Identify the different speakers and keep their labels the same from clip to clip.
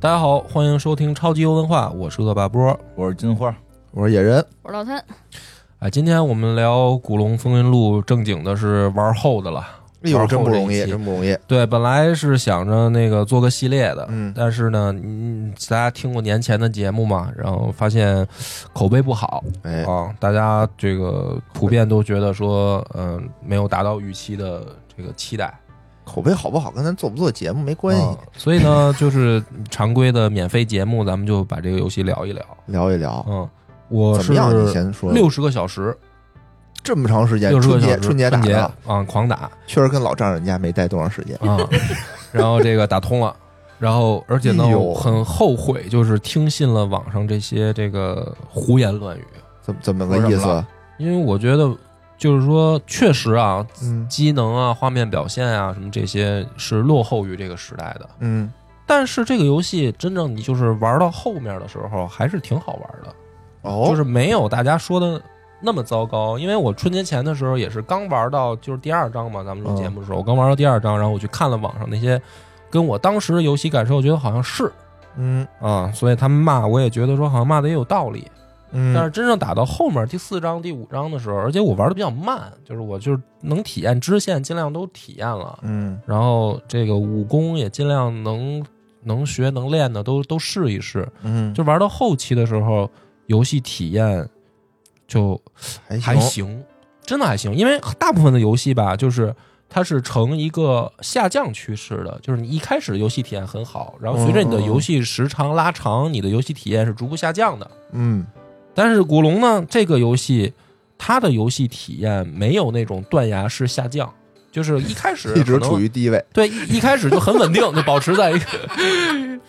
Speaker 1: 大家好，欢迎收听超级游文化，我是恶霸波。
Speaker 2: 我是金花，
Speaker 3: 我说野人，
Speaker 4: 我是老三，
Speaker 1: 哎，今天我们聊古龙风云录，正经的是玩后的了。
Speaker 3: 哎呦，真不容
Speaker 1: 玩
Speaker 3: 易，
Speaker 1: 后这一期
Speaker 3: 真不容易。
Speaker 1: 对，本来是想着那个做个系列的，
Speaker 3: 嗯
Speaker 1: 但是呢，嗯，大家听过年前的节目嘛，然后发现口碑不好
Speaker 3: 哎，
Speaker 1: 啊，大家这个普遍都觉得说，嗯、没有达到预期的这个期待。
Speaker 3: 口碑好不好跟咱做不做节目没关系
Speaker 1: 嗯，所以呢， 就是常规的免费节目，咱们就把这个游戏聊一聊。
Speaker 3: 聊一聊
Speaker 1: 嗯，我
Speaker 3: 怎
Speaker 1: 是
Speaker 3: 么样？你先说。
Speaker 1: 六十个小时，
Speaker 3: 这么长时间，
Speaker 1: 六十
Speaker 3: 春
Speaker 1: 个小
Speaker 3: 节
Speaker 1: 时，
Speaker 3: 春节打
Speaker 1: 节
Speaker 3: 的，
Speaker 1: 啊，狂 打
Speaker 3: 确实跟老丈人家没待多长时间。
Speaker 1: 啊，然后这个打通了。然后，而且呢，
Speaker 3: 哎呦
Speaker 1: 我很后悔，就是听信了网上这些这个胡言乱语，
Speaker 3: 怎么怎么个意
Speaker 1: 说什么
Speaker 3: 思？
Speaker 1: 因为我觉得，就是说，确实啊，
Speaker 3: 嗯
Speaker 1: 机能啊、画面表现啊，什么这些是落后于这个时代的。
Speaker 3: 嗯，
Speaker 1: 但是这个游戏真正你就是玩到后面的时候，还是挺好玩的，
Speaker 3: 哦，
Speaker 1: 就是没有大家说的那么糟糕。因为我春节前的时候也是刚玩到就是第二章嘛，咱们录节目
Speaker 3: 嗯
Speaker 1: 的时候，我刚玩到第二章，然后我去看了网上那些跟我当时的游戏感受，我觉得好像是
Speaker 3: 嗯
Speaker 1: 啊、所以他们骂我也觉得说好像骂的也有道理。
Speaker 3: 嗯，
Speaker 1: 但是真正打到后面第四章、第五章的时候，而且我玩的比较慢，就是我就是能体验支线，尽量都体验了。
Speaker 3: 嗯
Speaker 1: 然后这个武功也尽量能能学能练的都都试一试。
Speaker 3: 嗯，
Speaker 1: 就玩到后期的时候，游戏体验就
Speaker 3: 还
Speaker 1: 还行，真的还行。因为大部分的游戏吧，就是它是呈一个下降趋势的，就是你一开始游戏体验很好，然后随着你的
Speaker 3: 嗯嗯嗯
Speaker 1: 游戏时长拉长，你的游戏体验是逐步下降的。
Speaker 3: 嗯
Speaker 1: 但是古龙呢，这个游戏它的游戏体验没有那种断崖式下降，就是一开始
Speaker 3: 一直
Speaker 1: 可能
Speaker 3: 处于低位。
Speaker 1: 对一一开始就很稳定，就保持在一个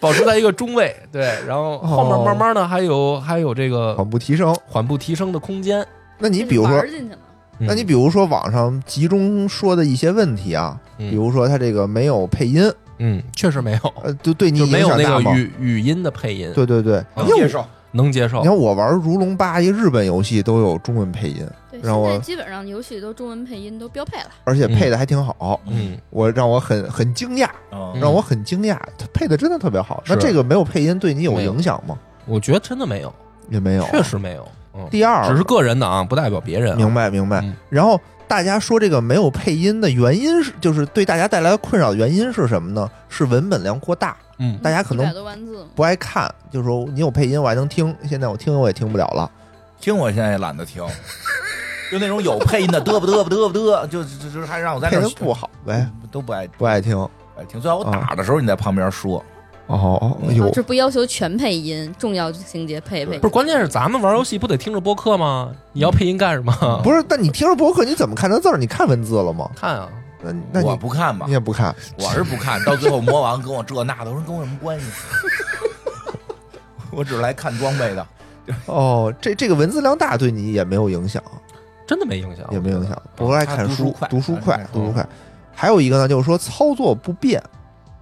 Speaker 1: 保持在一个中位，对，然后后面
Speaker 3: 哦
Speaker 1: 慢慢的还有还有这个
Speaker 3: 缓步提升，
Speaker 1: 缓步提升的空间。
Speaker 3: 那你
Speaker 4: 这就
Speaker 3: 比如
Speaker 4: 玩
Speaker 3: 说
Speaker 4: 儿，进去了，
Speaker 1: 嗯
Speaker 3: 那你比如说网上集中说的一些问题啊，
Speaker 1: 嗯
Speaker 3: 比如说他这个没有配音，
Speaker 1: 嗯，确实没有，
Speaker 3: 呃，就对你
Speaker 1: 就
Speaker 3: 影
Speaker 1: 没有
Speaker 3: 响
Speaker 1: 那
Speaker 3: 大吗
Speaker 1: 个？语语音的配音，
Speaker 3: 对对对，
Speaker 1: 能
Speaker 3: 因为我
Speaker 2: 受。
Speaker 1: 能接受
Speaker 3: 你。看我玩《如龙八》，一日本游戏都有中文配音，
Speaker 4: 对，
Speaker 3: 让我
Speaker 4: 现在基本上游戏都中文配音都标配了，
Speaker 3: 而且配的还挺好，
Speaker 1: 嗯，
Speaker 3: 我让我很很惊讶，
Speaker 2: 嗯
Speaker 3: 让我很惊讶，他配的真的特别好。
Speaker 1: 是
Speaker 3: 那这个没有配音对你有
Speaker 1: 没有
Speaker 3: 影响吗？
Speaker 1: 我觉得真的没有，
Speaker 3: 也没有，
Speaker 1: 确。实没有。嗯，
Speaker 3: 第二，
Speaker 1: 只是个人的啊，不代表别人啊。
Speaker 3: 明白明白
Speaker 1: 嗯。
Speaker 3: 然后大家说这个没有配音的原因是，就是对大家带来的困扰的原因是什么呢？是文本量过大，
Speaker 1: 嗯
Speaker 3: 大家可能
Speaker 4: 一百多万字嘛，
Speaker 3: 不爱看，就是说你有配音我还能听，现在我听我也听不了了。
Speaker 2: 听我现在也懒得听， 就那种有配音的嘚不嘚不嘚不嘚，就就就还让我在
Speaker 3: 配
Speaker 2: 那
Speaker 3: 的
Speaker 2: 儿
Speaker 3: 不好呗，
Speaker 1: 嗯
Speaker 2: 都不爱
Speaker 3: 不爱听。
Speaker 1: 哦
Speaker 2: 不爱听。最好我打的时候你在旁边说，
Speaker 3: 哦，
Speaker 4: 啊
Speaker 3: 有
Speaker 4: 这不要求全配音，重要情节配配
Speaker 1: 不是，。关键是咱们玩游戏不得听着播客吗？你要配音干什么？
Speaker 3: 不是？但你听着博客你怎么看这字儿？你看文字了吗？
Speaker 1: 看啊，
Speaker 3: 那那
Speaker 2: 我
Speaker 3: 你
Speaker 2: 不看吧
Speaker 3: 你，也不看，
Speaker 2: 我是不看。到最后魔王跟我这那的，我说跟我有什么关系？ 我只是来看装备的。
Speaker 3: 哦，这这个文字量大对你也没有影响，
Speaker 1: 哦真的没影响，
Speaker 3: 也没有影响。
Speaker 1: 我
Speaker 3: 不爱
Speaker 2: 他
Speaker 3: 看
Speaker 2: 读书
Speaker 3: 书
Speaker 2: 快，
Speaker 3: 读
Speaker 1: 嗯
Speaker 3: 书
Speaker 2: 他
Speaker 3: 快
Speaker 2: 是，
Speaker 3: 读书快。还有一个呢，就是说操作不便。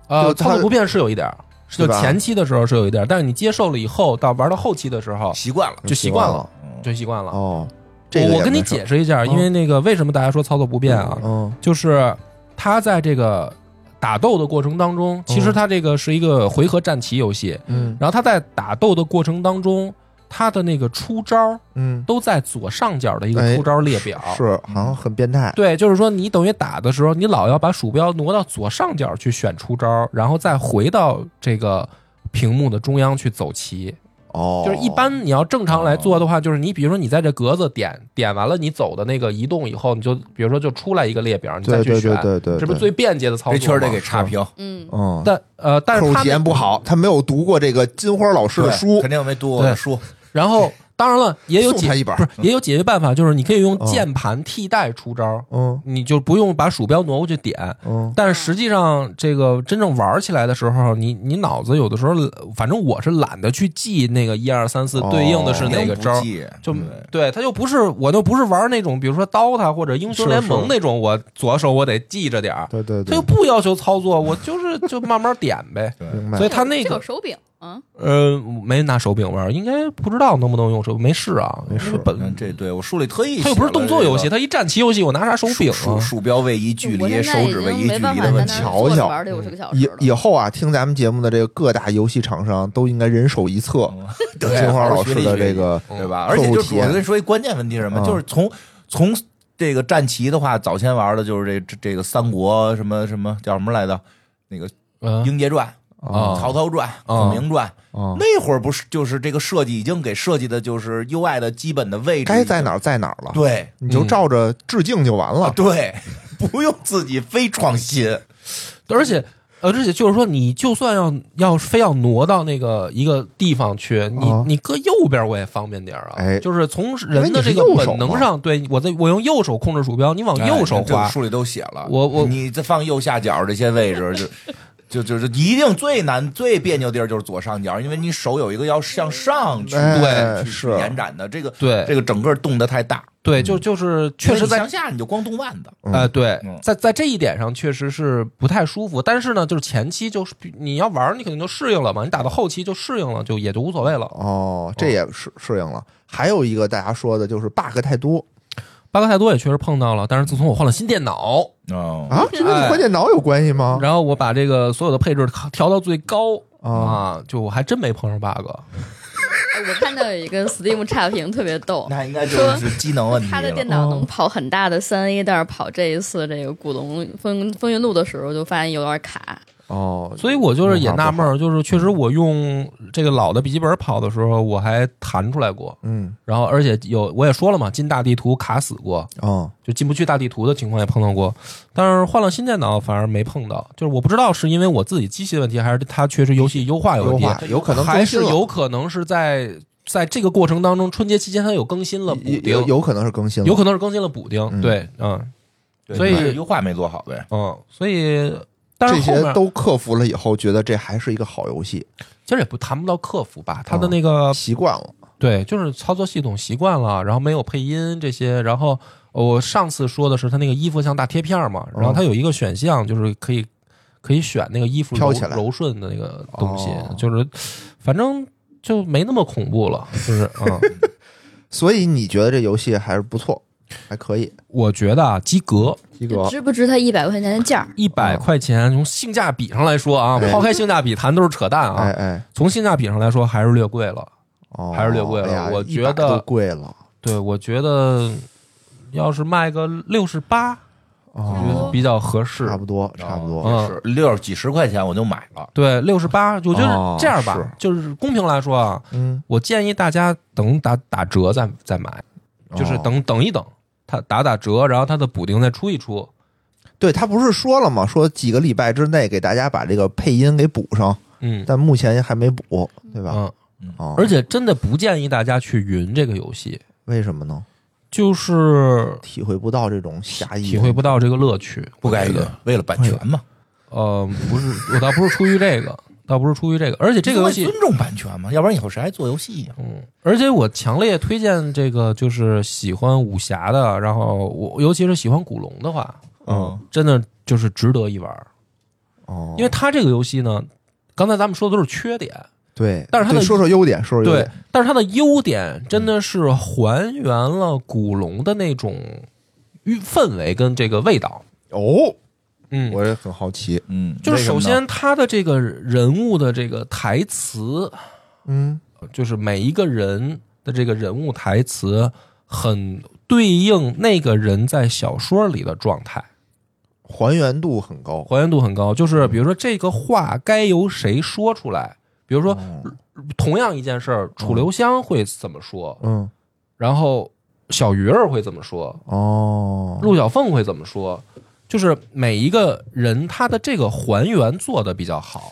Speaker 1: 呃，
Speaker 3: 就
Speaker 1: 操
Speaker 3: 它
Speaker 1: 作不便是有一点儿，就
Speaker 3: 对吧
Speaker 1: 前期的时候是有一点儿，但是你接受了以后，到玩到后期的时候
Speaker 2: 习惯了，
Speaker 1: 就习惯了，
Speaker 2: 嗯
Speaker 1: 就习惯了。
Speaker 3: 哦。这个
Speaker 1: 我
Speaker 3: 也
Speaker 1: 我跟
Speaker 3: 没
Speaker 1: 你
Speaker 3: 事儿，
Speaker 1: 解释一下，
Speaker 3: 嗯
Speaker 1: 因为那个为什么大家说操作不便啊，
Speaker 3: 嗯
Speaker 1: 就是他在这个打斗的过程当中，其实他这个是一个回合战棋游戏，
Speaker 3: 嗯
Speaker 1: 然后他在打斗的过程当中，他的那个出招
Speaker 3: 嗯，
Speaker 1: 都在左上角的一个
Speaker 3: 哎
Speaker 1: 出招列表。
Speaker 3: 是好像很变态。
Speaker 1: 对，就是说你等于打的时候，你老要把鼠标挪到左上角去选出招，然后再回到这个屏幕的中央去走棋。
Speaker 3: 哦，
Speaker 1: 就是一般你要正常来做的话，就是你比如说你在这格子点点完了，你走的那个移动以后，你就比如说就出来一个列表，你再
Speaker 3: 对
Speaker 1: 去
Speaker 3: 对对
Speaker 1: 选，
Speaker 3: 对对，
Speaker 1: 这不是
Speaker 3: 对
Speaker 1: 最便捷的操
Speaker 2: 这
Speaker 1: 作
Speaker 2: 确实得
Speaker 1: 吗
Speaker 2: 给差评。
Speaker 4: 嗯，
Speaker 3: 嗯。
Speaker 1: 但呃，但
Speaker 3: 客
Speaker 1: 是
Speaker 3: 户
Speaker 1: 他
Speaker 3: 体验
Speaker 1: 那
Speaker 3: 不好，他没有读过这个金花老师的
Speaker 2: 对
Speaker 3: 书
Speaker 2: 肯，定没读我的
Speaker 1: 对
Speaker 2: 书，
Speaker 1: 然后当然了，也有
Speaker 3: 送他
Speaker 1: 解
Speaker 3: 一本
Speaker 1: 不是也有解决办法，就是你可以用
Speaker 3: 嗯
Speaker 1: 键盘替代出招，
Speaker 3: 嗯
Speaker 1: 你就不用把鼠标挪过去点。
Speaker 3: 嗯，
Speaker 1: 但实际上，这个真正玩起来的时候，你你脑子有的时候，反正我是懒得去记那个一二三四
Speaker 3: 哦
Speaker 1: 对应的是哪
Speaker 2: 您
Speaker 1: 个
Speaker 2: 不
Speaker 1: 招儿，
Speaker 2: 记
Speaker 1: 就
Speaker 2: 对。
Speaker 1: 对，他就不是我就不是玩那种，比如说刀塔或者英雄
Speaker 3: 是
Speaker 1: 联
Speaker 3: 是
Speaker 1: 盟那种，我左手我得记着点儿，
Speaker 3: 对对
Speaker 1: 他又
Speaker 3: 对，
Speaker 1: 不要求操作，我就是就慢慢点呗
Speaker 2: 对
Speaker 3: 明白
Speaker 1: 所以。他那
Speaker 4: 这
Speaker 1: 个
Speaker 4: 有手柄，嗯，
Speaker 1: 呃，没拿手柄玩，应该不知道能不能用手，没试啊，
Speaker 3: 没试
Speaker 1: 因为本
Speaker 2: 嗯，这对我书里特意
Speaker 1: 它又不是动作游戏，它一战棋游戏，我拿啥手
Speaker 2: 手
Speaker 1: 柄
Speaker 2: 鼠
Speaker 1: 啊？
Speaker 2: 鼠标位移距
Speaker 4: 我
Speaker 2: 离，
Speaker 4: 现
Speaker 2: 手
Speaker 4: 在已
Speaker 2: 指位
Speaker 4: 经
Speaker 2: 移距
Speaker 4: 没办
Speaker 2: 离
Speaker 4: 法
Speaker 2: 的
Speaker 4: 在
Speaker 2: 问
Speaker 4: 那
Speaker 2: 题
Speaker 3: 儿。
Speaker 4: 儿
Speaker 3: 瞧
Speaker 4: 坐
Speaker 3: 瞧
Speaker 4: 着玩得有这个小时
Speaker 3: 以
Speaker 4: 了。
Speaker 3: 以后啊，听咱们节目的这个各大游戏厂商都应该人手一册
Speaker 2: 嗯
Speaker 3: 金花老
Speaker 2: 好好
Speaker 3: 师的
Speaker 2: 学习
Speaker 3: 这个
Speaker 2: 对吧？
Speaker 3: 嗯
Speaker 2: 而且
Speaker 3: 客户
Speaker 2: 就是
Speaker 3: 体
Speaker 2: 我
Speaker 3: 验
Speaker 2: 跟你说一关键问题是什么，
Speaker 3: 嗯
Speaker 2: 就是从从这个战棋的话，早先玩的就是这这这个三国什么什么叫什么来着？那个《
Speaker 1: 嗯，
Speaker 2: 英杰传》
Speaker 3: 嗯
Speaker 2: 嗯
Speaker 1: 啊
Speaker 2: 曹操传》
Speaker 1: 啊
Speaker 2: 孔明传》，
Speaker 3: 啊，
Speaker 2: 那会儿不是就是这个设计已经给设计的就是 UI 的基本的位置，
Speaker 3: 该在哪儿在哪儿了，
Speaker 2: 对啊
Speaker 3: 你
Speaker 1: 嗯
Speaker 3: 就照着致敬就完了。
Speaker 2: 对， 不用自己非创新，
Speaker 1: 而且。呃，而且就是说，你就算要要非要挪到那个一个地方去，你、
Speaker 3: 啊
Speaker 1: 你搁右边我也方便点儿啊。
Speaker 3: 哎
Speaker 1: 就是从人的这个
Speaker 3: 因为你是右手
Speaker 1: 本能上，对我在我用右手控制鼠标，你往哦右手
Speaker 2: 哎这
Speaker 1: 滑，
Speaker 2: 个书里都写了，
Speaker 1: 我我
Speaker 2: 你再放右下角这些位置就。就就是一定最难最别扭地儿就是左上角，因为你手有一个要向上去
Speaker 3: 哎
Speaker 2: 去
Speaker 3: 是
Speaker 2: 延展的，这个
Speaker 1: 对
Speaker 2: 这个整个动得太大，
Speaker 1: 对，就就是确实
Speaker 2: 因为你
Speaker 1: 在
Speaker 2: 向下你就光动腕子，
Speaker 3: 嗯
Speaker 1: 呃，对
Speaker 2: 嗯，
Speaker 1: 在在这一点上确实是不太舒服，但是呢，就是前期就是你要玩儿，你肯定就适应了嘛，你打到后期就适应了，就也就无所谓了。
Speaker 3: 哦，
Speaker 1: 嗯
Speaker 3: 这也适适应了。还有一个大家说的就是 bug 太多
Speaker 1: 巴格太多也确实碰到了，但是自从我换了新电脑，
Speaker 2: 哦
Speaker 3: 啊，这跟
Speaker 1: 哎
Speaker 3: 你换电脑有关系吗？
Speaker 1: 然后我把这个所有的配置调调到最高
Speaker 3: 啊
Speaker 1: 啊，就我还真没碰上 bug。
Speaker 4: 哎我看到有一个 Steam 差评特别逗，
Speaker 2: 那应该就是机能问题
Speaker 4: 他的
Speaker 2: 嗯了
Speaker 4: 电。脑能跑很大的三 A，但是跑这一次这个古龙风风云录的时候，就发现有点卡。
Speaker 3: 哦，
Speaker 1: 所以我就是也纳闷儿，就是确实我用这个老的笔记本跑的时候，我还弹出来过，
Speaker 3: 嗯
Speaker 1: 然后而且有我也说了嘛，进大地图卡死过，
Speaker 3: 哦
Speaker 1: 就进不去大地图的情况也碰到过，但是换了新电脑反而没碰到。就是我不知道是因为我自己机器的问题，还是它确实游戏优化有
Speaker 3: 优
Speaker 1: 问题，
Speaker 3: 化有可能
Speaker 1: 还
Speaker 3: 更新
Speaker 1: 是
Speaker 3: 了
Speaker 1: 有可能是在在这个过程当中，春节期间它有更新了补
Speaker 3: 有
Speaker 1: 丁，
Speaker 3: 有有可能是更新了，
Speaker 1: 有可能是更新了补丁。
Speaker 3: 嗯
Speaker 1: 对，嗯
Speaker 2: 对
Speaker 1: 所以
Speaker 2: 你把优化没做好呗，
Speaker 1: 嗯，所以但
Speaker 3: 这
Speaker 1: 是后
Speaker 3: 些
Speaker 1: 面
Speaker 3: 都克服了以后，觉得这还是一个好游戏，
Speaker 1: 其实也不谈不到克服吧，它的
Speaker 3: 嗯
Speaker 1: 那个
Speaker 3: 习惯了。
Speaker 1: 对，就是操作系统习惯了，然后没有配音这些，然后呃我上次说的是它那个衣服像大贴片嘛，然
Speaker 3: 嗯
Speaker 1: 后它有一个选项就是可以可以选那个衣服
Speaker 3: 飘
Speaker 1: 柔
Speaker 3: 起来
Speaker 1: 柔顺的那个东西，
Speaker 3: 哦
Speaker 1: 就是反正就没那么恐怖了，就是嗯，
Speaker 3: 所以你觉得这游戏还是不错，还可以，
Speaker 1: 我觉得啊，及格。
Speaker 3: 一哥。
Speaker 4: 值不值他一百块钱的价儿？
Speaker 1: 一
Speaker 3: 嗯
Speaker 1: 百块钱从性价比上来说啊，
Speaker 3: 哎
Speaker 1: 抛开性价比谈都是扯淡
Speaker 3: 哎
Speaker 1: 啊。
Speaker 3: 哎，
Speaker 1: 从性价比上来说，还是略贵了。
Speaker 3: 哦，
Speaker 1: 还是略贵了
Speaker 3: 哎呀
Speaker 1: 我觉
Speaker 3: 100
Speaker 1: 得
Speaker 3: 都贵了。
Speaker 1: 对，我觉得要是卖个六十八，我觉得
Speaker 3: 哦，
Speaker 1: 比较合适。
Speaker 3: 差不多，差不多。
Speaker 1: 嗯
Speaker 2: 哦是六几十块钱我就买了，
Speaker 1: 对，六十八，我觉
Speaker 3: 哦
Speaker 1: 得这样吧，
Speaker 3: 是
Speaker 1: 就是公平来说啊，
Speaker 3: 嗯，
Speaker 1: 我建议大家等打打折再再买，就是
Speaker 3: 哦
Speaker 1: 等、等一等，它打打折，然后它的补丁再出一出。
Speaker 3: 对他不是说了吗？说几个礼拜之内给大家把这个配音给补上，
Speaker 1: 嗯
Speaker 3: 但目前还没补，对吧？
Speaker 1: 嗯，
Speaker 3: 哦，
Speaker 1: 而且真的不建议大家去云这个游戏，
Speaker 3: 为什么呢？
Speaker 1: 就是
Speaker 3: 体会不到这种侠义，
Speaker 1: 体会不到这个乐趣，
Speaker 2: 不该
Speaker 1: 我觉
Speaker 2: 用
Speaker 1: 得。，
Speaker 2: 为了版权嘛，
Speaker 1: 呃，不是，我倒不是出于这个，倒不是出于这个，而且这个游戏
Speaker 2: 尊重版权嘛，要不然以后谁还做游戏呀？
Speaker 1: 嗯，而且我强烈推荐这个，就是喜欢武侠的，然后我尤其是喜欢古龙的话，
Speaker 3: 嗯
Speaker 1: 真的就是值得一玩儿，
Speaker 3: 哦，
Speaker 1: 因为它这个游戏呢，刚才咱们说的都是缺点，
Speaker 3: 对，
Speaker 1: 但是它的
Speaker 3: 对说说优点，说说优
Speaker 1: 对
Speaker 3: 点，，
Speaker 1: 但是它的优点真的是还原了古龙的那种氛围跟这个味道。
Speaker 3: 哦，
Speaker 1: 嗯，
Speaker 3: 我也很好奇，
Speaker 2: 嗯，
Speaker 1: 就是首
Speaker 2: 为什么呢
Speaker 1: 先他的这个人物的这个台词，
Speaker 3: 嗯，
Speaker 1: 就是每一个人的这个人物台词很对应那个人在小说里的状态，
Speaker 3: 还原度很高，
Speaker 1: 还原度很高。就是比如说这个话该由谁说出来，比如说
Speaker 3: 哦
Speaker 1: 同样一件事儿，楚留香会怎么说，
Speaker 3: 嗯，
Speaker 1: 然后小鱼儿会怎么说，
Speaker 3: 哦，
Speaker 1: 陆小凤会怎么说，就是每一个人他的这个还原做的比较好，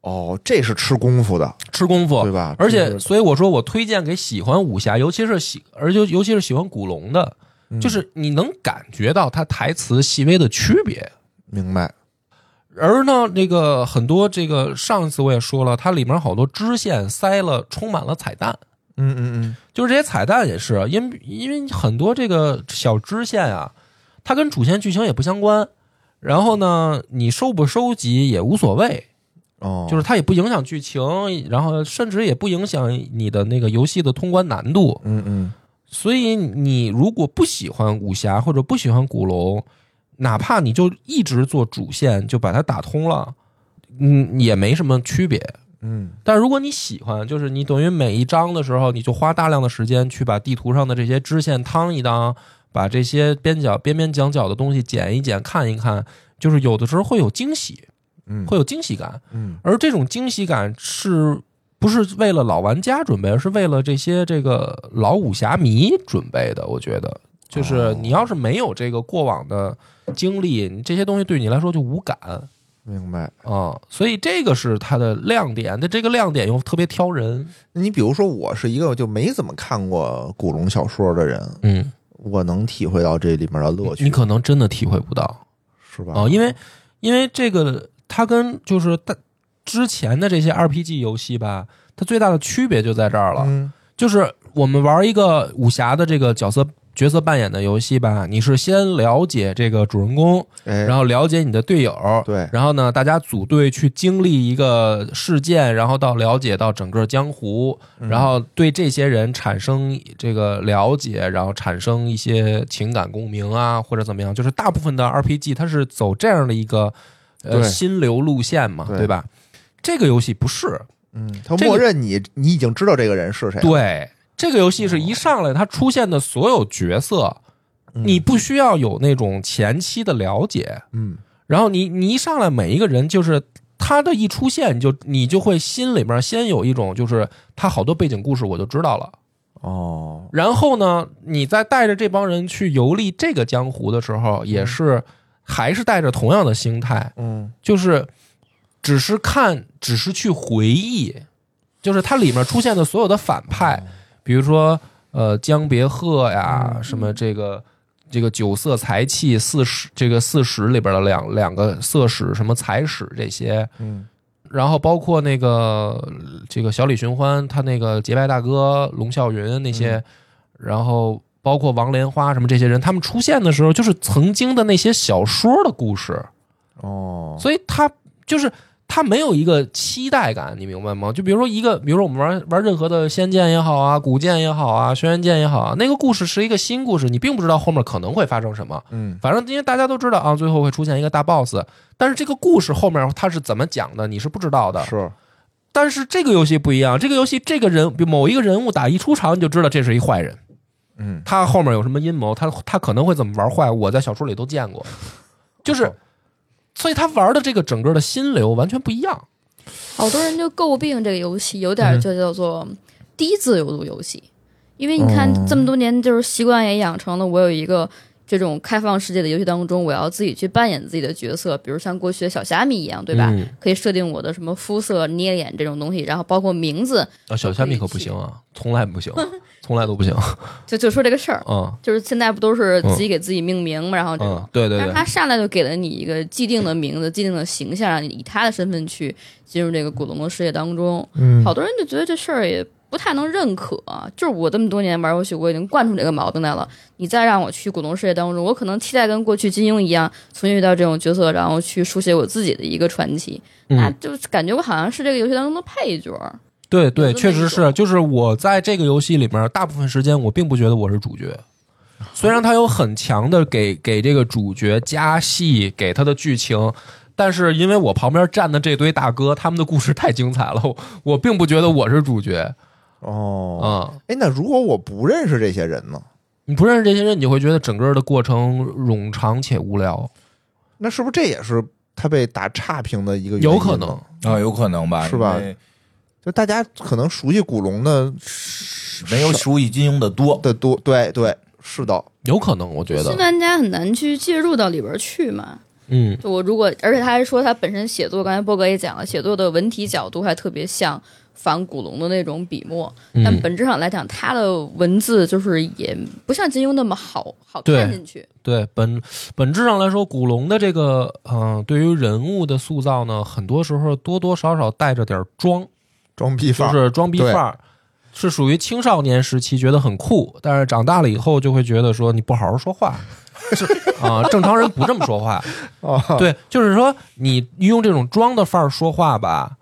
Speaker 3: 哦，这是吃功夫的，
Speaker 1: 吃功夫
Speaker 3: 对。吧？
Speaker 1: 而
Speaker 3: 这
Speaker 1: 且，
Speaker 3: 是
Speaker 1: 所以我说我推荐给喜欢武侠，尤其是喜，而尤尤其是喜欢古龙的，
Speaker 3: 嗯
Speaker 1: 就是你能感觉到它台词细微的区别。
Speaker 3: 明白，
Speaker 1: 而呢，这个很多这个上一次我也说了，它里面好多支线塞了，充满了彩蛋。
Speaker 3: 嗯嗯
Speaker 1: 就是这些彩蛋也是，因为因为很多这个小支线啊，它跟主线剧情也不相关。然后呢，你收不收集也无所谓，
Speaker 3: 嗯，哦，
Speaker 1: 就是它也不影响剧情，然后甚至也不影响你的那个游戏的通关难度。
Speaker 3: 嗯嗯，
Speaker 1: 所以你如果不喜欢武侠或者不喜欢古龙，哪怕你就一直做主线，就把它打通了，嗯，也没什么区别。
Speaker 3: 嗯，
Speaker 1: 但如果你喜欢，就是你等于每一章的时候，你就花大量的时间去把地图上的这些支线趟一趟，把这些边角边边角角的东西剪一剪、看一看，就是有的时候会有惊喜，
Speaker 3: 嗯
Speaker 1: 会有惊喜感。
Speaker 3: 嗯
Speaker 1: 而这种惊喜感是不是为了老玩家准备，而是为了这些这个老武侠迷准备的？我觉得，
Speaker 3: 哦
Speaker 1: 就是你要是没有这个过往的经历，你这些东西对你来说就无感啊、
Speaker 3: 明白。
Speaker 1: 所以这个是它的亮点，但这个亮点又特别挑人。
Speaker 3: 你比如说，我是一个就没怎么看过古龙小说的人，
Speaker 1: 嗯，
Speaker 3: 我能体会到这里面的乐趣，
Speaker 1: 你可能真的体会不到。
Speaker 3: 是吧？
Speaker 1: 啊、因为因为这个它跟就是大之前的这些 RPG 游戏吧，它最大的区别就在这儿了，
Speaker 3: 嗯
Speaker 1: 就是我们玩一个武侠的这个角色角色扮演的游戏吧，你是先了解这个主人公，
Speaker 3: 哎，
Speaker 1: 然后了解你的队友，
Speaker 3: 对，
Speaker 1: 然后呢，大家组队去经历一个事件，然后到了解到整个江湖，
Speaker 3: 嗯
Speaker 1: 然后对这些人产生这个了解，然后产生一些情感共鸣啊，或者怎么样，就是大部分的 RPG 它是走这样的一个呃
Speaker 3: 对
Speaker 1: 心流路线嘛，
Speaker 3: 对
Speaker 1: 对吧？这个游戏不是，
Speaker 3: 嗯，他
Speaker 1: 这个
Speaker 3: 默认你你已经知道这个人是谁了，
Speaker 1: 对，这个游戏是一上来它出现的所有角色，
Speaker 3: 嗯
Speaker 1: 你不需要有那种前期的了解，
Speaker 3: 嗯
Speaker 1: 然后你你一上来每一个人就是他的一出现，你就你就会心里面先有一种就是他好多背景故事我就知道了。
Speaker 3: 哦，
Speaker 1: 然后呢，你再带着这帮人去游历这个江湖的时候，也是还是带着同样的心态，
Speaker 3: 嗯
Speaker 1: 就是只是看，只是去回忆，就是它里面出现的所有的反派，比如说呃江别鹤呀，什么这个这个酒色财气四使这个四使里边的两两个色使，什么财使这些，
Speaker 3: 嗯
Speaker 1: 然后包括那个呃这个小李寻欢，他那个结拜大哥龙啸云那些，然后包括王莲花什么这些人，他们出现的时候，就是曾经的那些小说的故事，
Speaker 3: 哦，
Speaker 1: 所以他就是他没有一个期待感，你明白吗？就比如说一个，比如说我们玩玩任何的《仙剑》也好啊，《古剑》也好啊，《轩辕剑》也好啊，那个故事是一个新故事，你并不知道后面可能会发生什么。
Speaker 3: 嗯
Speaker 1: 反正因为大家都知道啊，最后会出现一个大 boss，但是这个故事后面它是怎么讲的，你是不知道的。
Speaker 3: 是
Speaker 1: 但是这个游戏不一样，这个游戏这个人比某一个人物打一出场，你就知道这是一坏人，
Speaker 3: 嗯
Speaker 1: 他后面有什么阴谋，他他可能会怎么玩坏，我在小说里都见过，就是，所以他玩的这个整个的心流完全不一样。
Speaker 4: 好多人就诟病这个游戏有点儿就叫做低自由度游戏，因为你看
Speaker 3: 嗯
Speaker 4: 这么多年就是习惯也养成了，我有一个这种开放世界的游戏当中，我要自己去扮演自己的角色，比如像过去的小虾米一样，对吧？
Speaker 1: 嗯
Speaker 4: 可以设定我的什么肤色、捏脸这种东西，然后包括名字，
Speaker 1: 啊，小虾米可不行 啊，从来不行，从来都不行。
Speaker 4: 就就说这个事儿，
Speaker 1: 嗯
Speaker 4: 就是现在不都是自己给自己命名嘛，然后这种。
Speaker 1: 嗯，对对
Speaker 4: 但是
Speaker 1: 对
Speaker 4: 他，上来就给了你一个既定的名字、既定的形象，让你以他的身份去进入这个古龙的世界当中。
Speaker 3: 嗯
Speaker 4: 好多人就觉得这事儿也不太能认可、啊就是我这么多年玩游戏，我已经惯出这个毛病来了。你再让我去古龙世界当中，我可能期待跟过去金庸一样，重新遇到这种角色，然后去书写我自己的一个传奇，
Speaker 1: 嗯
Speaker 4: 那就是感觉我好像是这个游戏当中的配角儿。
Speaker 1: 对对，
Speaker 4: 有这么
Speaker 1: 确实
Speaker 4: 一
Speaker 1: 是，
Speaker 4: 种
Speaker 1: 就是我在这个游戏里面，大部分时间我并不觉得我是主角。虽然它有很强的给给这个主角加戏，给他的剧情，但是因为我旁边站的这堆大哥，他们的故事太精彩了，我我并不觉得我是主角啊、
Speaker 3: 哦，哎，那如果我不认识这些人呢？
Speaker 1: 你不认识这些人，你就会觉得整个的过程冗长且无聊，
Speaker 3: 那是不是这也是他被打差评的一个原因呢？
Speaker 1: 有可能。
Speaker 2: 啊，有可能吧，
Speaker 3: 是吧
Speaker 2: 因为
Speaker 3: 就大家可能熟悉古龙的
Speaker 2: 没有熟悉金庸的多。
Speaker 3: 的多，对对，是的，
Speaker 1: 有可能，我觉
Speaker 4: 新
Speaker 1: 得，
Speaker 4: 玩家很难去介入到里边儿去嘛。
Speaker 1: 嗯，
Speaker 4: 就我如果，而且他还说他本身写作，刚才波哥也讲了，写作的文体角度还特别像仿古龙的那种笔墨，但
Speaker 1: 嗯
Speaker 4: 本质上来讲，他的文字就是也不像金庸那么好好看
Speaker 1: 对
Speaker 4: 进去。
Speaker 1: 对本本质上来说，古龙的这个嗯、呃对于人物的塑造呢，很多时候多多少少带着点儿装，
Speaker 3: 装逼
Speaker 1: 就
Speaker 3: 范儿，
Speaker 1: 是装逼
Speaker 3: 对
Speaker 1: 范儿。是属于青少年时期觉得很酷，但是长大了以后就会觉得说你不好好说 话，是啊、正常人不这么说话。
Speaker 3: 哦，
Speaker 1: 对，就是说你用这种装的范儿说话吧，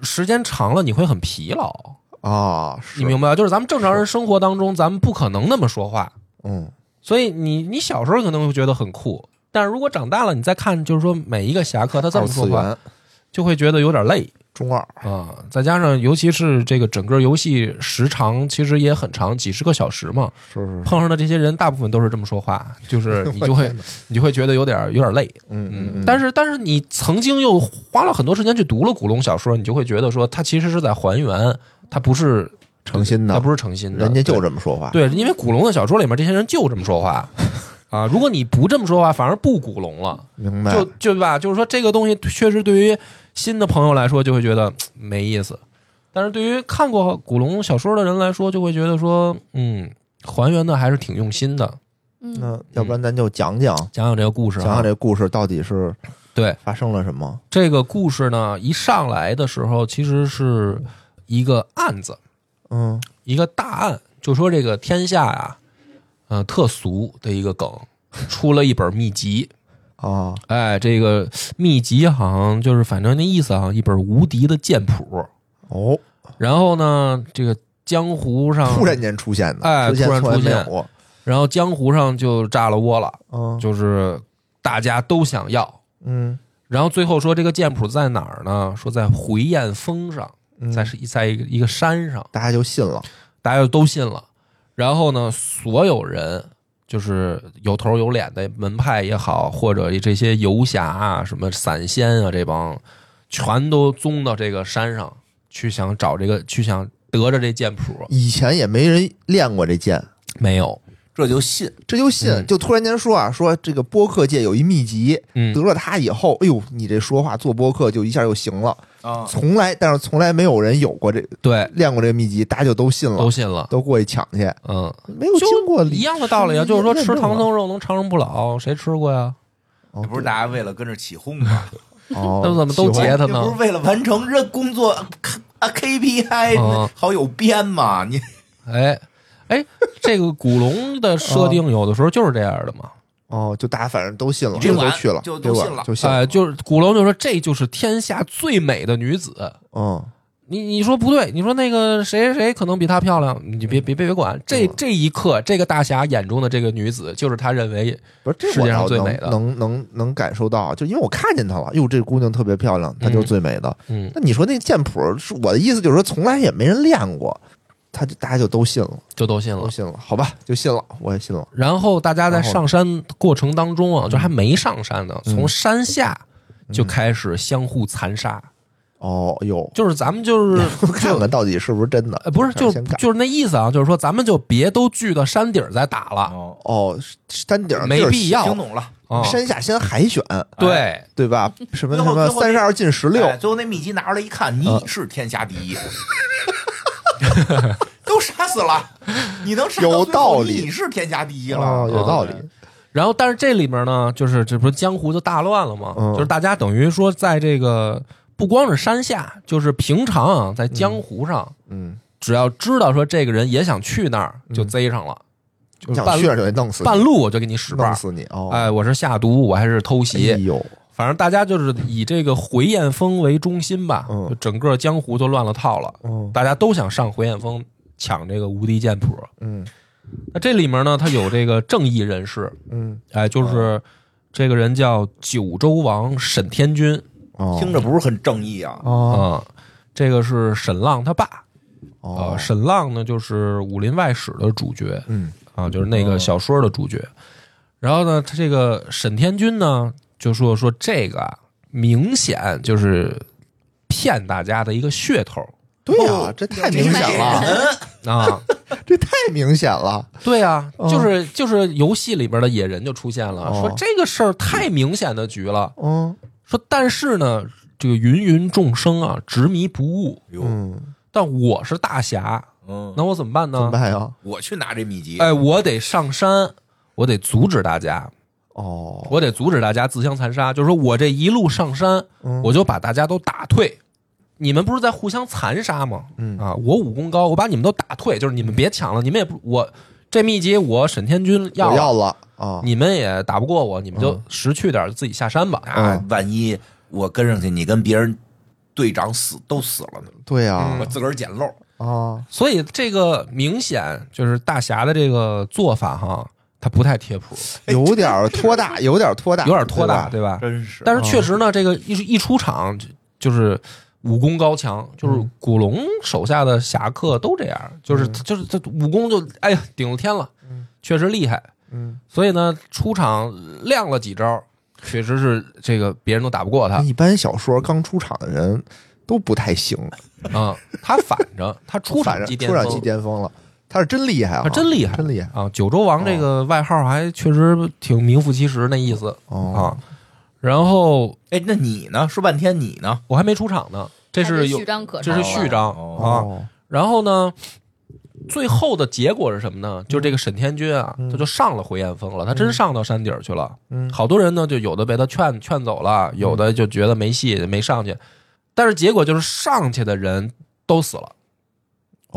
Speaker 1: 时间长了你会很疲劳，
Speaker 3: 啊，是
Speaker 1: 你明白吧？就是咱们正常人生活当中，咱们不可能那么说话，
Speaker 3: 嗯
Speaker 1: 所以你你小时候可能会觉得很酷，但是如果长大了，你再看，就是说每一个侠客他这
Speaker 3: 二
Speaker 1: 么说
Speaker 3: 次
Speaker 1: 话，
Speaker 3: 元
Speaker 1: 就会觉得有点累
Speaker 3: 中二，
Speaker 1: 啊、再加上尤其是这个整个游戏时长其实也很长，几十个小时嘛，
Speaker 3: 是是，
Speaker 1: 碰上的这些人大部分都是这么说话，就是你就 会你就会觉得有点有点累。
Speaker 3: 嗯
Speaker 1: 嗯，但是但是你曾经又花了很多时间去读了古龙小说，你就会觉得说它其实是在还原，它不是
Speaker 3: 诚心的
Speaker 1: 它不是诚心的，
Speaker 3: 人家就这么说话，，
Speaker 1: 对，对因为古龙的小说里面这些人就这么说话啊。如果你不这么说话，反而不古龙 了，
Speaker 3: 明白
Speaker 1: 就就对吧？就是说这个东西确实对于新的朋友来说就会觉得嘖没意思，但是对于看过古龙小说的人来说，就会觉得说嗯，还原的还是挺用心的。
Speaker 4: 嗯，
Speaker 3: 那要不然咱就讲讲
Speaker 1: 讲讲这个故事、啊，
Speaker 3: 讲讲这故事到底是
Speaker 1: 对。
Speaker 3: 发生了什么？
Speaker 1: 这个故事呢，一上来的时候其实是一个案子，
Speaker 3: 嗯
Speaker 1: 一个大案，就说这个天下呀、呃，特俗的一个梗，出了一本秘籍。
Speaker 3: 啊，
Speaker 1: 哎，这个秘籍好像就是反正那意思啊，一本无敌的剑谱。
Speaker 3: 哦，
Speaker 1: 然后呢，这个江湖上
Speaker 3: 突然，间出现的，
Speaker 1: 哎
Speaker 3: 之前
Speaker 1: 突然
Speaker 3: 从来
Speaker 1: 出
Speaker 3: 没有
Speaker 1: 现
Speaker 3: 过，
Speaker 1: 然后江湖上就炸了窝了，
Speaker 3: 嗯
Speaker 1: 就是大家都想要。
Speaker 3: 嗯
Speaker 1: 然后最后说这个剑谱在哪儿呢？说在回雁峰上，
Speaker 3: 嗯，
Speaker 1: 在是在一个一个山上。
Speaker 3: 大家就信了，
Speaker 1: 大家就都信了。然后呢，所有人就是有头有脸的门派也好，或者这些游侠啊、什么散仙啊这帮，全都宗到这个山上去，想找这个去想得着这剑谱，
Speaker 3: 以前也没人练过这剑，
Speaker 1: 没有。
Speaker 2: 这就信，
Speaker 3: 这就信，
Speaker 1: 嗯
Speaker 3: 就突然间说啊，说这个播客界有一秘籍，
Speaker 1: 嗯
Speaker 3: 得，了它以后，哎呦，你这说话做播客就一下就行了，
Speaker 2: 啊
Speaker 3: 从来但是从来没有人有过这
Speaker 1: 对，
Speaker 3: 练过这个秘籍，大家就都信了，
Speaker 1: 都信了。
Speaker 3: 都过去抢去，
Speaker 1: 嗯，
Speaker 3: 没有
Speaker 1: 就
Speaker 3: 经过理
Speaker 1: 一样的道理啊，就是说
Speaker 3: 认
Speaker 1: 吃
Speaker 3: 证
Speaker 1: 唐
Speaker 3: 啊
Speaker 1: 僧肉能长生不老，谁吃过呀？
Speaker 3: 哦
Speaker 2: 这不是大家为了跟着起哄吗？
Speaker 3: 哦，
Speaker 1: 那怎么 都
Speaker 3: 喜欢
Speaker 1: 结他
Speaker 2: 这不是
Speaker 1: 呢？
Speaker 2: 为了完成这工作啊 KPI，
Speaker 1: 嗯
Speaker 2: 好有编嘛？你
Speaker 1: 哎哎，这个古龙的
Speaker 3: 嗯
Speaker 1: 设定有的时候就是这样的嘛。
Speaker 3: 哦，就大家反正都信了，
Speaker 2: 别
Speaker 3: 就都
Speaker 2: 管
Speaker 3: 去了，
Speaker 2: 就都
Speaker 3: 别管
Speaker 2: 信了
Speaker 3: 就信
Speaker 1: 哎，就是古龙就说这就是天下最美的女子。
Speaker 3: 嗯，
Speaker 1: 你你说不对，你说那个谁谁谁可能比她漂亮，你别别别别管。这
Speaker 3: 嗯
Speaker 1: 这一刻，这个大侠眼中的这个女子，就是他认为
Speaker 3: 不是这
Speaker 1: 世
Speaker 3: 我
Speaker 1: 界上
Speaker 3: 倒
Speaker 1: 最
Speaker 3: 能
Speaker 1: 美的
Speaker 3: 能能能感受到，啊就因为我看见她了，哟，这姑娘特别漂亮，她就
Speaker 1: 嗯
Speaker 3: 是最美的。
Speaker 1: 嗯，
Speaker 3: 那你说那剑谱是我的意思，就是说从来也没人练过，他就大家就都信了，
Speaker 1: 就都信了
Speaker 3: 都。信了，好吧，就信了，我也信了。
Speaker 1: 然后大家在
Speaker 3: 然后
Speaker 1: 上山过程当中啊，就还没上山呢，
Speaker 3: 嗯
Speaker 1: 从山下就开始相互残杀，
Speaker 3: 哦 哟，
Speaker 1: 就是咱们就是
Speaker 3: 看看到底是不是真的？
Speaker 1: 呃不 是就
Speaker 3: 嗯先看
Speaker 1: 就是那意思啊，就是说咱们就别都聚到山顶儿再打了
Speaker 2: 哦，
Speaker 3: 哦，山顶儿
Speaker 1: 没
Speaker 3: 就是
Speaker 1: 啊必要
Speaker 2: 听懂了。
Speaker 1: 啊。
Speaker 3: 山哎下先海选，
Speaker 1: 对，
Speaker 3: 对吧？什么
Speaker 2: 最
Speaker 3: 什
Speaker 2: 后
Speaker 3: 么
Speaker 2: 最后
Speaker 3: 三十二进十六，
Speaker 2: 哎最后那秘籍拿出来一看，你
Speaker 3: 嗯
Speaker 2: 是天下第一， 都杀死了，你能杀到
Speaker 3: 有
Speaker 2: 最后
Speaker 3: 道理
Speaker 2: 你是天下第一了，
Speaker 3: 哦，有道理。
Speaker 1: 然后，但是这里面呢，就是这不是江湖就大乱了吗？
Speaker 3: 嗯
Speaker 1: 就是大家等于说，在这个不光是山下，就是平常啊，在江湖上，
Speaker 3: 嗯，
Speaker 1: 只要知道说这个人也想去那儿，
Speaker 3: 嗯
Speaker 1: 就贼上了，就是
Speaker 3: 想
Speaker 1: 半
Speaker 3: 去就得弄死
Speaker 1: 半
Speaker 3: 你，
Speaker 1: 路我就给你使绊
Speaker 3: 弄
Speaker 1: 儿。
Speaker 3: 死你哦！
Speaker 1: 哎，我是下毒，我还是偷
Speaker 3: 哎
Speaker 1: 袭，
Speaker 3: 呦，
Speaker 1: 反正大家就是以这个回雁峰为中心吧，
Speaker 3: 嗯
Speaker 1: 就整个江湖都乱了套了，
Speaker 3: 嗯
Speaker 1: 大家都想上回雁峰抢这个无敌剑谱。
Speaker 3: 嗯
Speaker 1: 那这里面呢，它有这个正义人士，
Speaker 3: 嗯，
Speaker 1: 哎，就是这个人叫九州王沈天君
Speaker 3: 哦
Speaker 2: 听着不是很正义啊。
Speaker 1: 啊、
Speaker 3: 哦
Speaker 1: 这个是沈浪他爸啊、
Speaker 3: 哦，
Speaker 1: 沈浪呢就是《武林外史》的主角
Speaker 3: 嗯
Speaker 1: 啊，就是那个小说的主角。然后呢，他这个沈天君呢就说说这个啊，明显就是骗大家的一个噱头
Speaker 3: 对
Speaker 2: 哦
Speaker 3: 呀，这太明显了，
Speaker 1: 啊。
Speaker 3: 这太明显了，
Speaker 1: 对啊，
Speaker 3: 哦
Speaker 1: 就是就是游戏里边的野人就出现了，
Speaker 3: 哦
Speaker 1: 说这个事儿太明显的局了。
Speaker 3: 嗯
Speaker 1: 说但是呢，这个芸芸众生啊，执迷不悟。
Speaker 2: 哟，
Speaker 3: 嗯，
Speaker 1: 但我是大侠，
Speaker 2: 哎嗯，
Speaker 1: 那我怎么办
Speaker 3: 怎么
Speaker 1: 呢？
Speaker 3: 办呀？
Speaker 2: 我去拿这秘籍，
Speaker 1: 哎，我得上山，我得阻止大家，
Speaker 3: 哦，
Speaker 1: 我得阻止大家自相残杀。就是说我这一路上山，
Speaker 3: 嗯
Speaker 1: 我就把大家都打退，你们不是在互相残杀吗？
Speaker 3: 嗯
Speaker 1: 啊，我武功高，我把你们都打退，就是你们别抢了，你们也不我这秘籍我沈天君要
Speaker 3: 我
Speaker 1: 了
Speaker 3: 要了啊，
Speaker 1: 你们也打不过我，你们就
Speaker 3: 嗯
Speaker 1: 识趣点，自己下山吧。
Speaker 2: 哎
Speaker 3: 嗯
Speaker 2: 万一我跟上去，你跟别人队长死都死了呢，
Speaker 3: 对呀
Speaker 1: 嗯
Speaker 2: 我自个儿捡漏。
Speaker 3: 啊，
Speaker 1: 所以这个明显就是大侠的这个做法哈，他不太贴谱，
Speaker 2: 哎
Speaker 3: 有点儿拖大，有点儿拖大，
Speaker 1: 有点拖大，
Speaker 3: 对
Speaker 1: 对吧？
Speaker 3: 吧
Speaker 2: 真是
Speaker 1: 但是确实呢，这个一一出场就就是武功高强，就是古龙手下的侠客都这样，就是
Speaker 3: 嗯
Speaker 1: 就是这武功就哎呀顶了天了，确实厉害。
Speaker 3: 嗯，
Speaker 1: 所以呢，出场亮了几招，确实是这个别人都打不过他
Speaker 3: 一般小说刚出场的人都不太行，
Speaker 1: 啊。他反 着，他出
Speaker 3: 嗯反
Speaker 1: 场
Speaker 3: 正
Speaker 1: 即巅
Speaker 3: 出场即
Speaker 1: 峰。
Speaker 3: 巅峰了，他是真厉害啊，
Speaker 1: 他真厉害
Speaker 3: 真厉害
Speaker 1: 啊，九州王这个外号还确实挺名副其实那意思
Speaker 3: 哦
Speaker 1: 啊。然后
Speaker 2: 哎，那你呢？说半天你呢？
Speaker 1: 我还没出场呢，这
Speaker 4: 还
Speaker 1: 是有
Speaker 4: 序章可
Speaker 1: 这是
Speaker 4: 长了
Speaker 1: 序章
Speaker 2: 哦
Speaker 1: 啊。
Speaker 3: 哦，
Speaker 1: 然后呢，最后的结果是什么呢？就这个沈天君啊，
Speaker 3: 嗯
Speaker 1: 他就上了回雁峰了，他真上到山顶儿去了。
Speaker 3: 嗯，
Speaker 1: 好多人呢，就有的被他劝劝走了，有的就觉得没戏没上去。但是结果就是上去的人都死了，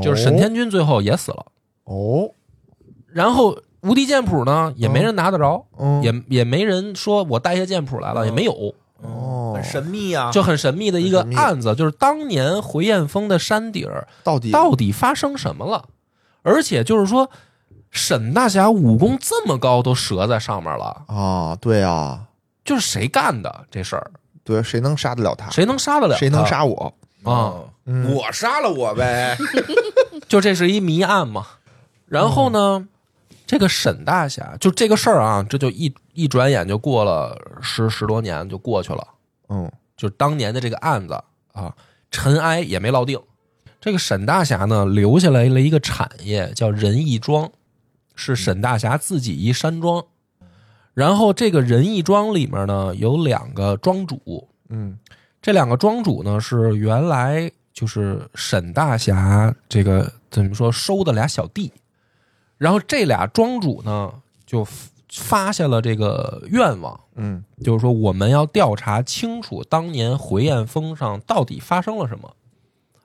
Speaker 1: 就是沈天君最后也死了。
Speaker 3: 哦，
Speaker 1: 然后无敌剑谱呢，也没人拿得着，
Speaker 3: 嗯，
Speaker 1: 也也没人说我带一些剑谱来了，
Speaker 2: 嗯
Speaker 1: 也没有，
Speaker 3: 哦
Speaker 2: 很神秘啊。
Speaker 1: 就很神秘的一个
Speaker 3: 很神秘
Speaker 1: 案子，就是当年回雁峰的山顶儿
Speaker 3: 到底
Speaker 1: 到底发生什么了？而且就是说，沈大侠武功这么高，都折在上面了，
Speaker 3: 啊，对啊，
Speaker 1: 就是谁干的这事儿？
Speaker 3: 对，啊谁能杀得了他？
Speaker 1: 谁能杀得了？
Speaker 3: 谁能？杀我？
Speaker 1: 啊
Speaker 2: 嗯
Speaker 3: 嗯
Speaker 2: 我杀了我呗。
Speaker 1: 就这是一谜案嘛。然后呢，这个沈大侠就这个事儿啊，这就一一转眼就过了十十多年就过去了，
Speaker 3: 嗯
Speaker 1: 就是当年的这个案子啊，尘埃也没落定。这个沈大侠呢，留下来了一个产业叫仁义庄，是沈大侠自己一山庄。然后这个仁义庄里面呢，有两个庄主，
Speaker 3: 嗯
Speaker 1: 这两个庄主呢是原来就是沈大侠这个怎么说收的俩小弟，然后这俩庄主呢就发下了这个愿望，
Speaker 3: 嗯
Speaker 1: 就是说我们要调查清楚当年回雁峰上到底发生了什么。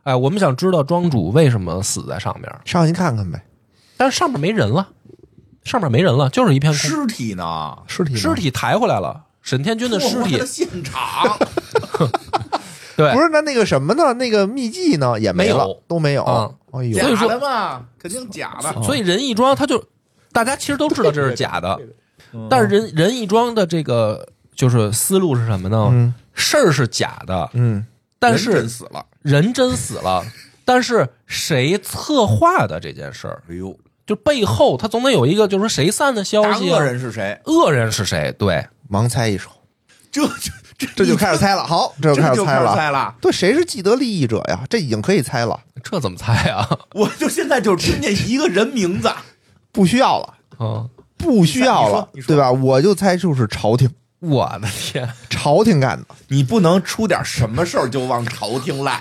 Speaker 1: 哎，我们想知道庄主为什么死在上面，
Speaker 3: 上去看看呗，
Speaker 1: 但是上面没人了，上面没人了，就是一片空。
Speaker 2: 尸体呢？
Speaker 3: 尸体呢
Speaker 1: 尸体抬回来了，沈天君的尸
Speaker 2: 我
Speaker 1: 体
Speaker 2: 的，现 场
Speaker 1: 对
Speaker 3: 不，是那那个什么呢？那个秘籍呢也
Speaker 1: 没有
Speaker 3: 了，都没有
Speaker 1: 啊。
Speaker 3: 哎呦，
Speaker 1: 所以说哦
Speaker 2: 假的嘛，肯定假的。
Speaker 1: 所以仁义庄他就，大家其实都知道这是假的，
Speaker 2: 嗯
Speaker 1: 但是仁仁义庄的这个就是思路是什么呢？
Speaker 3: 嗯
Speaker 1: 事儿是假的，
Speaker 3: 嗯，
Speaker 1: 但
Speaker 2: 人真
Speaker 1: 是
Speaker 2: 死了。
Speaker 1: 人真死了，但是谁策划的这件事儿？
Speaker 2: 哎呦，
Speaker 1: 就背后他总得有一个，就是说谁散的消
Speaker 2: 大
Speaker 1: 息、
Speaker 2: 恶
Speaker 1: 啊。
Speaker 2: 人是谁？
Speaker 1: 恶人是谁？对，
Speaker 3: 盲猜一手，
Speaker 2: 这这这
Speaker 3: 这就开始猜了。好，这
Speaker 2: 这
Speaker 3: 开
Speaker 2: 就
Speaker 3: 猜
Speaker 2: 开始
Speaker 3: 了。
Speaker 2: 猜了。
Speaker 3: 对，谁是既得利益者呀？这已经可以猜了，
Speaker 1: 这怎么猜啊？
Speaker 2: 我就现在就听见一个人名字，
Speaker 3: 不需要了，
Speaker 1: 嗯，
Speaker 3: 不需要了
Speaker 2: 你，说你说
Speaker 3: 对吧？我就猜就是朝廷，
Speaker 1: 我的天，
Speaker 3: 朝廷干的。
Speaker 2: 你不能出点什么事儿就往朝 廷赖，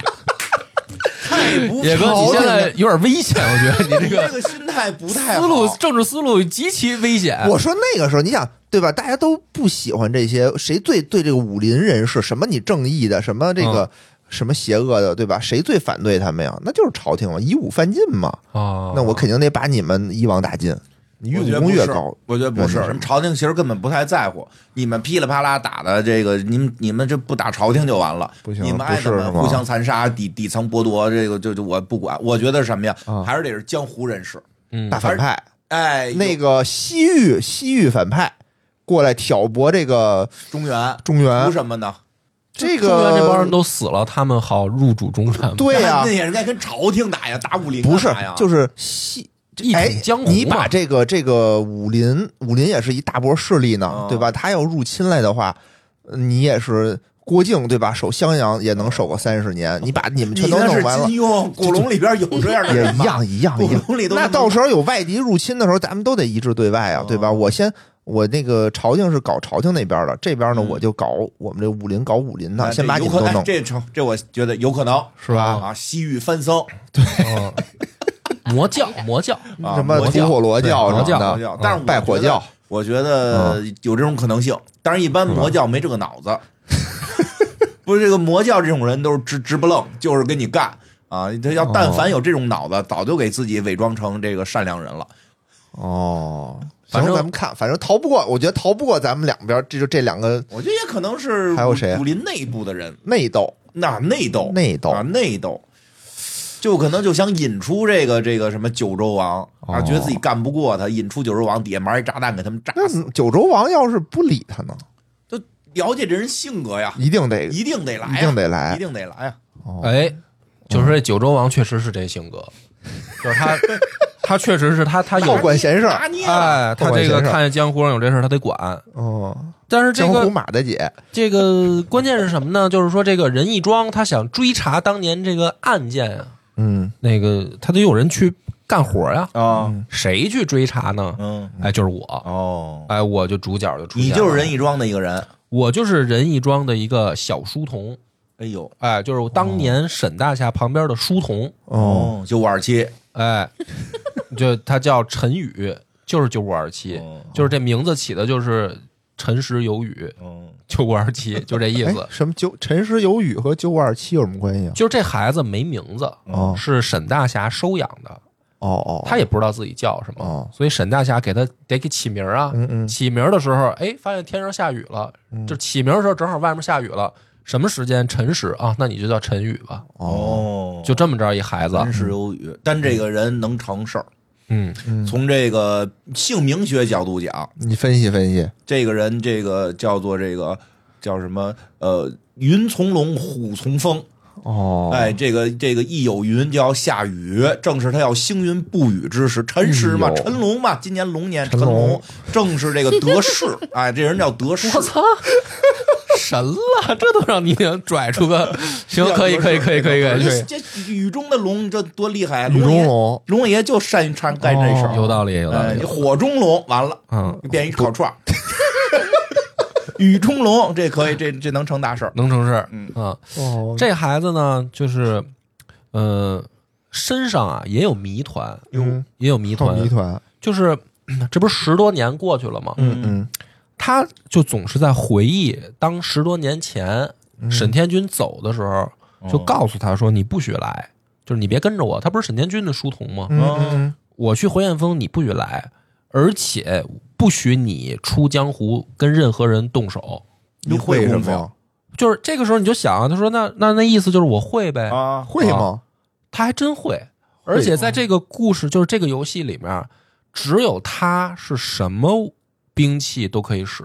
Speaker 2: 太不
Speaker 1: 野哥，
Speaker 2: 朝
Speaker 1: 你
Speaker 2: 廷
Speaker 1: 现
Speaker 2: 了
Speaker 1: 在有点危险，我觉 得你这
Speaker 2: 你这
Speaker 1: 个
Speaker 2: 个心态不太
Speaker 1: 思
Speaker 2: 好。
Speaker 1: 路、政治思路极其危险。
Speaker 2: 哎
Speaker 3: 我说那个时候，你想对吧？大家都不喜欢这些，谁最对这个武林人士什么你正义的，什么
Speaker 2: 嗯
Speaker 3: 这个、什么邪恶的，对吧？谁最反对他们呀？那就是朝廷嘛，以武犯禁嘛。
Speaker 1: 啊，
Speaker 3: 那我肯定得把你们一网打尽，你
Speaker 2: 嗯
Speaker 3: 越
Speaker 2: 我觉得
Speaker 3: 武
Speaker 2: 不
Speaker 3: 功越
Speaker 2: 是
Speaker 3: 高，
Speaker 2: 我觉得不是，
Speaker 3: 嗯
Speaker 2: 什么朝廷其实根本不太在乎，你们噼里啪啦打的这个，你们你们这不打朝廷就完了，
Speaker 3: 不行
Speaker 2: 你们爱
Speaker 3: 不是
Speaker 2: 怎么
Speaker 3: 是吗
Speaker 2: 互相残杀、底底层剥夺，这个就就我不管，我觉得是什么呀，
Speaker 3: 啊
Speaker 2: 还是得是江湖人士，
Speaker 1: 嗯
Speaker 3: 大反派。
Speaker 2: 哎，
Speaker 3: 那
Speaker 2: 有
Speaker 3: 个西域西域反派过来挑拨这个
Speaker 2: 中原
Speaker 3: 中
Speaker 2: 图
Speaker 3: 原，
Speaker 2: 什么呢？
Speaker 3: 这
Speaker 1: 中原
Speaker 3: 个
Speaker 1: 这帮人都死了，他们好入主中原吗？
Speaker 3: 对呀、
Speaker 2: 那也是该跟朝廷打呀，打武林干
Speaker 3: 不是
Speaker 2: 嘛呀，
Speaker 3: 就是西
Speaker 1: 一
Speaker 3: 哎
Speaker 1: 统江湖嘛
Speaker 3: 你把这个这个武林，武林也是一大波势力呢，
Speaker 2: 哦
Speaker 3: 对吧？他要入侵来的话，呃你也是郭靖对吧？守襄阳也能守个三十 年，你把你们全
Speaker 2: 你
Speaker 3: 都
Speaker 2: 那
Speaker 3: 弄
Speaker 2: 是
Speaker 3: 完了，
Speaker 2: 金庸，古龙里边有这样的
Speaker 3: 也
Speaker 2: 人
Speaker 3: 一
Speaker 2: 吗？
Speaker 3: 样一样
Speaker 2: 古
Speaker 3: 一样。
Speaker 2: 龙里都
Speaker 3: 那
Speaker 2: 这么
Speaker 3: 到时候有外敌入侵的时候，咱们都得一致对外啊
Speaker 2: 哦，
Speaker 3: 对吧？我先。我那个朝廷是搞朝廷那边的，这边呢
Speaker 2: 嗯
Speaker 3: 我就搞我们这武林搞武林
Speaker 2: 那
Speaker 3: 的，先
Speaker 2: 这
Speaker 3: 把你
Speaker 2: 有
Speaker 3: 们
Speaker 2: 可
Speaker 3: 都
Speaker 2: 哎
Speaker 3: 弄。
Speaker 2: 这成这我觉得有可能
Speaker 3: 是吧
Speaker 2: 啊，西域翻僧，
Speaker 1: 嗯魔教，
Speaker 3: 哎
Speaker 1: 魔教，
Speaker 2: 啊
Speaker 3: 什么
Speaker 2: 魔
Speaker 3: 吐
Speaker 2: 教
Speaker 3: 火罗教
Speaker 1: 对
Speaker 3: 什么
Speaker 2: 魔
Speaker 1: 魔
Speaker 2: 教
Speaker 3: 的，，
Speaker 2: 但是我
Speaker 3: 啊嗯拜火
Speaker 2: 觉
Speaker 3: 嗯
Speaker 2: 得
Speaker 3: 教，
Speaker 2: 我觉得有这种可能性，但是一般魔教没这个脑子。 不是这个魔教这种人都是直直不愣，就是跟你干啊！他要但
Speaker 3: 哦
Speaker 2: 凡有这种脑子，早就给自己伪装成这个善良人了。
Speaker 3: 哦，
Speaker 1: 反
Speaker 3: 行
Speaker 1: 正
Speaker 3: 咱们看，反正逃不过，我觉得逃不过咱们两边儿，这就这两个
Speaker 2: 我觉得也可能是
Speaker 3: 还有谁啊
Speaker 2: 武林内部的人，
Speaker 3: 内斗。
Speaker 2: 那内斗
Speaker 3: 内斗
Speaker 2: 啊内斗，就可能就想引出这个这个什么九州王啊，
Speaker 3: 哦
Speaker 2: 觉得自己干不过他，引出九州王底下埋一炸弹给他们炸
Speaker 3: 那
Speaker 2: 死，
Speaker 3: 九州王要是不理他呢，
Speaker 2: 就了解这人性格呀，
Speaker 3: 一定得
Speaker 2: 一定得来呀，啊
Speaker 3: 一定得来
Speaker 2: 一定得来呀。啊
Speaker 3: 哦
Speaker 1: 哎，就是这九州王确实是这性格，就是 他，他确实是他，他有
Speaker 3: 好管闲事儿
Speaker 2: 拿捏了
Speaker 1: 哎，他这个看见江湖上有这事儿，他得管。
Speaker 3: 哦，
Speaker 1: 但是这
Speaker 3: 江湖
Speaker 1: 个
Speaker 3: 马大姐
Speaker 1: 这个关键是什么呢？就是说这个任义庄他想追查当年这个案件啊，
Speaker 3: 嗯，
Speaker 1: 那个他得有人去干活呀、
Speaker 2: 啊，
Speaker 1: 谁去追查呢？
Speaker 2: 嗯
Speaker 1: 哎，就是我，
Speaker 2: 哦，
Speaker 1: 哎，我就主角就出现
Speaker 2: 你
Speaker 1: 了，
Speaker 2: 就是任义庄的一个人，
Speaker 1: 我就是任义庄的一个小书童，
Speaker 2: 哎呦
Speaker 1: 哎，就是我
Speaker 2: 哦
Speaker 1: 当年沈大侠旁边的书童，
Speaker 3: 哦，，
Speaker 2: 九五二七，
Speaker 1: 哎，就他叫陈宇，就是九五二七，
Speaker 2: 哦
Speaker 1: 就是这名字起的就是辰时有雨，
Speaker 2: 嗯，
Speaker 1: 九五二七，就这意
Speaker 3: 哎
Speaker 1: 思。
Speaker 3: 什么九辰时有雨和九五二七有什么关系啊？
Speaker 1: 就是这孩子没名字，
Speaker 3: 哦
Speaker 1: 是沈大侠收养的，
Speaker 3: 哦哦，
Speaker 1: 他也不知道自己叫什么
Speaker 3: 哦，
Speaker 1: 所以沈大侠给他得给起名儿啊。
Speaker 3: 嗯嗯
Speaker 1: 起名儿的时候，哎，发现天上下雨了，就起名儿的时候正好外面下雨了，什么时间辰时啊？那你就叫陈宇吧，
Speaker 3: 哦
Speaker 2: 哦
Speaker 1: 就这么着一孩子，
Speaker 2: 真是有雨，但这个人能成事儿。
Speaker 1: 嗯，
Speaker 2: 从这个姓名学角度讲，
Speaker 3: 你分析分析，
Speaker 2: 这个人这个叫做这个叫什么？呃，云从龙，虎从风。
Speaker 3: 哦，
Speaker 2: 哎，这个这个一有云就要下雨，正是他要星云布雨之时。辰时嘛，
Speaker 3: 哎呦
Speaker 2: 辰龙嘛，今年龙年，辰
Speaker 3: 辰
Speaker 2: 龙
Speaker 3: 龙
Speaker 2: 正是这个得势。哎，这人叫得势。
Speaker 1: 我操，神了，这都让你给拽出 个行，可以，可以，可以，可以，可以，可以
Speaker 2: 这这雨中的龙，这多厉害！
Speaker 3: 雨中
Speaker 2: 爷，
Speaker 3: 龙
Speaker 2: 龙爷就擅长干
Speaker 3: 哎
Speaker 2: 这事儿。
Speaker 1: 哦有道理，有道
Speaker 2: 哎，
Speaker 1: 理
Speaker 2: 你，火中龙完了，
Speaker 1: 嗯，
Speaker 2: 你变一烤串儿。雨中龙，这可以，这这能成大事儿。
Speaker 1: 能成事，
Speaker 2: 嗯
Speaker 1: 啊，
Speaker 3: 哦，
Speaker 1: 这孩子呢，就是，呃，身上啊也有谜团，
Speaker 3: 嗯
Speaker 1: 也有谜
Speaker 3: 好
Speaker 1: 团，
Speaker 3: 谜团，
Speaker 1: 就是嗯这不是十多年过去了吗？
Speaker 2: 嗯
Speaker 3: 嗯
Speaker 1: 他就总是在回忆当十多年前
Speaker 3: 嗯
Speaker 1: 沈天君走的时候，
Speaker 2: 哦
Speaker 1: 就告诉他说：“你不许来，就是你别跟着我。”他不是沈天君的书童吗？
Speaker 3: 嗯嗯
Speaker 1: 我去回燕峰，你不许来，而且不许你出江湖跟任何人动手。
Speaker 2: 你
Speaker 3: 会
Speaker 2: 会
Speaker 3: 什
Speaker 2: 功
Speaker 3: 么
Speaker 2: 夫
Speaker 3: 呀？
Speaker 1: 就是这个时候你就想啊，他说那那那意思就是我会呗，
Speaker 2: 啊？
Speaker 3: 会吗？
Speaker 1: 他还真会，而且在这个故事就是这个游戏里面，只有他是什么兵器都可以使，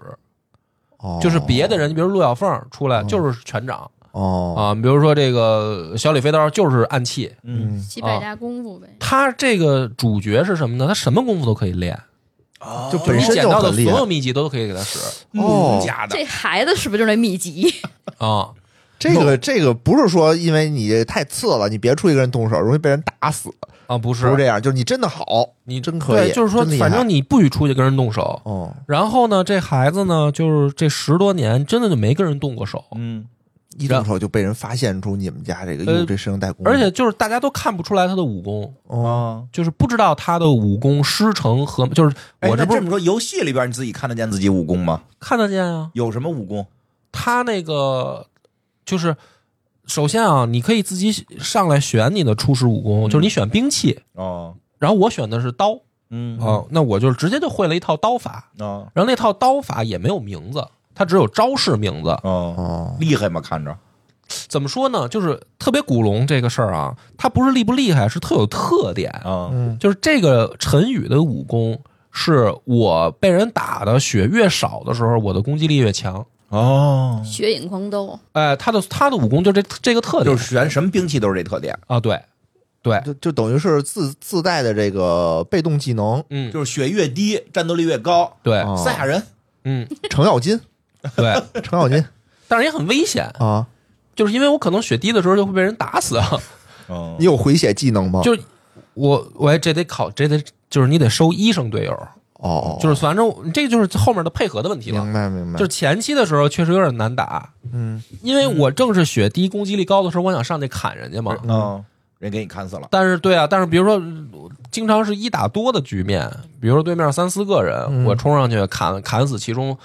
Speaker 3: 哦，嗯
Speaker 1: 就是别的人，你比如陆小凤出来就是拳掌
Speaker 3: 哦，
Speaker 1: 啊，比如说这个小李飞刀就是暗器，
Speaker 2: 嗯
Speaker 4: 几百家功夫呗。
Speaker 1: 他这个主角是什么呢？他什么功夫都可以练，
Speaker 2: 啊，
Speaker 3: 就
Speaker 1: 就嗯
Speaker 3: 本
Speaker 1: 你
Speaker 3: 身
Speaker 1: 捡到的
Speaker 3: 很厉
Speaker 1: 所
Speaker 3: 害
Speaker 1: 有秘籍都可以给他使
Speaker 2: 农家哦的
Speaker 4: 这孩子是不是就是那 秘籍？
Speaker 1: 啊。
Speaker 3: 这个这个不是说因为你太次了，你别出一个人动手，容易被人打死，
Speaker 1: 啊，不
Speaker 3: 不
Speaker 1: 是
Speaker 3: 是这样，就是你真的好，
Speaker 1: 你
Speaker 3: 真可以
Speaker 1: 对就是说，
Speaker 3: 真厉害
Speaker 1: 反正你不许出去跟人动手。
Speaker 3: 哦，
Speaker 1: 然后呢，这孩子呢，就是这十多年真的就没跟人动过手，
Speaker 2: 嗯，
Speaker 3: 一动手就被人发现出你们家这个
Speaker 1: 呃
Speaker 3: 哟，这身上
Speaker 2: 嗯
Speaker 3: 带功夫，
Speaker 1: 而且就是大家都看不出来他的武功，
Speaker 3: 哦，
Speaker 2: 啊，
Speaker 1: 就是不知道他的武功师承和就是
Speaker 2: 哎
Speaker 1: 我
Speaker 2: 那
Speaker 1: 这不
Speaker 2: 这
Speaker 1: 是
Speaker 2: 么说，游戏里边你自己看得见自己武功吗？
Speaker 1: 看得见啊，
Speaker 2: 有什么武功？
Speaker 1: 他那个就是首先啊，你可以自己上来选你的初始武
Speaker 2: 嗯
Speaker 1: 功，就是你选兵器，
Speaker 2: 哦，
Speaker 1: 然后我选的是刀
Speaker 2: 嗯
Speaker 1: 啊、那我就直接就会了一套刀法，
Speaker 2: 啊
Speaker 1: 然后那套刀法也没有名字，它只有招式名字，
Speaker 2: 哦，
Speaker 3: 哦，
Speaker 2: 厉害吗？看着
Speaker 1: 怎么说呢？就是特别古龙这个事儿啊，它不是厉不厉害，是特有特点。
Speaker 2: 啊，
Speaker 3: 嗯
Speaker 1: 就是这个陈宇的武功，是我被人打的血越少的时候，我的攻击力越强。
Speaker 2: 哦，
Speaker 4: 血影狂刀，
Speaker 1: 哎，他的他的武功就这这个特点
Speaker 2: 就是选什么兵器都是这特点，
Speaker 1: 啊，对，对，
Speaker 3: 就就等于是自自带的这个被动技能，
Speaker 1: 嗯，
Speaker 2: 就是血越低，战斗力越高，
Speaker 1: 对，
Speaker 3: 哦
Speaker 2: 赛亚人
Speaker 1: 嗯，
Speaker 3: 程咬 金，
Speaker 1: 对，
Speaker 3: 程咬金
Speaker 1: 但是也很危险，
Speaker 3: 啊，
Speaker 1: 就是因为我可能血低的时候就会被人打死啊。
Speaker 2: 嗯
Speaker 3: 你有回血技能吗？
Speaker 1: 就是我，我这得考，这得就是你得收医生队友，
Speaker 3: 哦，
Speaker 1: 就是反正这就是后面的配合的问题了
Speaker 3: 明。白明白，
Speaker 1: 就是前期的时候确实有点难打，
Speaker 3: 嗯，
Speaker 1: 因为我正是血低、攻击力高的时候，我想上去砍人家嘛。
Speaker 2: 嗯，人给你砍死了，
Speaker 1: 但是对啊，但是比如说，呃经常是一打多的局面，比如说对面三四个人，
Speaker 3: 嗯
Speaker 1: 我冲上去砍砍死其中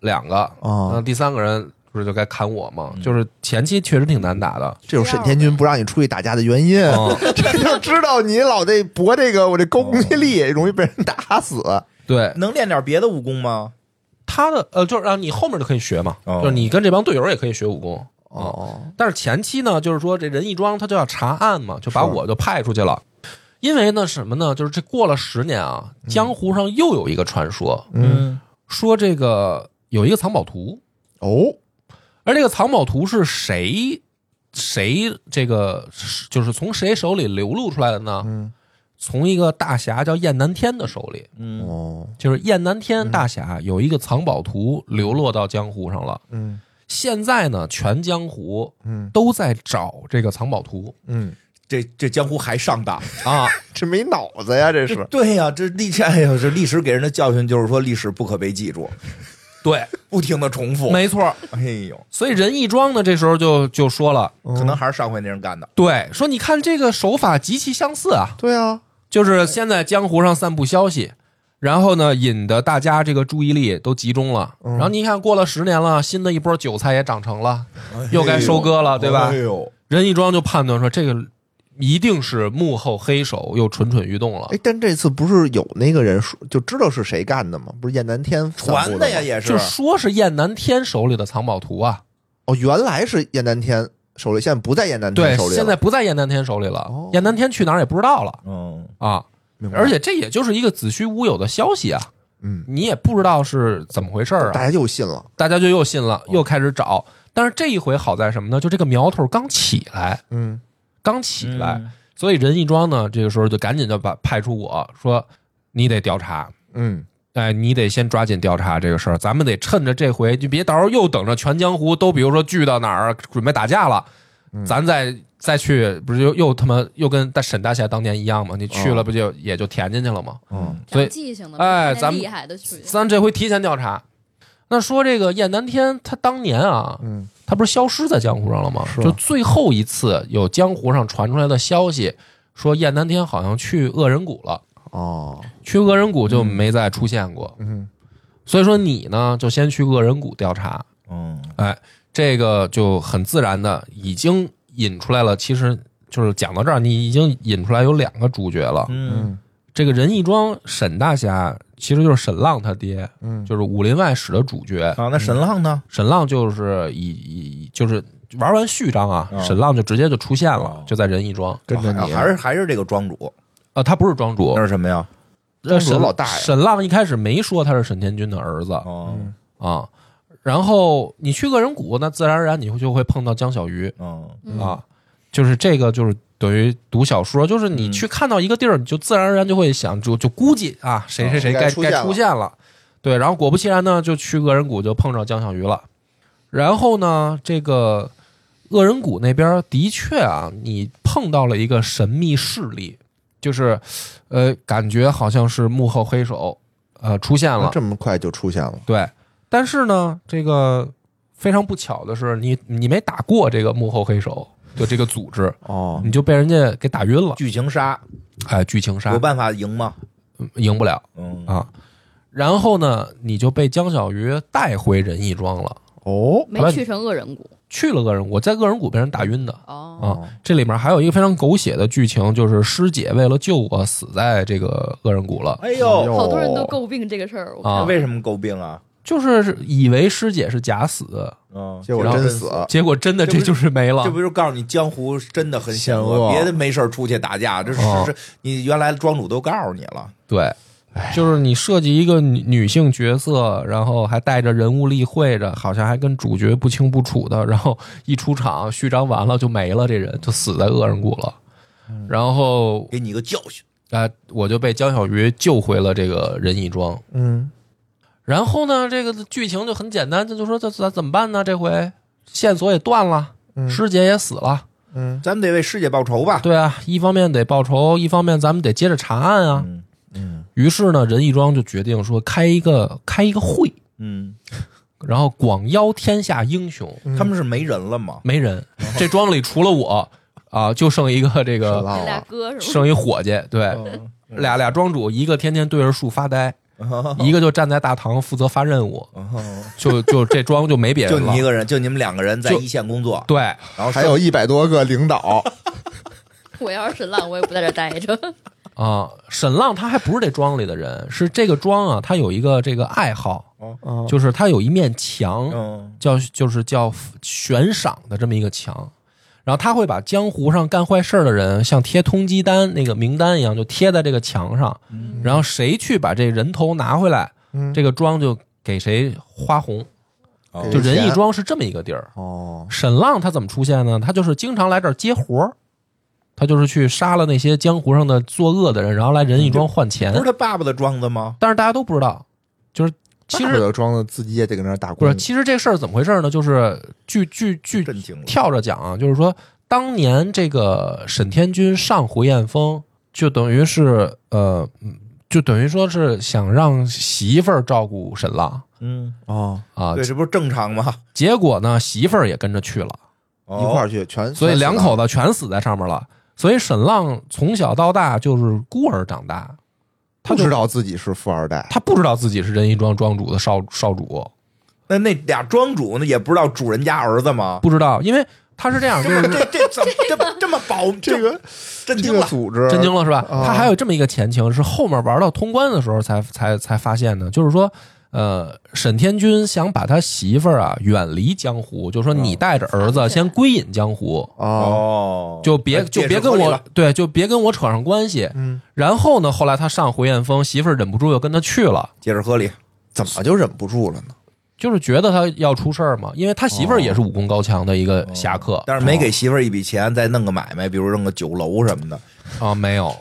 Speaker 1: 两个，
Speaker 3: 哦
Speaker 1: 那第三个人不是就该砍我吗？
Speaker 3: 嗯
Speaker 1: 就是前期确实挺难打的，
Speaker 3: 这就是沈天军不让你出去打架的原因，
Speaker 1: 嗯
Speaker 3: 这就知道你老得搏这个我这高攻击力，
Speaker 1: 哦
Speaker 3: 容易被人打死。哦
Speaker 1: 对
Speaker 2: 能练点别的武功吗？
Speaker 1: 他的呃，就是让你后面就可以学嘛，
Speaker 2: 哦
Speaker 1: 就是你跟这帮队友也可以学武功。啊
Speaker 3: 哦，
Speaker 1: 但是前期呢，就是说这人一装，他就要查案嘛，就把
Speaker 3: 是
Speaker 1: 我就派出去了。因为呢，什么呢？就是这过了十年啊，江湖上又有一个传说，
Speaker 3: 嗯，
Speaker 1: 说这个有一个藏宝图，
Speaker 3: 哦，
Speaker 1: 而这个藏宝图是谁谁这个就是从谁手里流露出来的呢？
Speaker 3: 嗯，
Speaker 1: 从一个大侠叫燕南天的手里，
Speaker 2: 嗯
Speaker 3: 哦，
Speaker 1: 就是燕南天大侠有一个藏宝图流落到江湖上了。
Speaker 3: 嗯
Speaker 1: 现在呢，全江湖
Speaker 3: 嗯
Speaker 1: 都在找这个藏宝图
Speaker 3: 嗯，
Speaker 2: 这这江湖还上当。
Speaker 1: 啊，
Speaker 3: 这没脑子呀，这是。
Speaker 2: 对呀、这历史，哎呦，这历史给人的教训就是说，历史不可被记住，
Speaker 1: 对，
Speaker 2: 不停的重复。
Speaker 1: 没错。
Speaker 2: 哎呦，
Speaker 1: 所以任义庄呢，这时候就就说了，
Speaker 2: 可能还是上回那人干的。
Speaker 1: 对，说你看这个手法极其相似啊，
Speaker 3: 对啊，
Speaker 1: 就是先在江湖上散布消息，然后呢，引得大家这个注意力都集中了。然后你看，过了十年了，新的一波韭菜也长成了，又该收割了，对吧
Speaker 2: 哎？呦，
Speaker 1: 任义庄就判断说，这个一定是幕后黑手又蠢蠢欲动了
Speaker 3: 哎。，但这次不是有那个人说就知道是谁干的吗？不是燕南天散布
Speaker 2: 传的呀，
Speaker 3: 吗？
Speaker 2: 也是
Speaker 1: 就。说是燕南天手里的藏宝图啊，
Speaker 3: 哦，原来是燕南天手里，现在不在燕南
Speaker 1: 对
Speaker 3: 天手，里了。
Speaker 1: 现在不在燕南天手里了
Speaker 3: 哦，
Speaker 1: 燕南天去哪儿也不知道了
Speaker 2: 嗯，
Speaker 1: 啊。
Speaker 3: 明白
Speaker 1: 而且这也就是一个子虚乌有的消息啊，
Speaker 3: 嗯，
Speaker 1: 你也不知道是怎么回事儿
Speaker 3: 大
Speaker 1: 啊，
Speaker 3: 家又信了。
Speaker 1: 大家就又信了，又开始找。但是这一回好在什么呢？就这个苗头刚起来，
Speaker 3: 嗯
Speaker 1: 刚起
Speaker 2: 嗯
Speaker 1: 来，所以任义庄呢，这个时候就赶紧就把派出我说，你得调查，
Speaker 3: 嗯，
Speaker 1: 哎，你得先抓紧调查这个事儿，咱们得趁着这回，就别到时候又等着全江湖都，比如说聚到哪儿准备打架了，咱再再去，不是又又他妈又跟大沈大侠当年一样吗？你去了不就、也就填进去了吗？
Speaker 3: 嗯，
Speaker 1: 所以
Speaker 4: 长记性了，
Speaker 1: 哎
Speaker 4: 比那
Speaker 1: 咱们
Speaker 4: 厉害的属于
Speaker 1: 咱这回提前调查。那说这个燕南天，他当年啊，
Speaker 3: 嗯，
Speaker 1: 他不是消失在江湖上了吗？
Speaker 3: 是
Speaker 1: 就最后一次有江湖上传出来的消息，说燕南天好像去恶人谷了，
Speaker 3: 哦，
Speaker 1: 去恶人谷就没再出现过。
Speaker 3: 嗯
Speaker 1: 所以说你呢，就先去恶人谷调查，哎
Speaker 2: 嗯，
Speaker 1: 这个就很自然的已经引出来了。其实就是讲到这儿，你已经引出来有两个主角了。
Speaker 2: 嗯
Speaker 3: 嗯
Speaker 1: 这个任义庄沈大侠其实就是沈浪他爹，
Speaker 3: 嗯，
Speaker 1: 就是武林外史的主角。
Speaker 2: 啊，那神浪呢？
Speaker 1: 沈浪就是以以以就是玩完序章啊，
Speaker 2: 嗯
Speaker 1: 沈浪就直接就出现了
Speaker 3: 啊
Speaker 2: 哦，
Speaker 1: 就在仁义庄。
Speaker 3: 跟着
Speaker 2: 啊
Speaker 3: 你
Speaker 2: 还是还是这个庄主？
Speaker 1: 呃，他不是庄主
Speaker 2: 那，是什么呀？
Speaker 1: 呃，
Speaker 3: 庄主
Speaker 1: 沈
Speaker 3: 老大呀
Speaker 1: 沈浪一开始没说他是沈天君的儿子
Speaker 2: 哦，
Speaker 3: 嗯
Speaker 1: 啊，然后你去恶人谷，那自然而然你会就会碰到江小鱼
Speaker 2: 嗯，
Speaker 4: 嗯
Speaker 1: 啊，就是这个就是等于读小说，就是你
Speaker 2: 嗯
Speaker 1: 去看到一个地儿，你就自然而然就会想，就就估计啊，谁谁谁
Speaker 3: 哦
Speaker 1: 该
Speaker 3: 该出现
Speaker 1: 该
Speaker 3: 了
Speaker 1: 出现了，对，然后果不其然呢，就去恶人谷就碰上江小鱼了，然后呢，这个恶人谷那边的确啊，你碰到了一个神秘势力，就是呃，感觉好像是幕后黑手，呃，出现了
Speaker 3: 啊，这么快就出现了。
Speaker 1: 对，但是呢，这个非常不巧的是，你你没打过这个幕后黑手，就这个组织，
Speaker 3: 哦，
Speaker 1: 你就被人家给打晕了。
Speaker 2: 剧情杀
Speaker 1: 哎，剧情杀
Speaker 2: 有办法赢吗？
Speaker 1: 赢不了
Speaker 2: 嗯
Speaker 1: 啊。然后呢，你就被江小鱼带回仁义庄了，
Speaker 3: 哦，
Speaker 4: 没去成恶人谷
Speaker 1: 去了恶人谷，在恶人谷被人打晕的。
Speaker 4: 哦，
Speaker 1: 啊，这里面还有一个非常狗血的剧情，就是师姐为了救我死在这个恶人谷了，
Speaker 2: 哎呦，
Speaker 4: 好多人都诟病这个事儿，我看
Speaker 1: 啊
Speaker 2: 为什么诟病啊？
Speaker 1: 就是以为师姐是假死，
Speaker 2: 嗯，
Speaker 3: 结果
Speaker 1: 然后
Speaker 3: 真死，
Speaker 1: 结果真的
Speaker 2: 这不
Speaker 1: 这
Speaker 2: 是
Speaker 1: 就是没了
Speaker 2: 这。不就告诉你江湖真的很险
Speaker 3: 险恶
Speaker 2: 恶，别的没事儿出去打架，这是
Speaker 1: 哦
Speaker 2: 是你原来庄主都告诉你了，
Speaker 1: 对，就是你设计一个女女性角色，然后还带着人物立绘着，好像还跟主角不清不楚的，然后一出场序章完了就没了，这人就死在恶人谷了。然后，
Speaker 2: 给你一个教训。
Speaker 1: 啊、我就被江小鱼救回了这个仁义庄。
Speaker 3: 嗯
Speaker 1: 然后呢，这个剧情就很简单，这就说这咱怎么办呢？这回线索也断了，师姐也死了。
Speaker 3: 嗯
Speaker 2: 咱们得为师姐报仇吧。
Speaker 1: 对啊，一方面得报仇，一方面咱们得接着查案啊。
Speaker 2: 嗯
Speaker 1: 于是呢，仁义庄就决定说开一个开一个会，
Speaker 2: 嗯，
Speaker 1: 然后广邀天下英雄，
Speaker 2: 他们是没人了吗？
Speaker 1: 没人，这庄里除了我啊，就剩一个这
Speaker 3: 知
Speaker 1: 个，
Speaker 3: 道
Speaker 4: 这俩
Speaker 3: 了，
Speaker 4: 哥是吧？
Speaker 2: 哦
Speaker 1: 剩一伙计，对，俩俩庄主，一个天天对着树发呆，
Speaker 2: 哦
Speaker 1: 一个就站在大堂负责发任务，就就这庄就没别
Speaker 2: 就
Speaker 1: 人了
Speaker 2: 你一。个人，就你们两个人
Speaker 1: 嗯
Speaker 2: 在
Speaker 1: 就
Speaker 2: 一线工作，
Speaker 1: 对，
Speaker 2: 然后
Speaker 3: 还有一百多个领导，
Speaker 4: 我要是烂，我也不在这儿待着。
Speaker 1: 啊、沈浪他还不是这庄里的人，是这个庄啊，他有一个这个爱好，
Speaker 2: 哦
Speaker 3: 嗯
Speaker 1: 就是他有一面墙，
Speaker 2: 嗯
Speaker 1: 叫就是叫悬赏的这么一个墙，然后他会把江湖上干坏事儿的人，像贴通缉单那个名单一样，就贴在这个墙上，然后谁去把这人头拿回来，
Speaker 3: 嗯
Speaker 1: 这个庄就给谁花红，
Speaker 2: 哦
Speaker 3: 给
Speaker 1: 就仁义
Speaker 3: 钱
Speaker 1: 庄是这么一个地儿。
Speaker 3: 哦，
Speaker 1: 沈浪他怎么出现呢？他就是经常来这儿接活儿，他就是去杀了那些江湖上的作恶的人，然后来仁义庄换钱
Speaker 2: 不是。他爸爸的庄子吗？
Speaker 1: 但是大家都不知道，就是其
Speaker 3: 大不
Speaker 1: 实
Speaker 3: 了装的自己也得搁那儿打
Speaker 1: 不
Speaker 3: 工
Speaker 1: 是，其实这事儿怎么回事呢？就是据据据
Speaker 2: 震惊了，
Speaker 1: 跳着讲啊，就是说当年这个沈天君上胡彦峰，就等于是呃，嗯就等于说是想让媳妇儿照顾沈浪
Speaker 2: 嗯，
Speaker 3: 哦，
Speaker 1: 啊
Speaker 2: 对，。这不是正常吗？
Speaker 1: 结果呢，媳妇儿也跟着去了。
Speaker 2: 哦
Speaker 3: 一块儿去全，
Speaker 1: 所以
Speaker 3: 全死
Speaker 1: 两
Speaker 3: 了
Speaker 1: 口子全死在上面了。所以沈浪从小到大就是孤儿长大，他
Speaker 3: 不
Speaker 1: 就
Speaker 3: 知道自己是富二代，
Speaker 1: 他不知道自己是仁义庄庄主的少少主，
Speaker 2: 那那俩庄主呢，也不知道主人家儿子吗？
Speaker 1: 不知道，因为他是这样，就
Speaker 2: 这
Speaker 1: 是
Speaker 2: 这这怎么这这么保
Speaker 3: 这个
Speaker 2: 震
Speaker 3: 这
Speaker 2: 惊
Speaker 3: 个
Speaker 2: 了？
Speaker 3: 组织
Speaker 1: 震惊了是吧？
Speaker 3: 啊
Speaker 1: 他还有这么一个前情，是后面玩到通关的时候才才才发现的，就是说。呃，沈天君想把他媳妇儿啊远离江湖，就说你带着儿子先归隐江湖，
Speaker 3: 啊
Speaker 2: 哦
Speaker 3: 哦，
Speaker 1: 就别就别跟我对，就别跟我扯上关系。
Speaker 3: 嗯，
Speaker 1: 然后呢，后来他上回艳峰，媳妇儿忍不住又跟他去了，
Speaker 2: 解释合理，
Speaker 3: 怎么就忍不住了呢？
Speaker 1: 就是觉得他要出事儿嘛，因为他媳妇儿也是武功高强的一
Speaker 3: 哦
Speaker 1: 个侠客，
Speaker 2: 但是没给媳妇儿一笔钱，再弄个买卖，比如弄个酒楼什么的，
Speaker 1: 啊，没有，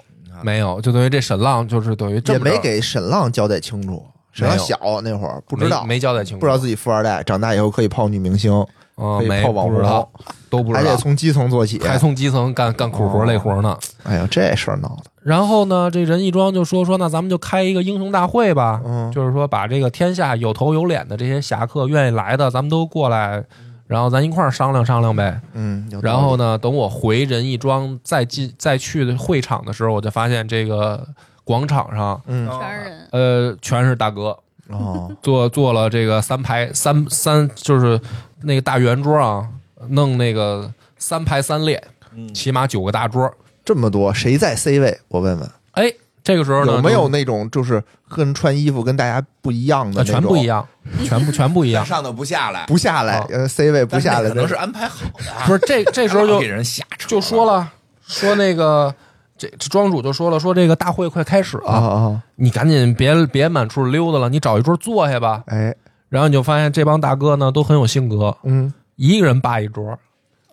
Speaker 1: 没有，就等于这沈浪就是等于这
Speaker 3: 也
Speaker 1: 么着
Speaker 3: 没给沈浪交代清楚，沈浪
Speaker 1: 没有
Speaker 3: 小那会儿不知道，
Speaker 1: 没没交代清楚，
Speaker 3: 不知道自己富二代，长大以后可以泡女明星，
Speaker 1: 啊，
Speaker 3: 可以
Speaker 1: 没
Speaker 3: 泡网
Speaker 1: 不知道，都不
Speaker 3: 还
Speaker 1: 知
Speaker 3: 得
Speaker 1: 道，
Speaker 3: 从基层做起。
Speaker 1: 还从基层干干苦活累活呢。
Speaker 3: 哎呀，这事儿闹的，
Speaker 1: 然后呢，这任义庄就说说，那咱们就开一个英雄大会吧，
Speaker 3: 嗯
Speaker 1: 就是说把这个天下有头有脸的这些侠客愿意来的，咱们都过来，然后咱一块儿商量商量呗。
Speaker 3: 嗯，有道理
Speaker 1: 然后呢，等我回仁义庄再进再去的会场的时候，我就发现这个广场上，
Speaker 2: 哦
Speaker 3: 嗯
Speaker 4: 全是人，
Speaker 1: 呃，全是大哥
Speaker 3: 哦，
Speaker 1: 坐坐了这个三排三三，就是那个大圆桌啊，弄那个三排三列，
Speaker 2: 嗯
Speaker 1: 起码九个大桌。
Speaker 3: 这么多谁在 C 位？我问问，
Speaker 1: 哎，这个时候呢，
Speaker 3: 有没有
Speaker 1: 就
Speaker 3: 那种就是跟穿衣服跟大家不一样的
Speaker 1: 呃
Speaker 3: 那种？
Speaker 1: 全不一，样，全部全不 一样。
Speaker 2: 上头不下来，
Speaker 3: 不下来
Speaker 1: 啊，
Speaker 3: 呃，C 位不下
Speaker 2: 但
Speaker 3: 来
Speaker 2: 是那可能
Speaker 3: 的
Speaker 2: 是安排好的啊，
Speaker 1: 不是这这时候 就
Speaker 2: 给人瞎扯，
Speaker 1: 就说了，说那个这这庄主就说了，说这个大会快开始了，
Speaker 3: 啊啊，
Speaker 1: 你赶紧别别满处溜达了，你找一桌坐下吧。
Speaker 3: 哎，
Speaker 1: 然后你就发现这帮大哥呢都很有性格，
Speaker 3: 嗯
Speaker 1: 一个人霸一桌，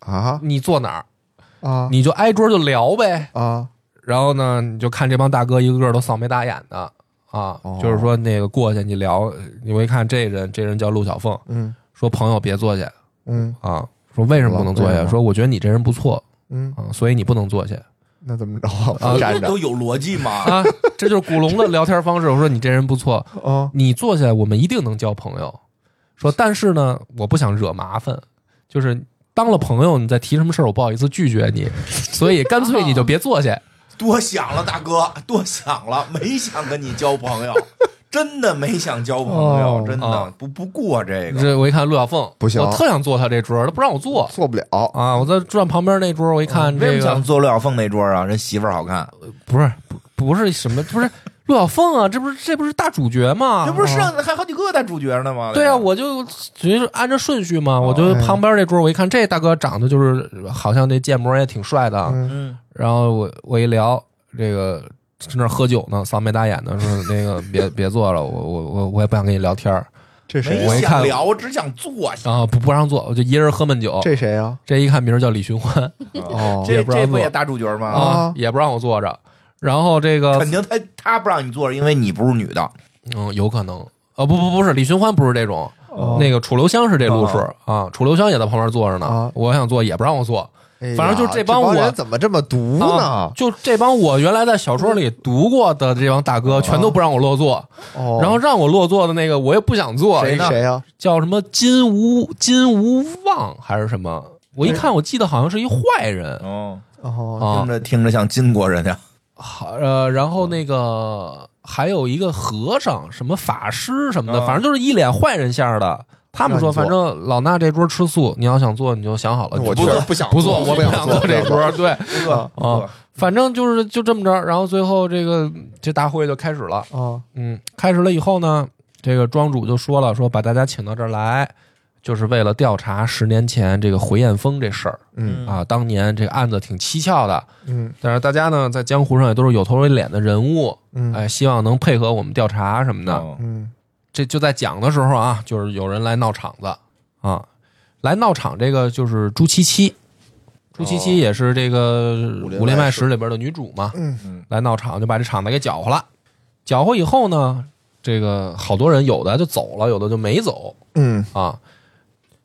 Speaker 3: 啊
Speaker 1: 你坐哪儿
Speaker 3: 啊
Speaker 1: 你就挨桌就聊呗。
Speaker 3: 啊，
Speaker 1: 然后呢，你就看这帮大哥一个个都扫眉大眼的啊，
Speaker 3: 哦
Speaker 1: 就是说那个过去你聊，你会看这人，这人叫陆小凤，
Speaker 3: 嗯
Speaker 1: 说朋友别坐下
Speaker 3: 嗯
Speaker 1: 啊，说为什么不能坐
Speaker 3: 老对
Speaker 1: 下？
Speaker 3: 了
Speaker 1: 说我觉得你这人不错
Speaker 3: 嗯，
Speaker 1: 啊，所以你不能坐下
Speaker 3: 那怎么
Speaker 1: 啊
Speaker 3: 着？站着
Speaker 2: 都有逻辑吗？
Speaker 1: 啊，这就是古龙的聊天方式。我说你这人不错，
Speaker 3: 啊
Speaker 1: 你坐下，我们一定能交朋友。说，但是呢，我不想惹麻烦，就是当了朋友，你再提什么事儿，我不好意思拒绝你，所以干脆你就别坐下。
Speaker 2: 多想了，大哥，多想了，没想跟你交 朋友，真的没想交朋友
Speaker 3: 哦，
Speaker 2: 真的
Speaker 1: 哦
Speaker 2: 不不过这个。
Speaker 1: 这我一看陆小凤
Speaker 3: 不行
Speaker 1: 我特想坐他这桌，他不让我坐
Speaker 3: 做不了
Speaker 1: 啊！我在转旁边那桌，我一看这
Speaker 2: 为什么想
Speaker 1: 个
Speaker 2: 坐陆小凤那桌啊？人媳妇儿好看，
Speaker 1: 不是不不是什么，不是陆小凤啊，这不是这不是大主角吗？
Speaker 2: 这不是
Speaker 1: 啊
Speaker 2: 上还好几个大主角呢吗？
Speaker 1: 对啊，我就直接按照顺序嘛，我就
Speaker 3: 哎
Speaker 1: 旁边这桌，我一看这大哥长得就是好像这建模也挺帅的啊，
Speaker 3: 嗯
Speaker 2: 嗯，
Speaker 1: 然后我我一聊这个在那儿喝酒呢，扫眉打眼的说那 个别别坐了，我我我我也不想跟你聊天
Speaker 3: 哦
Speaker 1: 儿
Speaker 3: 这谁
Speaker 1: 我
Speaker 2: 没
Speaker 1: 一
Speaker 3: 呀？
Speaker 2: 想
Speaker 1: 看
Speaker 2: 聊，只想坐下。
Speaker 1: 啊，不不让坐，我就一人喝闷酒。
Speaker 3: 这谁呀？
Speaker 1: 这一看名儿叫李寻欢
Speaker 3: 哦
Speaker 2: 这
Speaker 1: 也不让
Speaker 2: 这不
Speaker 1: 坐
Speaker 2: 也大主角吗？
Speaker 1: 啊，也不让我坐着。然后这个
Speaker 2: 肯定他他不让你坐，是因为你不是女的。
Speaker 1: 嗯，有可能啊，不不不是李寻欢不是这种，
Speaker 3: 哦
Speaker 1: 那个楚留香是这路数啊，楚留香也在旁边坐着呢
Speaker 3: 啊，
Speaker 1: 我想坐也不让我坐。
Speaker 3: 哎呀
Speaker 1: 反正就这
Speaker 3: 这
Speaker 1: 帮我
Speaker 3: 人怎么这么毒
Speaker 1: 啊
Speaker 3: 呢？
Speaker 1: 就这帮我原来在小说里读过的这帮大哥，全都不让我落座，
Speaker 3: 啊哦，
Speaker 1: 然后让我落座的那个我也不想坐，
Speaker 3: 谁
Speaker 1: 你知道
Speaker 3: 谁啊呀？
Speaker 1: 叫什么金无金无望还是什么？我一看，我记得好像是一坏人
Speaker 2: 哦，
Speaker 3: 嗯哦，
Speaker 1: 啊
Speaker 2: 听，着听着像金国人呀。
Speaker 1: 好呃，然后那个还有一个和尚、什么法师什么的，
Speaker 2: 啊
Speaker 1: 反正就是一脸坏人相的。他们说，
Speaker 3: 嗯让
Speaker 1: 反
Speaker 3: 你
Speaker 1: 正老衲这桌吃素，你要想做你就想好了，不
Speaker 3: 我去
Speaker 1: 做
Speaker 5: 不想
Speaker 1: 不做，
Speaker 5: 我
Speaker 1: 我
Speaker 5: 不
Speaker 1: 想
Speaker 5: 想
Speaker 1: 做这
Speaker 3: 不
Speaker 1: 桌。对，
Speaker 2: 啊
Speaker 1: 啊，反正就是就这么着。然后最后这个这大会就开始了。
Speaker 3: 啊，
Speaker 1: 嗯，开始了以后呢，这个庄主就说了，说把大家请到这儿来，就是为了调查十年前这个回艳峰这事儿
Speaker 3: 嗯
Speaker 1: 啊。当年这个案子挺蹊跷的，
Speaker 3: 嗯
Speaker 1: 但是大家呢在江湖上也都是有头有脸的人物，
Speaker 3: 嗯，
Speaker 1: 哎，希望能配合我们调查什么的。
Speaker 2: 那
Speaker 3: 嗯
Speaker 1: 这就在讲的时候啊，就是有人来闹场子啊，来闹场这个就是朱七七，朱七七也是这个
Speaker 3: 武
Speaker 1: 《
Speaker 3: 林
Speaker 1: 武林
Speaker 3: 外
Speaker 1: 外
Speaker 3: 史
Speaker 1: 史》里边的女主嘛，
Speaker 3: 嗯
Speaker 2: 嗯
Speaker 1: 来闹场就把这场子给搅和了。搅和以后呢，这个好多人有的就走了，有的就没走
Speaker 3: 嗯
Speaker 1: 啊。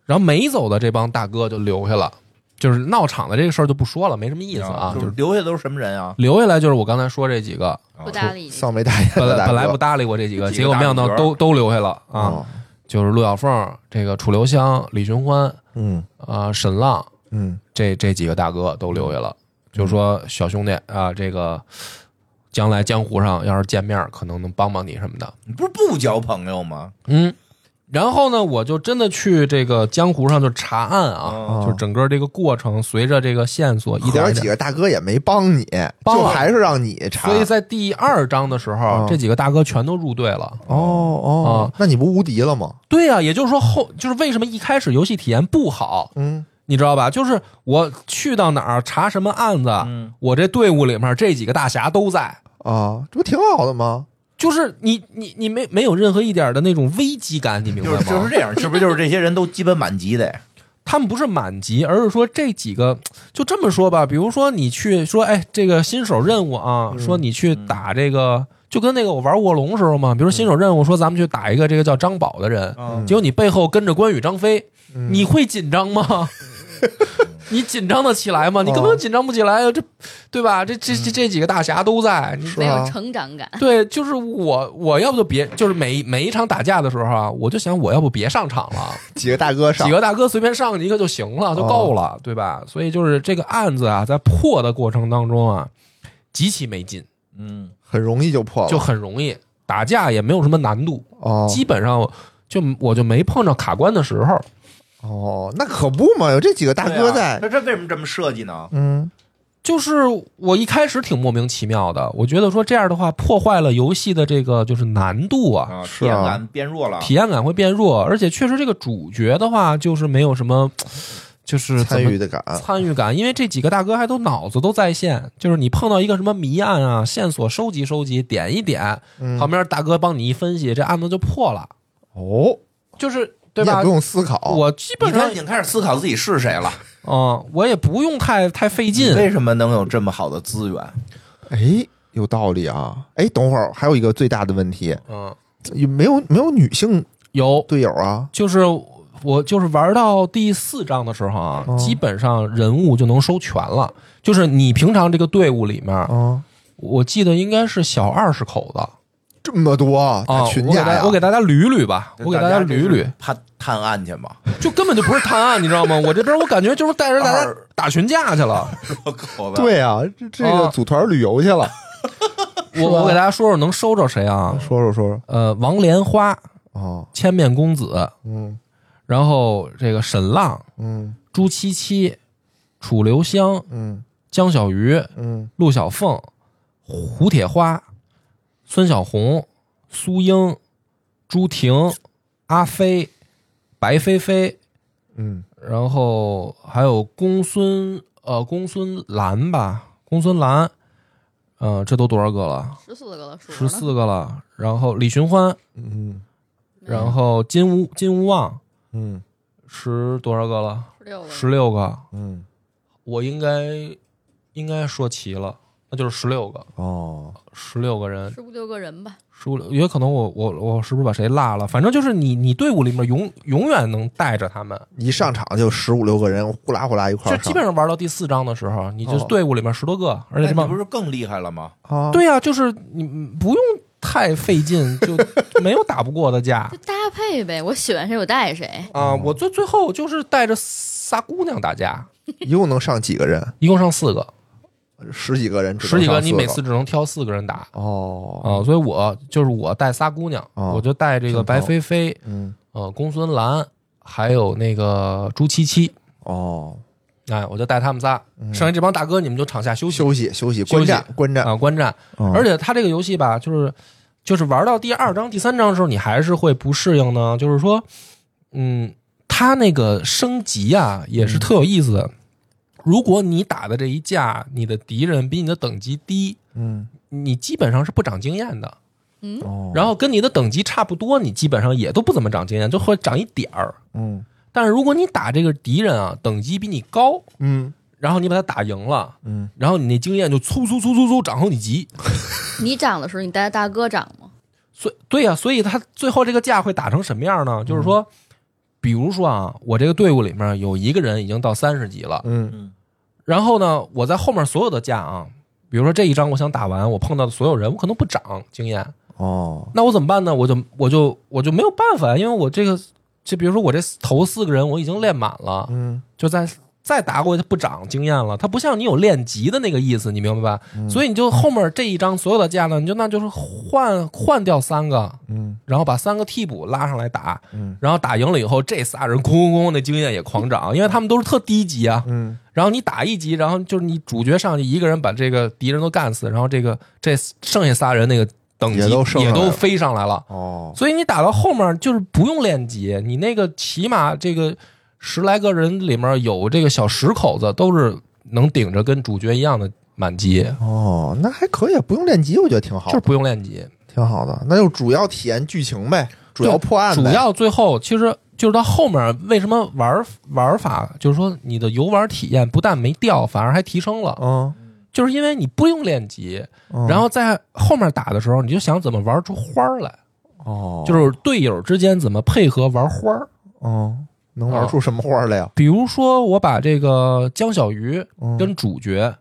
Speaker 1: 然后没走的这帮大哥就留下了，就是闹场的这个事儿就不说了，没什么意思啊。
Speaker 2: 嗯就
Speaker 1: 就是是
Speaker 2: 留下都是什么人啊？
Speaker 1: 留下来就是我刚才说这几个，
Speaker 4: 不搭理你。
Speaker 3: 丧眉大眼
Speaker 1: 本
Speaker 3: 的
Speaker 1: 来
Speaker 3: 大
Speaker 1: 本来
Speaker 3: 哥
Speaker 1: 不搭理我这几个，
Speaker 2: 几
Speaker 1: 结
Speaker 2: 个
Speaker 1: 果
Speaker 2: 大
Speaker 1: 没想到
Speaker 2: 主角
Speaker 1: 都都留下了啊。
Speaker 3: 哦
Speaker 1: 就是陆小凤、这个楚留香、李寻欢
Speaker 3: 嗯
Speaker 1: 啊、沈浪
Speaker 3: 嗯
Speaker 1: 这这几个大哥都留下了，就说小兄弟啊，这个将来江湖上要是见面，可能能帮帮你什么的。
Speaker 2: 你不是不交朋友吗？
Speaker 1: 嗯，然后呢，我就真的去这个江湖上就查案啊，
Speaker 2: 啊，
Speaker 1: 就整个这个过程，随着这个线索一点
Speaker 3: 合
Speaker 1: 一
Speaker 3: 着几
Speaker 1: 点。
Speaker 3: 个大哥也没帮你，
Speaker 1: 帮
Speaker 3: 就
Speaker 1: 了
Speaker 3: 还是让你查。
Speaker 1: 所以在第二章的时候
Speaker 3: 嗯，
Speaker 1: 这几个大哥全都入队了。
Speaker 3: 哦
Speaker 1: 啊
Speaker 3: 哦，那你不无敌了吗？
Speaker 1: 对呀、也就是说后就是为什么一开始游戏体验不好，
Speaker 3: 嗯
Speaker 1: 你知道吧？就是我去到哪儿查什么案子，
Speaker 2: 嗯
Speaker 1: 我这队伍里面这几个大侠都在，
Speaker 3: 啊，这不挺好的吗？
Speaker 1: 就是你你你没没有任何一点的那种危机感，你明白
Speaker 2: 就
Speaker 1: 吗？
Speaker 2: 是就是这样，是不是就是这些人都基本满级的？
Speaker 1: 他们不是满级，而是说这几个就这么说吧，比如说你去说，哎，这个新手任务啊，
Speaker 2: 嗯
Speaker 1: 说你去打这个，就跟那个我玩卧龙时候嘛，比如新手任务说咱们去打一个这个叫张宝的人，
Speaker 2: 嗯
Speaker 1: 结果你背后跟着关羽、张飞，
Speaker 3: 嗯
Speaker 1: 你会紧张吗？ 你紧张得起来吗？
Speaker 3: 哦
Speaker 1: 你根本紧张不起来啊！这，对吧？这这
Speaker 3: 嗯
Speaker 1: 这这几个大侠都在， 你
Speaker 3: 是
Speaker 4: 没有
Speaker 3: 啊
Speaker 4: 成长感，
Speaker 1: 对，就是我，我要不就别，就是每每一场打架的时候啊，我就想我要不别上场了，
Speaker 3: 几个大哥上
Speaker 1: 几个大哥随便上一个就行了，
Speaker 3: 哦
Speaker 1: 就够了，对吧？所以就是这个案子啊，在破的过程当中啊，极其没劲，
Speaker 2: 嗯，
Speaker 3: 很容易就破了，
Speaker 1: 就很容易打架，也没有什么难度，
Speaker 3: 哦
Speaker 1: 基本上就我就没碰着卡关的时候。
Speaker 3: 哦，那可不嘛，有这几个大哥
Speaker 2: 对啊
Speaker 3: 在，
Speaker 2: 那这为什么这么设计呢？
Speaker 3: 嗯
Speaker 1: 就是我一开始挺莫名其妙的，我觉得说这样的话破坏了游戏的这个就是难度啊，
Speaker 2: 啊，
Speaker 3: 是
Speaker 2: 体验
Speaker 3: 啊
Speaker 2: 感变弱了，
Speaker 1: 体验感会变弱，而且确实这个主角的话就是没有什么，就是怎
Speaker 3: 参
Speaker 1: 么
Speaker 3: 与的感，
Speaker 1: 参与感，因为这几个大哥还都脑子都在线，就是你碰到一个什么谜案啊，线索收集收集，点一点，
Speaker 3: 嗯
Speaker 1: 旁边大哥帮你一分析，这案子就破了，
Speaker 3: 哦，
Speaker 1: 就是对
Speaker 3: 你也
Speaker 1: 吧
Speaker 3: 不？用思考，
Speaker 1: 我基
Speaker 2: 你
Speaker 1: 本上
Speaker 2: 看，已，经开始思考自己是谁了。
Speaker 1: 嗯，我也不用太太费
Speaker 2: 你
Speaker 1: 劲，
Speaker 2: 为什么能有这么好的资源？
Speaker 3: 哎，有道理啊。哎，等会儿还有一个最大的问题，
Speaker 1: 嗯，
Speaker 3: 有没有没有女性
Speaker 1: 有
Speaker 3: 队友啊？
Speaker 1: 就是我就是玩到第四章的时候啊，
Speaker 3: 嗯
Speaker 1: 基本上人物就能收全了。就是你平常这个队伍里面，
Speaker 3: 啊，
Speaker 1: 我记得应该是小二十口子
Speaker 3: 这么多啊
Speaker 1: 啊。
Speaker 3: 群
Speaker 1: 我给
Speaker 3: 架
Speaker 1: 大
Speaker 3: 呀！
Speaker 1: 我给大家捋捋吧，我给大家
Speaker 2: 这
Speaker 1: 捋
Speaker 2: 是
Speaker 1: 捋，
Speaker 2: 探探案去嘛。
Speaker 1: 就根本就不是探案，你知道吗？我这边我感觉就是带着大家
Speaker 2: 二
Speaker 1: 打群架去了。
Speaker 2: 我靠吧，
Speaker 3: 对啊，这这个
Speaker 1: 啊
Speaker 3: 组团旅游去了。
Speaker 1: 我我给大家说说能收着谁啊？
Speaker 3: 说说说说
Speaker 1: 呃，王莲花、
Speaker 3: 哦，
Speaker 1: 千面公子，
Speaker 3: 嗯
Speaker 1: 然后这个沈浪、
Speaker 3: 嗯
Speaker 1: 朱七七、楚留香、
Speaker 3: 嗯
Speaker 1: 江小鱼、
Speaker 3: 嗯，
Speaker 1: 陆小凤、胡铁花、孙小红、苏英、朱婷、阿飞、白飞飞，
Speaker 3: 嗯
Speaker 1: 然后还有公孙呃公孙兰吧，公孙兰，呃，这都多少个了？
Speaker 4: 十四个了，数
Speaker 1: 十
Speaker 4: 着呢
Speaker 1: 四个了。然后李寻欢，
Speaker 3: 嗯
Speaker 1: 然后金无金无望
Speaker 3: 嗯
Speaker 1: 十多少个了？
Speaker 4: 十六个了，
Speaker 1: 十六个，
Speaker 3: 嗯
Speaker 1: 我应该应该说齐了，那就是十六个，
Speaker 3: 哦，
Speaker 1: 十六个人，
Speaker 4: 十五六个人吧，
Speaker 1: 十五也可能我我我是不是把谁落了？反正就是你你队伍里面永永远能带着他们，
Speaker 3: 一上场就十五六个人，呼啦呼啦一
Speaker 1: 就
Speaker 3: 块儿上，
Speaker 1: 基本上玩到第四章的时候，你就是
Speaker 3: 哦
Speaker 1: 队伍里面十多个，而且
Speaker 2: 哎
Speaker 1: 这
Speaker 2: 你
Speaker 1: 帮
Speaker 2: 不是更厉害了吗？
Speaker 3: 啊，
Speaker 1: 对呀、就是你嗯不用太费劲，就就没有打不过的架
Speaker 4: 就搭配呗，我喜欢谁我带谁，
Speaker 1: 啊！我最最后就是带着仨姑娘打架，
Speaker 3: 一共能上几个人？
Speaker 1: 一共上四个，
Speaker 3: 十几个人只能
Speaker 1: 十几个
Speaker 3: 上
Speaker 1: 你
Speaker 3: 四
Speaker 1: 每次只能挑四个人打
Speaker 3: 哦，
Speaker 1: 啊、所以我就是我带仨姑娘，
Speaker 3: 哦
Speaker 1: 我就带这个
Speaker 3: 挺
Speaker 1: 白
Speaker 3: 好
Speaker 1: 菲菲、
Speaker 3: 嗯，
Speaker 1: 呃公孙兰，还有那个朱七七，
Speaker 3: 哦，
Speaker 1: 哎，我就带他们仨。剩下这帮大哥你们就场下休息
Speaker 3: 休息休息，
Speaker 1: 休
Speaker 3: 观
Speaker 1: 息
Speaker 3: 战观战，
Speaker 1: 啊，观战。
Speaker 3: 嗯
Speaker 1: 而且他这个游戏吧，就是就是玩到第二章、第三章的时候，你还是会不适应呢。就是说，嗯，他那个升级啊，也是特有意思的。如果你打的这一架，你的敌人比你的等级低，
Speaker 3: 嗯，
Speaker 1: 你基本上是不长经验的。
Speaker 3: 哦，
Speaker 1: 然后跟你的等级差不多，你基本上也都不怎么长经验，就会长一点儿。
Speaker 3: 嗯
Speaker 1: 但是如果你打这个敌人啊，等级比你高，
Speaker 3: 嗯
Speaker 1: 然后你把他打赢了，
Speaker 3: 嗯，
Speaker 1: 然后你那经验就粗粗粗粗粗涨好几级。
Speaker 4: 你涨的时候，你带着大哥涨吗？
Speaker 1: 所以对呀、所以他最后这个架会打成什么样呢？就是说，比如说啊，我这个队伍里面有一个人已经到三十级了，
Speaker 3: 嗯
Speaker 1: 然后呢，我在后面所有的架啊，比如说这一章我想打完，我碰到的所有人，我可能不涨经验，
Speaker 3: 哦，
Speaker 1: 那我怎么办呢？我就我就我就没有办法，因为我这个就比如说我这头四个人我已经练满了，
Speaker 3: 嗯
Speaker 1: 就在。再打过去，他不长经验了。他不像你有练级的那个意思，你明白吧？
Speaker 3: 嗯
Speaker 1: 所以你就后面这一张所有的架呢，你就那就是换换掉三个，
Speaker 3: 嗯
Speaker 1: 然后把三个替补拉上来打，
Speaker 3: 嗯
Speaker 1: 然后打赢了以后，这仨人咣咣咣，那经验也狂 涨，因为他们都是特低级啊。
Speaker 3: 嗯
Speaker 1: 然后你打一级，然后就是你主角上去一个人把这个敌人都干死，然后这个这剩下仨人那个等级
Speaker 3: 也都升上来了
Speaker 1: 飞上来了。
Speaker 3: 哦，
Speaker 1: 所以你打到后面就是不用练级，你那个起码这个十来个人里面有这个小十口子都是能顶着跟主角一样的满级，
Speaker 3: 哦，那还可以，不用练级，我觉得挺好
Speaker 1: 就是，不用练级。
Speaker 3: 挺好的。那就主要体验剧情呗，主要破案
Speaker 1: 主
Speaker 3: 呗，
Speaker 1: 要最后其实就是到后面为什么玩玩法，就是说你的游玩体验不但没掉，反而还提升了，
Speaker 3: 嗯，
Speaker 1: 就是因为你不用练级，
Speaker 3: 嗯
Speaker 1: 然后在后面打的时候，你就想怎么玩出花儿来，
Speaker 3: 哦，
Speaker 1: 就是队友之间怎么配合玩花儿。
Speaker 3: 嗯，能玩出什么花来呀？
Speaker 1: 比如说，我把这个江小鱼
Speaker 3: 嗯
Speaker 1: 跟主角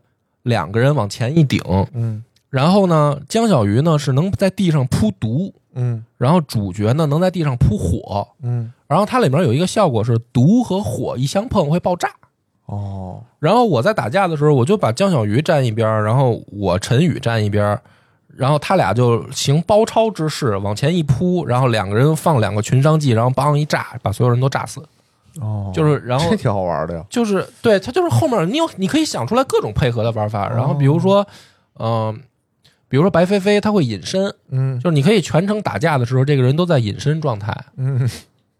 Speaker 1: 两个人往前一顶，
Speaker 3: 嗯
Speaker 1: 然后呢，江小鱼呢是能在地上铺毒，
Speaker 3: 嗯
Speaker 1: 然后主角呢能在地上铺火，
Speaker 3: 嗯，
Speaker 1: 然后它里面有一个效果是毒和火一相碰会爆炸。
Speaker 3: 哦，
Speaker 1: 然后我在打架的时候，我就把江小鱼站一边儿，然后我陈宇站一边儿，然后他俩就行包抄之势往前一扑，然后两个人放两个群伤技，然后梆一炸，把所有人都炸死。
Speaker 3: 哦，
Speaker 1: 就是然后
Speaker 3: 这挺好玩的呀。
Speaker 1: 就是对他就是后面你有你可以想出来各种配合的玩法，然后比如说，嗯、比如说白飞飞他会隐身，
Speaker 3: 嗯
Speaker 1: 就是你可以全程打架的时候，这个人都在隐身状态。
Speaker 3: 嗯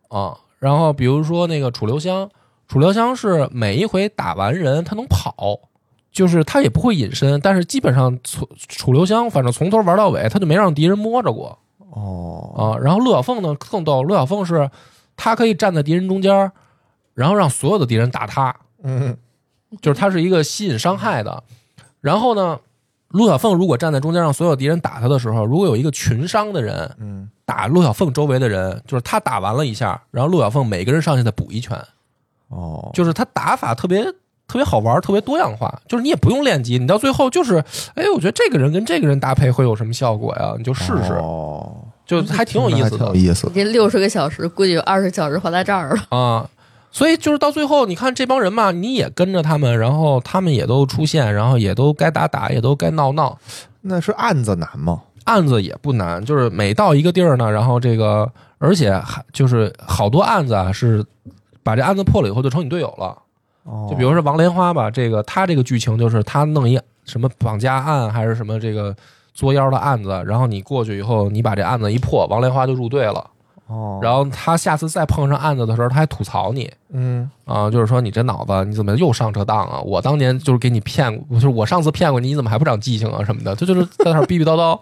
Speaker 1: 啊。然后比如说那个楚留香，楚留香是每一回打完人他能跑，就是他也不会隐身，但是基本上楚楚留香反正从头玩到尾，他就没让敌人摸着过
Speaker 3: 哦
Speaker 1: 啊。然后陆小凤呢更逗，陆小凤是他可以站在敌人中间，然后让所有的敌人打他，
Speaker 3: 嗯
Speaker 1: 就是他是一个吸引伤害的。然后呢，陆小凤如果站在中间让所有敌人打他的时候，如果有一个群伤的人
Speaker 3: 嗯
Speaker 1: 打陆小凤周围的人，就是他打完了一下，然后陆小凤每个人上去再补一拳，
Speaker 3: 哦，
Speaker 1: 就是他打法特别特别好玩，特别多样化，就是你也不用练级，你到最后就是，哎，我觉得这个人跟这个人搭配会有什么效果呀？你就试试，
Speaker 3: 哦，
Speaker 1: 就还挺有意思
Speaker 3: 那还挺有
Speaker 1: 的
Speaker 3: 意思
Speaker 4: 你。这六十个小时，估计有二十小时花在这儿了。
Speaker 1: 啊。所以就是到最后，你看这帮人嘛，你也跟着他们，然后他们也都出现，然后也都该打打，也都该闹闹，
Speaker 3: 那是案子难吗？
Speaker 1: 案子也不难，就是每到一个地儿呢，然后这个，而且还就是好多案子啊，是把这案子破了以后就成你队友了。
Speaker 3: 哦
Speaker 1: 就比如说王莲花吧，这个他这个剧情就是他弄一什么绑架案还是什么这个作妖的案子，然后你过去以后，你把这案子一破，王莲花就入队了。
Speaker 3: 哦，
Speaker 1: 然后他下次再碰上案子的时候，他还吐槽你
Speaker 3: 嗯
Speaker 1: 啊、就是说你这脑子你怎么又上这当啊？我当年就是给你骗过，就是我上次骗过你，你怎么还不长记性啊什么的？这就是在那儿逼逼叨叨。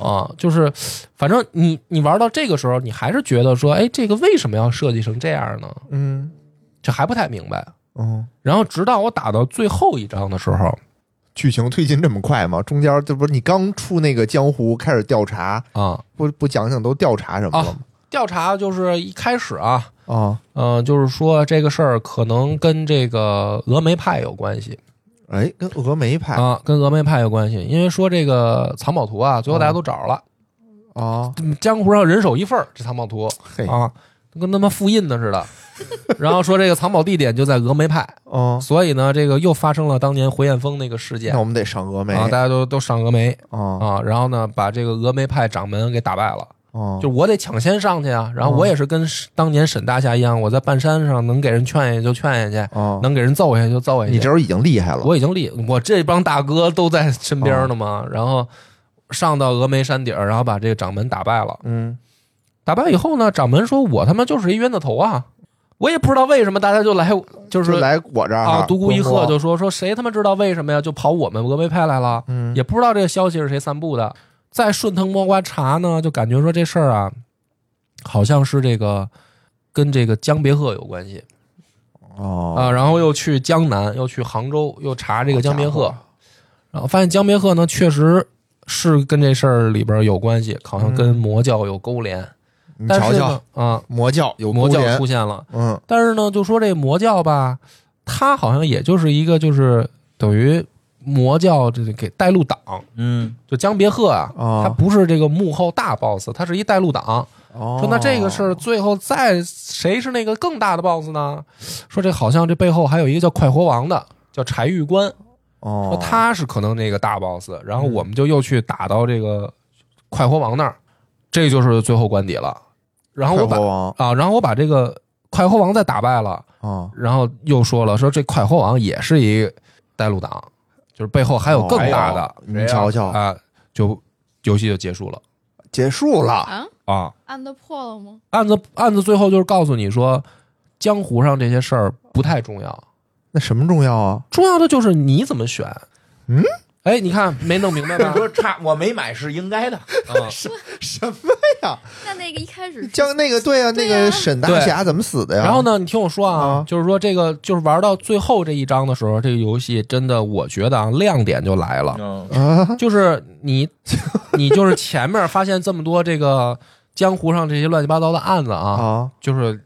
Speaker 1: 啊、就是，反正你你玩到这个时候，你还是觉得说，哎，这个为什么要设计成这样呢？
Speaker 3: 嗯
Speaker 1: 这还不太明白。
Speaker 3: 嗯，
Speaker 1: 然后直到我打到最后一章的时候，
Speaker 3: 剧情推进这么快吗？中间这不是你刚出那个江湖开始调查，
Speaker 1: 啊、
Speaker 3: 不不讲讲都调查什么了吗？
Speaker 1: 调查就是一开始啊，
Speaker 3: 啊，
Speaker 1: 嗯、就是说这个事儿可能跟这个峨眉派有关系
Speaker 3: 哎，跟峨眉派啊
Speaker 1: 啊，跟峨眉派有关系，因为说这个藏宝图啊，最后大家都找着了，
Speaker 3: 哦
Speaker 1: 江湖上人手一份儿，这藏宝图
Speaker 3: 嘿，
Speaker 1: 啊，跟他妈复印的似的 然后说这个藏宝地点就在峨眉派，
Speaker 3: 哦，
Speaker 1: 所以呢，这个又发生了当年回燕峰那个事件
Speaker 3: 那我们得上峨眉
Speaker 1: 啊，大家都都上峨眉
Speaker 3: 哦
Speaker 1: 啊，然后呢，把这个峨眉派掌门给打败了。
Speaker 3: 哦，
Speaker 1: 啊就我得抢先上去啊，然后我也是跟当年沈大侠一样，我在半山上能给人劝下去就劝下去，
Speaker 3: 哦，
Speaker 1: 能给人揍下去就揍下去。
Speaker 3: 你这时候已经厉害了，
Speaker 1: 我已经立，我这帮大哥都在身边呢
Speaker 3: 哦
Speaker 1: 嘛。然后上到峨眉山顶儿，然后把这个掌门打败了。
Speaker 3: 嗯
Speaker 1: 打败以后呢，掌门说我他妈就是一冤大头啊！我也不知道为什么大家就来，就是
Speaker 3: 就来我这儿
Speaker 1: 啊，独孤一
Speaker 3: 光
Speaker 1: 喝
Speaker 3: 光
Speaker 1: 就说说谁他妈知道为什么呀？就跑我们峨眉派来了，
Speaker 3: 嗯
Speaker 1: 也不知道这个消息是谁散布的。再顺藤摸瓜查呢，就感觉说这事儿啊，好像是这个跟这个江别鹤有关系
Speaker 3: 哦
Speaker 1: 啊。然后又去江南，又去杭州，又查这个江别
Speaker 3: 好
Speaker 1: 鹤
Speaker 3: 家伙，
Speaker 1: 然后发现江别鹤呢，确实是跟这事儿里边有关系，好像跟魔教有勾连。
Speaker 3: 嗯你
Speaker 1: 但
Speaker 3: 瞧
Speaker 1: 是
Speaker 3: 瞧
Speaker 1: 呢，啊，
Speaker 3: 魔教有
Speaker 1: 魔
Speaker 3: 勾
Speaker 1: 教
Speaker 3: 连
Speaker 1: 出现了。
Speaker 3: 嗯
Speaker 1: 但是呢，就说这魔教吧，它好像也就是一个就是等于魔教这给带路党，
Speaker 2: 嗯，
Speaker 1: 就江别鹤啊，
Speaker 3: 哦
Speaker 1: 他不是这个幕后大 boss，他是一带路党。
Speaker 3: 哦
Speaker 1: 说那这个事儿最后再谁是那个更大的 boss 呢？说这好像这背后还有一个叫快活王的，叫柴玉官，说
Speaker 3: 哦，嗯
Speaker 1: 他是可能那个大 boss。然后我们就又去打到这个快活王那儿，这就是最后关底了。然后我把
Speaker 3: 快活王
Speaker 1: 啊，然后我把这个快活王再打败了。
Speaker 3: 啊
Speaker 1: 然后又说了，说这快活王也是一带路党，就是背后还有更大的啊、
Speaker 3: 你哦哎瞧瞧
Speaker 1: 就游戏就结束了
Speaker 3: 结束了
Speaker 4: 啊，
Speaker 1: 啊。
Speaker 4: 案子破了吗？
Speaker 1: 案子案子最后就是告诉你说，江湖上这些事儿不太重要，
Speaker 3: 那什么重要啊？
Speaker 1: 重要的就是你怎么选。
Speaker 3: 嗯，
Speaker 1: 哎，你看没弄明白吧
Speaker 2: 你？说差我没买是应该的，
Speaker 1: 啊
Speaker 3: 什么
Speaker 4: 那那个一开始是
Speaker 3: 将那个对啊，那
Speaker 4: 对啊
Speaker 3: 个沈大侠怎么死的呀？
Speaker 1: 然后？呢，你听我说啊
Speaker 3: 啊，
Speaker 1: 就是说这个就是玩到最后这一章的时候，这个游戏真的我觉得啊亮点就来了。
Speaker 2: 嗯，
Speaker 3: 啊，
Speaker 1: 就是你，你就是前面发现这么多这个江湖上这些乱七八糟的案子啊，
Speaker 3: 啊，
Speaker 1: 就是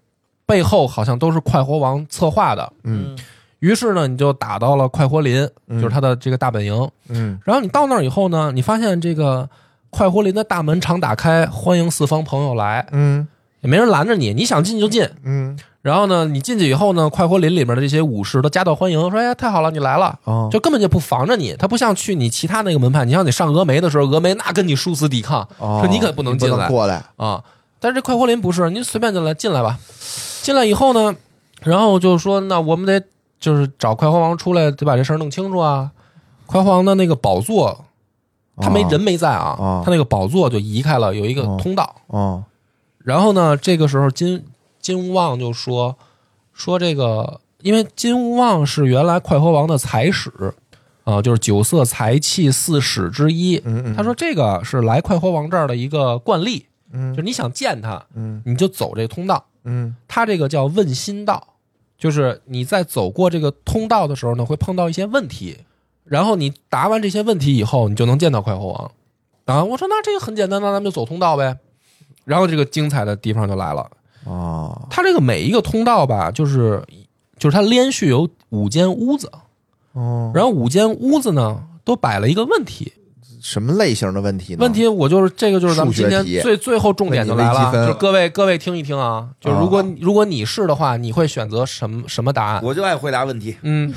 Speaker 1: 背后好像都是快活王策划的。
Speaker 3: 嗯
Speaker 1: 于是呢，你就打到了快活林，
Speaker 3: 嗯
Speaker 1: 就是他的这个大本营。
Speaker 3: 嗯，
Speaker 1: 然后你到那儿以后呢，你发现这个快活林的大门常打开，欢迎四方朋友来，
Speaker 3: 嗯
Speaker 1: 也没人拦着你，你想进就进。
Speaker 3: 嗯
Speaker 1: 然后呢，你进去以后呢，快活林里面的这些武士都夹道欢迎，说：“哎呀，太好了，你来了。”
Speaker 3: 啊，
Speaker 1: 就根本就不防着你，他不像去你其他那个门派，你像你上峨眉的时候，峨眉那跟你殊死抵抗
Speaker 3: 哦
Speaker 1: 说你可不能进来
Speaker 3: 你过来，
Speaker 1: 啊。但是这快活林不是，您随便就来进来吧。进来以后呢，然后就说那我们得就是找快活王出来，得把这事儿弄清楚啊。快活王的那个宝座，他没人没在啊，哦
Speaker 3: 哦
Speaker 1: 他那个宝座就移开了，有一个通道。
Speaker 3: 啊
Speaker 1: 然后呢，这个时候金金乌望就说说这个，因为金乌望是原来快活王的财使啊、就是九色财气四使之一。
Speaker 3: 嗯嗯，
Speaker 1: 他说这个是来快活王这儿的一个惯例，
Speaker 3: 嗯
Speaker 1: 就是你想见他，
Speaker 3: 嗯
Speaker 1: 你就走这通道。
Speaker 3: 嗯
Speaker 1: 他这个叫问心道，就是你在走过这个通道的时候呢，会碰到一些问题，然后你答完这些问题以后，你就能见到快活王。啊，我说那这个很简单，那咱们就走通道呗。然后这个精彩的地方就来了，
Speaker 3: 啊
Speaker 1: 它这个每一个通道吧，就是就是它连续有五间屋子，
Speaker 3: 哦，
Speaker 1: 然后五间屋子呢都摆了一个问题，
Speaker 3: 什么类型的问题呢？
Speaker 1: 问题我就是这个就是咱们
Speaker 3: 数
Speaker 1: 今
Speaker 3: 学
Speaker 1: 天
Speaker 3: 题
Speaker 1: 最最后重点就来
Speaker 3: 问你微积
Speaker 1: 了，
Speaker 3: 分
Speaker 1: 就各位各位听一听啊，就如果如果你是的话，你会选择什么什么答案？
Speaker 2: 我就爱回答问题。
Speaker 1: 嗯，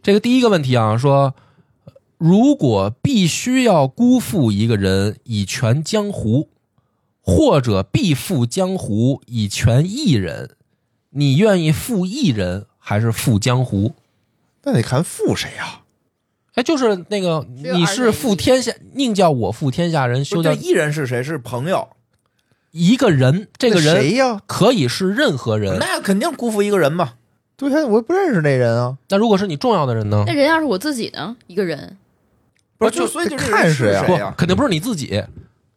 Speaker 1: 这个第一个问题啊，说如果必须要辜负一个人以全江湖，或者必负江湖以全一人，你愿意负一人还是负江湖？
Speaker 3: 那得看负谁啊呀？
Speaker 1: 哎，就是那个，
Speaker 4: 只有
Speaker 1: 你是负天下，宁叫我负天下人，休
Speaker 2: 就这
Speaker 1: 叫
Speaker 2: 艺人是谁？是朋友，
Speaker 1: 一个人。这个
Speaker 3: 那谁
Speaker 1: 人
Speaker 3: 呀？
Speaker 1: 可以是任何人。
Speaker 2: 那肯定辜负一个人嘛。
Speaker 3: 对呀，我不认识那人啊。
Speaker 1: 那如果是你重要的人呢
Speaker 4: 那？人要是我自己呢？一个人，
Speaker 2: 不是，就
Speaker 3: 就
Speaker 2: 所以就这
Speaker 3: 看
Speaker 2: 人
Speaker 3: 谁
Speaker 2: 是
Speaker 3: 啊
Speaker 2: 谁
Speaker 1: 不
Speaker 2: 呀，？
Speaker 1: 肯定不是你自己，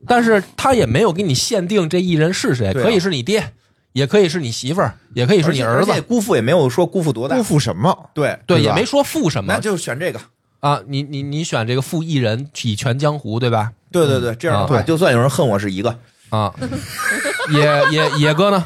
Speaker 1: 但是他也没有给你限定这一人是谁，
Speaker 2: 对啊
Speaker 1: 可以是你爹，也可以是你媳妇儿，也可以是你儿子
Speaker 2: 而且，辜负也没有说辜负多大
Speaker 3: 辜，负什么？
Speaker 2: 对，
Speaker 1: 对，
Speaker 3: 对
Speaker 1: 也
Speaker 3: 吧
Speaker 1: 没说负什
Speaker 2: 那
Speaker 1: 么
Speaker 2: 就选这个。
Speaker 1: 啊。你你你选这个负一人以全江湖，对吧？
Speaker 2: 对对对，这样的话，
Speaker 1: 啊
Speaker 2: 就算有人恨我是一个，
Speaker 1: 啊，野野野哥呢？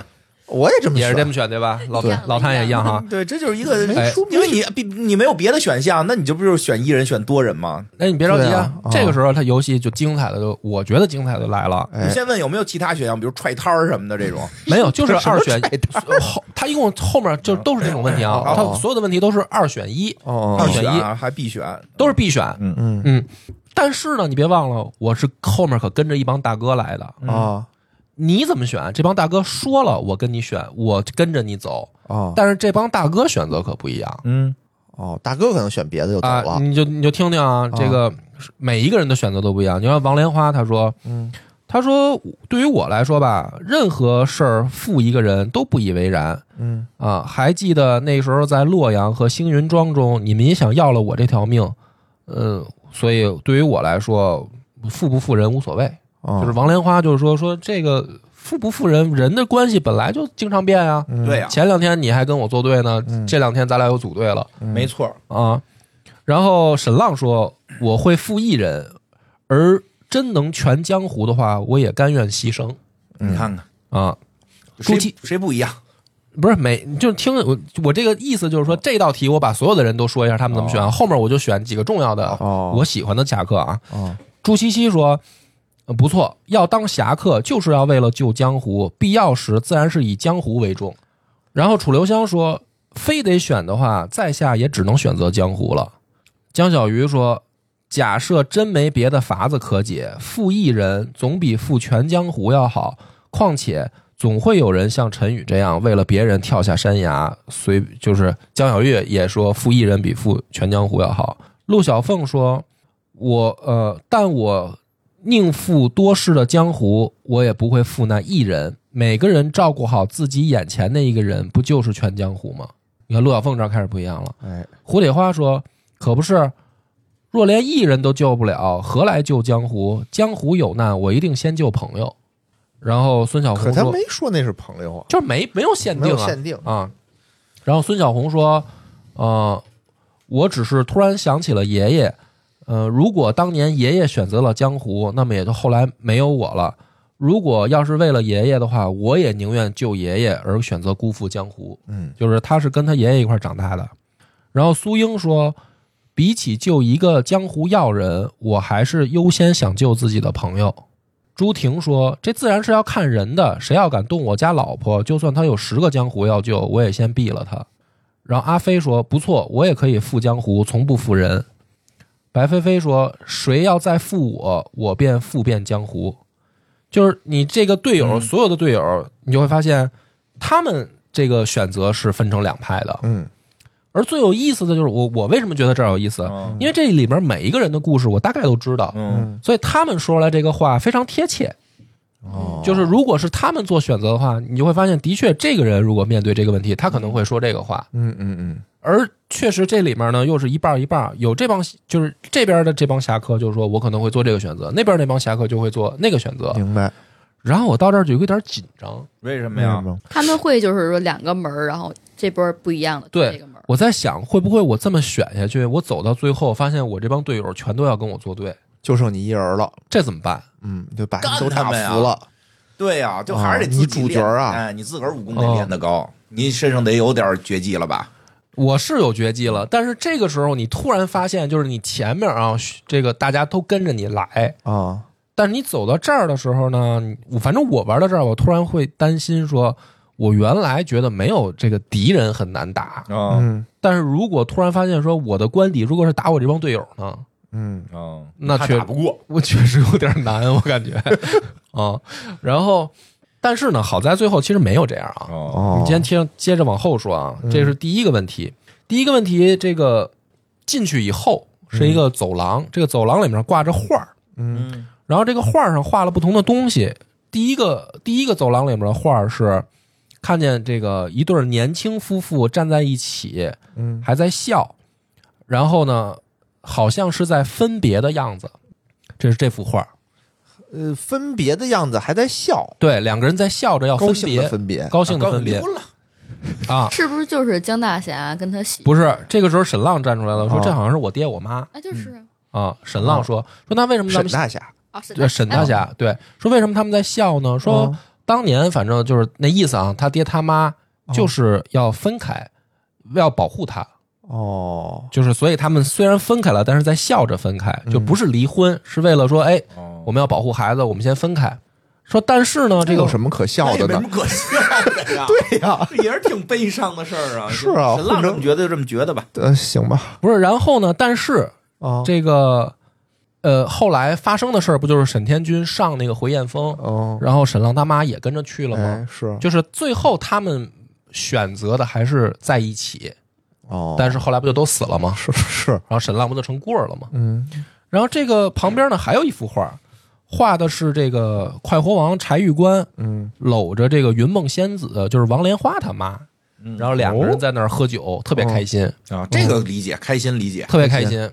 Speaker 3: 我也这么
Speaker 1: 也是这
Speaker 3: 选
Speaker 1: 么选对吧？老
Speaker 4: 对
Speaker 1: 老谭也一样哈。
Speaker 2: 对，这就是一个
Speaker 1: 哎
Speaker 2: 因为你比你没有别的选项，那你这不就是选一人选多人吗？
Speaker 1: 那哎你别着急
Speaker 3: 对啊啊
Speaker 1: 这个时候他游戏就精彩的就，我觉得精彩的来了。
Speaker 2: 你
Speaker 3: 哎，
Speaker 2: 先问有没有其他选项，比如踹摊儿什么的这种。
Speaker 1: 没有，就是
Speaker 3: 什么
Speaker 1: 二选
Speaker 3: 菜单
Speaker 1: 呃后，他一共后面就都是这种问题啊，
Speaker 3: 哦
Speaker 1: 他所有的问题都是二选一，
Speaker 3: 哦
Speaker 1: 二
Speaker 2: 必
Speaker 3: 哦，
Speaker 1: 选一
Speaker 2: 啊还必选，
Speaker 1: 都是必选。
Speaker 3: 嗯
Speaker 1: 嗯，但是呢，你别忘了，我是后面可跟着一帮大哥来的。
Speaker 3: 哦
Speaker 1: 你怎么选？这帮大哥说了，我跟你选，我跟着你走。
Speaker 3: 哦
Speaker 1: 但是这帮大哥选择可不一样
Speaker 2: 嗯，
Speaker 3: 哦，大哥可能选别的就走
Speaker 1: 啊、
Speaker 3: 了，哦
Speaker 1: 你就你就听听啊，这个每一个人的选择都不一样。你看王莲花，他说，
Speaker 3: 嗯，
Speaker 1: 他说对于我来说吧，任何事儿负一个人都不以为然。
Speaker 3: 嗯
Speaker 1: 啊，还记得那时候在洛阳和星云庄中，你们也想要了我这条命，嗯，所以对于我来说，负不负人无所谓。
Speaker 3: 哦
Speaker 1: 就是王莲花就是说说这个负不负人，人的关系本来就经常变啊。
Speaker 3: 嗯
Speaker 2: 对呀，
Speaker 1: 前两天你还跟我作对呢，这两天咱俩又组队了
Speaker 2: 没错，
Speaker 1: 啊。然后沈浪说我会负一人，而真能全江湖的话，我也甘愿牺牲
Speaker 2: 你看看
Speaker 1: 啊。
Speaker 2: 谁
Speaker 1: 朱祁
Speaker 2: 谁不一样？
Speaker 1: 不是每就是听我我这个意思就是说
Speaker 3: 哦
Speaker 1: 这道题我把所有的人都说一下他们怎么选，后面我就选几个重要的
Speaker 3: 哦
Speaker 1: 我喜欢的侠客啊。
Speaker 3: 哦
Speaker 1: 朱七七说。呃不错，要当侠客就是要为了救江湖，必要时自然是以江湖为重。然后楚留香说，非得选的话，在下也只能选择江湖了。江小鱼说，假设真没别的法子可解，负一人总比负全江湖要好。况且总会有人像陈宇这样，为了别人跳下山崖，随就是江小月也说负一人比负全江湖要好。陆小凤说：“我呃，但我宁负多事的江湖，我也不会负那一人。每个人照顾好自己眼前那一个人，不就是全江湖吗？”你看陆小凤这儿开始不一样了。
Speaker 3: 哎
Speaker 1: 胡铁花说：“可不是，若连一人都救不了，何来救江湖？江湖有难，我一定先救朋友。”然后孙小
Speaker 3: 可
Speaker 1: 红
Speaker 3: 他
Speaker 1: 说
Speaker 3: 没说那是朋友啊：“，
Speaker 1: 就是没没有限
Speaker 3: 没
Speaker 1: 定
Speaker 3: 有
Speaker 1: 啊，
Speaker 3: 限定，
Speaker 1: 啊。然后孙小红说：“呃，我只是突然想起了爷爷，呃，如果当年爷爷选择了江湖，那么也就后来没有我了。如果要是为了爷爷的话，我也宁愿救爷爷而选择辜负江湖。
Speaker 3: 嗯，
Speaker 1: 就是他是跟他爷爷一块儿长大的。然后苏英说，比起救一个江湖要人，我还是优先想救自己的朋友。朱婷说：“这自然是要看人的，谁要敢动我家老婆，就算他有十个江湖要救，我也先毙了他。”然后阿飞说：“不错，我也可以负江湖，从不负人。”白飞飞说：“谁要再负我，我便负遍江湖。”就是你这个队友，
Speaker 2: 嗯
Speaker 1: 所有的队友，你就会发现，他们这个选择是分成两派的。
Speaker 3: 嗯
Speaker 1: 而最有意思的就是我，我为什么觉得这儿有意思？因为这里面每一个人的故事，我大概都知道，
Speaker 2: 嗯，
Speaker 1: 所以他们说出来这个话非常贴切。
Speaker 4: 嗯
Speaker 3: 哦，
Speaker 1: 就是如果是他们做选择的话，你就会发现，的确，这个人如果面对这个问题，他可能会说这个话。
Speaker 3: 嗯嗯嗯，
Speaker 1: 而确实，这里面呢又是一半儿一半儿，有这帮就是这边的这帮侠客，就是说我可能会做这个选择，那边那帮侠客就会做那个选择。
Speaker 3: 明白
Speaker 1: 然后我到这儿就有点紧张，
Speaker 2: 为什么
Speaker 3: 没有
Speaker 2: 呀？
Speaker 3: 吗？
Speaker 4: 他们会就是说两个门儿，然后这波儿不一样的，
Speaker 1: 对
Speaker 4: 这个门儿。
Speaker 1: 我在想会不会我这么选下去，我走到最后发现我这帮队友全都要跟我作对，
Speaker 3: 就剩你一人了，
Speaker 1: 这怎么办？
Speaker 3: 嗯，就把你
Speaker 2: 干
Speaker 3: 都
Speaker 2: 他
Speaker 3: 打
Speaker 2: 们呀
Speaker 3: 服了，
Speaker 2: 对呀，就还是得
Speaker 3: 啊你
Speaker 2: 自己
Speaker 3: 主角啊
Speaker 2: 练哎，你自个儿武功得练得高，你身上得有点绝技了吧？
Speaker 1: 我是有绝技了，但是这个时候你突然发现，就是你前面啊，这个大家都跟着你来，
Speaker 3: 啊，
Speaker 1: 但是你走到这儿的时候呢，你我反正我玩到这儿，我突然会担心说，我原来觉得没有这个敌人很难打，
Speaker 2: 啊
Speaker 3: 嗯
Speaker 1: 但是如果突然发现说我的官邸如果是打我这帮队友呢，
Speaker 3: 嗯
Speaker 2: 嗯，
Speaker 1: 那
Speaker 2: 他
Speaker 1: 确
Speaker 2: 打不过，
Speaker 1: 我确实有点难，我感觉啊。然后，但是呢，好在最后其实没有这样啊。
Speaker 2: 哦，嗯
Speaker 3: 哦，
Speaker 1: 你先听，接着往后说啊，这是第一个问题。第一个问题，这个进去以后是一个走廊，这个走廊里面挂着画儿，
Speaker 3: 嗯
Speaker 2: 嗯
Speaker 1: 然后这个画儿上画了不同的东西。第一个第一个走廊里面的画儿是看见这个一对儿年轻夫妇站在一起，
Speaker 3: 嗯
Speaker 1: 还在笑，然后呢，好像是在分别的样子。这是这幅画儿，
Speaker 3: 呃，分别的样子还在笑，
Speaker 1: 对，两个人在笑着要分
Speaker 3: 高兴的
Speaker 1: 别，
Speaker 3: 分别，
Speaker 1: 高兴的分
Speaker 2: 离
Speaker 1: 别
Speaker 2: 婚了，
Speaker 1: 啊。
Speaker 4: 是不是就是江大侠跟他媳妇？
Speaker 1: 不是，这个时候沈浪站出来了，说
Speaker 3: 啊
Speaker 1: 这好像是我爹我妈
Speaker 4: 啊，就是啊
Speaker 1: 啊。沈浪说说那为什么咱
Speaker 3: 沈
Speaker 1: 们
Speaker 3: 大侠
Speaker 4: 啊，沈
Speaker 1: 对沈大
Speaker 4: 哎
Speaker 1: 侠对说为什么他们在笑呢？说
Speaker 3: 啊
Speaker 1: 当年反正就是那意思啊，他爹他妈就是要分开，要保护他，
Speaker 3: 哦，
Speaker 1: 就是所以他们虽然分开了，但是在笑着分开，就不是离婚，是为了说，哎，
Speaker 2: 哦
Speaker 1: 我们要保护孩子，我们先分开。哎说但是呢，这
Speaker 3: 这
Speaker 1: 个
Speaker 3: 有什么可笑
Speaker 2: 那
Speaker 3: 的
Speaker 2: 也没什
Speaker 3: 呢？
Speaker 2: 么可笑的呀，对
Speaker 3: 呀，
Speaker 2: 也是挺悲伤的事儿啊。
Speaker 3: 是啊
Speaker 2: 沈浪
Speaker 3: 混
Speaker 2: 这
Speaker 3: 着
Speaker 2: 么觉得就这么觉得吧。
Speaker 3: 呃，行吧，
Speaker 1: 不是？然后呢？但是
Speaker 3: 啊，
Speaker 1: 这个呃，后来发生的事儿不就是沈天君上那个回雁峰，
Speaker 3: 哦，
Speaker 1: 然后沈浪他妈也跟着去了吗？
Speaker 3: 哎，是，
Speaker 1: 就是最后他们选择的还是在一起，
Speaker 3: 哦，
Speaker 1: 但是后来不就都死了吗？
Speaker 3: 是是，
Speaker 1: 然后沈浪不就成棍儿了吗？
Speaker 3: 嗯，
Speaker 1: 然后这个旁边呢还有一幅画，画的是这个快活王柴玉官
Speaker 3: 嗯，
Speaker 1: 搂着这个云梦仙子，就是王莲花他妈，
Speaker 2: 嗯
Speaker 1: 然后两
Speaker 3: 哦
Speaker 1: 个人在那儿喝酒，特别开心，
Speaker 2: 啊，这
Speaker 3: 嗯
Speaker 2: 个理解，开心理解。
Speaker 1: 特别开心。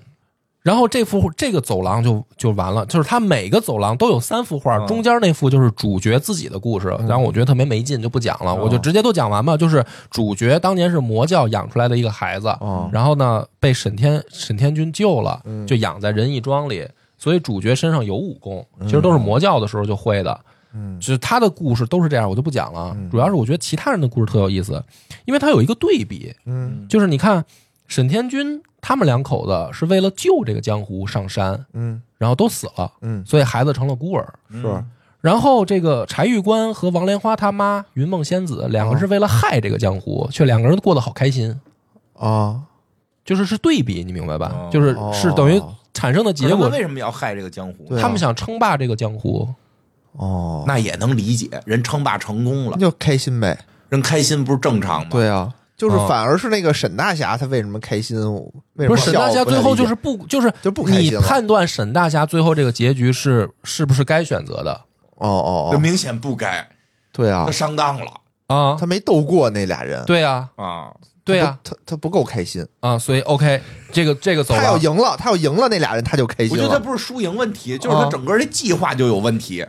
Speaker 1: 然后这幅这个走廊就就完了，就是它每个走廊都有三幅画，
Speaker 2: 嗯
Speaker 1: 中间那幅就是主角自己的故事，
Speaker 3: 嗯
Speaker 1: 然后我觉得特别没劲，就不讲了，我就直接都讲完吧。就是主角当年是魔教养出来的一个孩子，
Speaker 3: 哦，
Speaker 1: 然后呢被沈天沈天君救了，
Speaker 3: 嗯
Speaker 1: 就养在仁义庄里，所以主角身上有武功，其实都是魔教的时候就会的。
Speaker 3: 嗯
Speaker 1: 就是他的故事都是这样，我就不讲了啊。
Speaker 3: 嗯
Speaker 1: 主要是我觉得其他人的故事特有意思，因为他有一个对比，
Speaker 3: 嗯
Speaker 1: 就是你看沈天君他们两口子是为了救这个江湖上山，
Speaker 3: 嗯
Speaker 1: 然后都死了，
Speaker 3: 嗯，
Speaker 1: 所以孩子成了孤儿。
Speaker 2: 嗯
Speaker 3: 是，
Speaker 1: 然后这个柴玉官和王莲花他妈云梦仙子两
Speaker 3: 哦
Speaker 1: 个是为了害这个江湖，却两个人过得好开心，
Speaker 3: 啊，
Speaker 1: 就是是对比，你明白吧
Speaker 2: 哦？
Speaker 1: 嗯就是是等于
Speaker 3: 哦
Speaker 1: 产生的
Speaker 2: 可是
Speaker 1: 结
Speaker 2: 他
Speaker 1: 果
Speaker 2: 们，为什么要害这个江湖
Speaker 3: 对
Speaker 2: 呢？
Speaker 3: 啊
Speaker 1: 他们想称霸这个江湖，
Speaker 3: 哦，
Speaker 2: 那也能理解，人称霸成功了
Speaker 3: 那，就开心呗。
Speaker 2: 人开心不是正常吗？
Speaker 3: 对啊，就是
Speaker 1: 嗯
Speaker 3: 反而是那个沈大侠，他为什么开心？为什
Speaker 1: 不
Speaker 3: 么
Speaker 1: 是沈
Speaker 3: 笑
Speaker 1: 大侠
Speaker 3: 不太
Speaker 1: 最后
Speaker 3: 理解
Speaker 1: 就是不就是
Speaker 3: 就不开
Speaker 1: 你
Speaker 3: 心了
Speaker 1: 判断沈大侠最后这个结局是是不是该选择的
Speaker 3: 哦哦
Speaker 2: 这
Speaker 3: 哦，
Speaker 2: 明显不该，
Speaker 3: 对啊
Speaker 2: 他，上当了
Speaker 1: 啊
Speaker 3: 他？没斗过那俩人，
Speaker 1: 对呀，
Speaker 2: 啊！
Speaker 1: 对呀，
Speaker 3: 他他不够开心。
Speaker 1: 啊，所以 OK，这个这个走
Speaker 3: 他要
Speaker 1: 了，
Speaker 3: 赢了，他要赢了那俩人他就开
Speaker 2: 我
Speaker 3: 心
Speaker 2: 觉得他
Speaker 3: 了。
Speaker 2: 不是输赢问题，就是他
Speaker 1: 啊
Speaker 2: 整个这计划就有问题，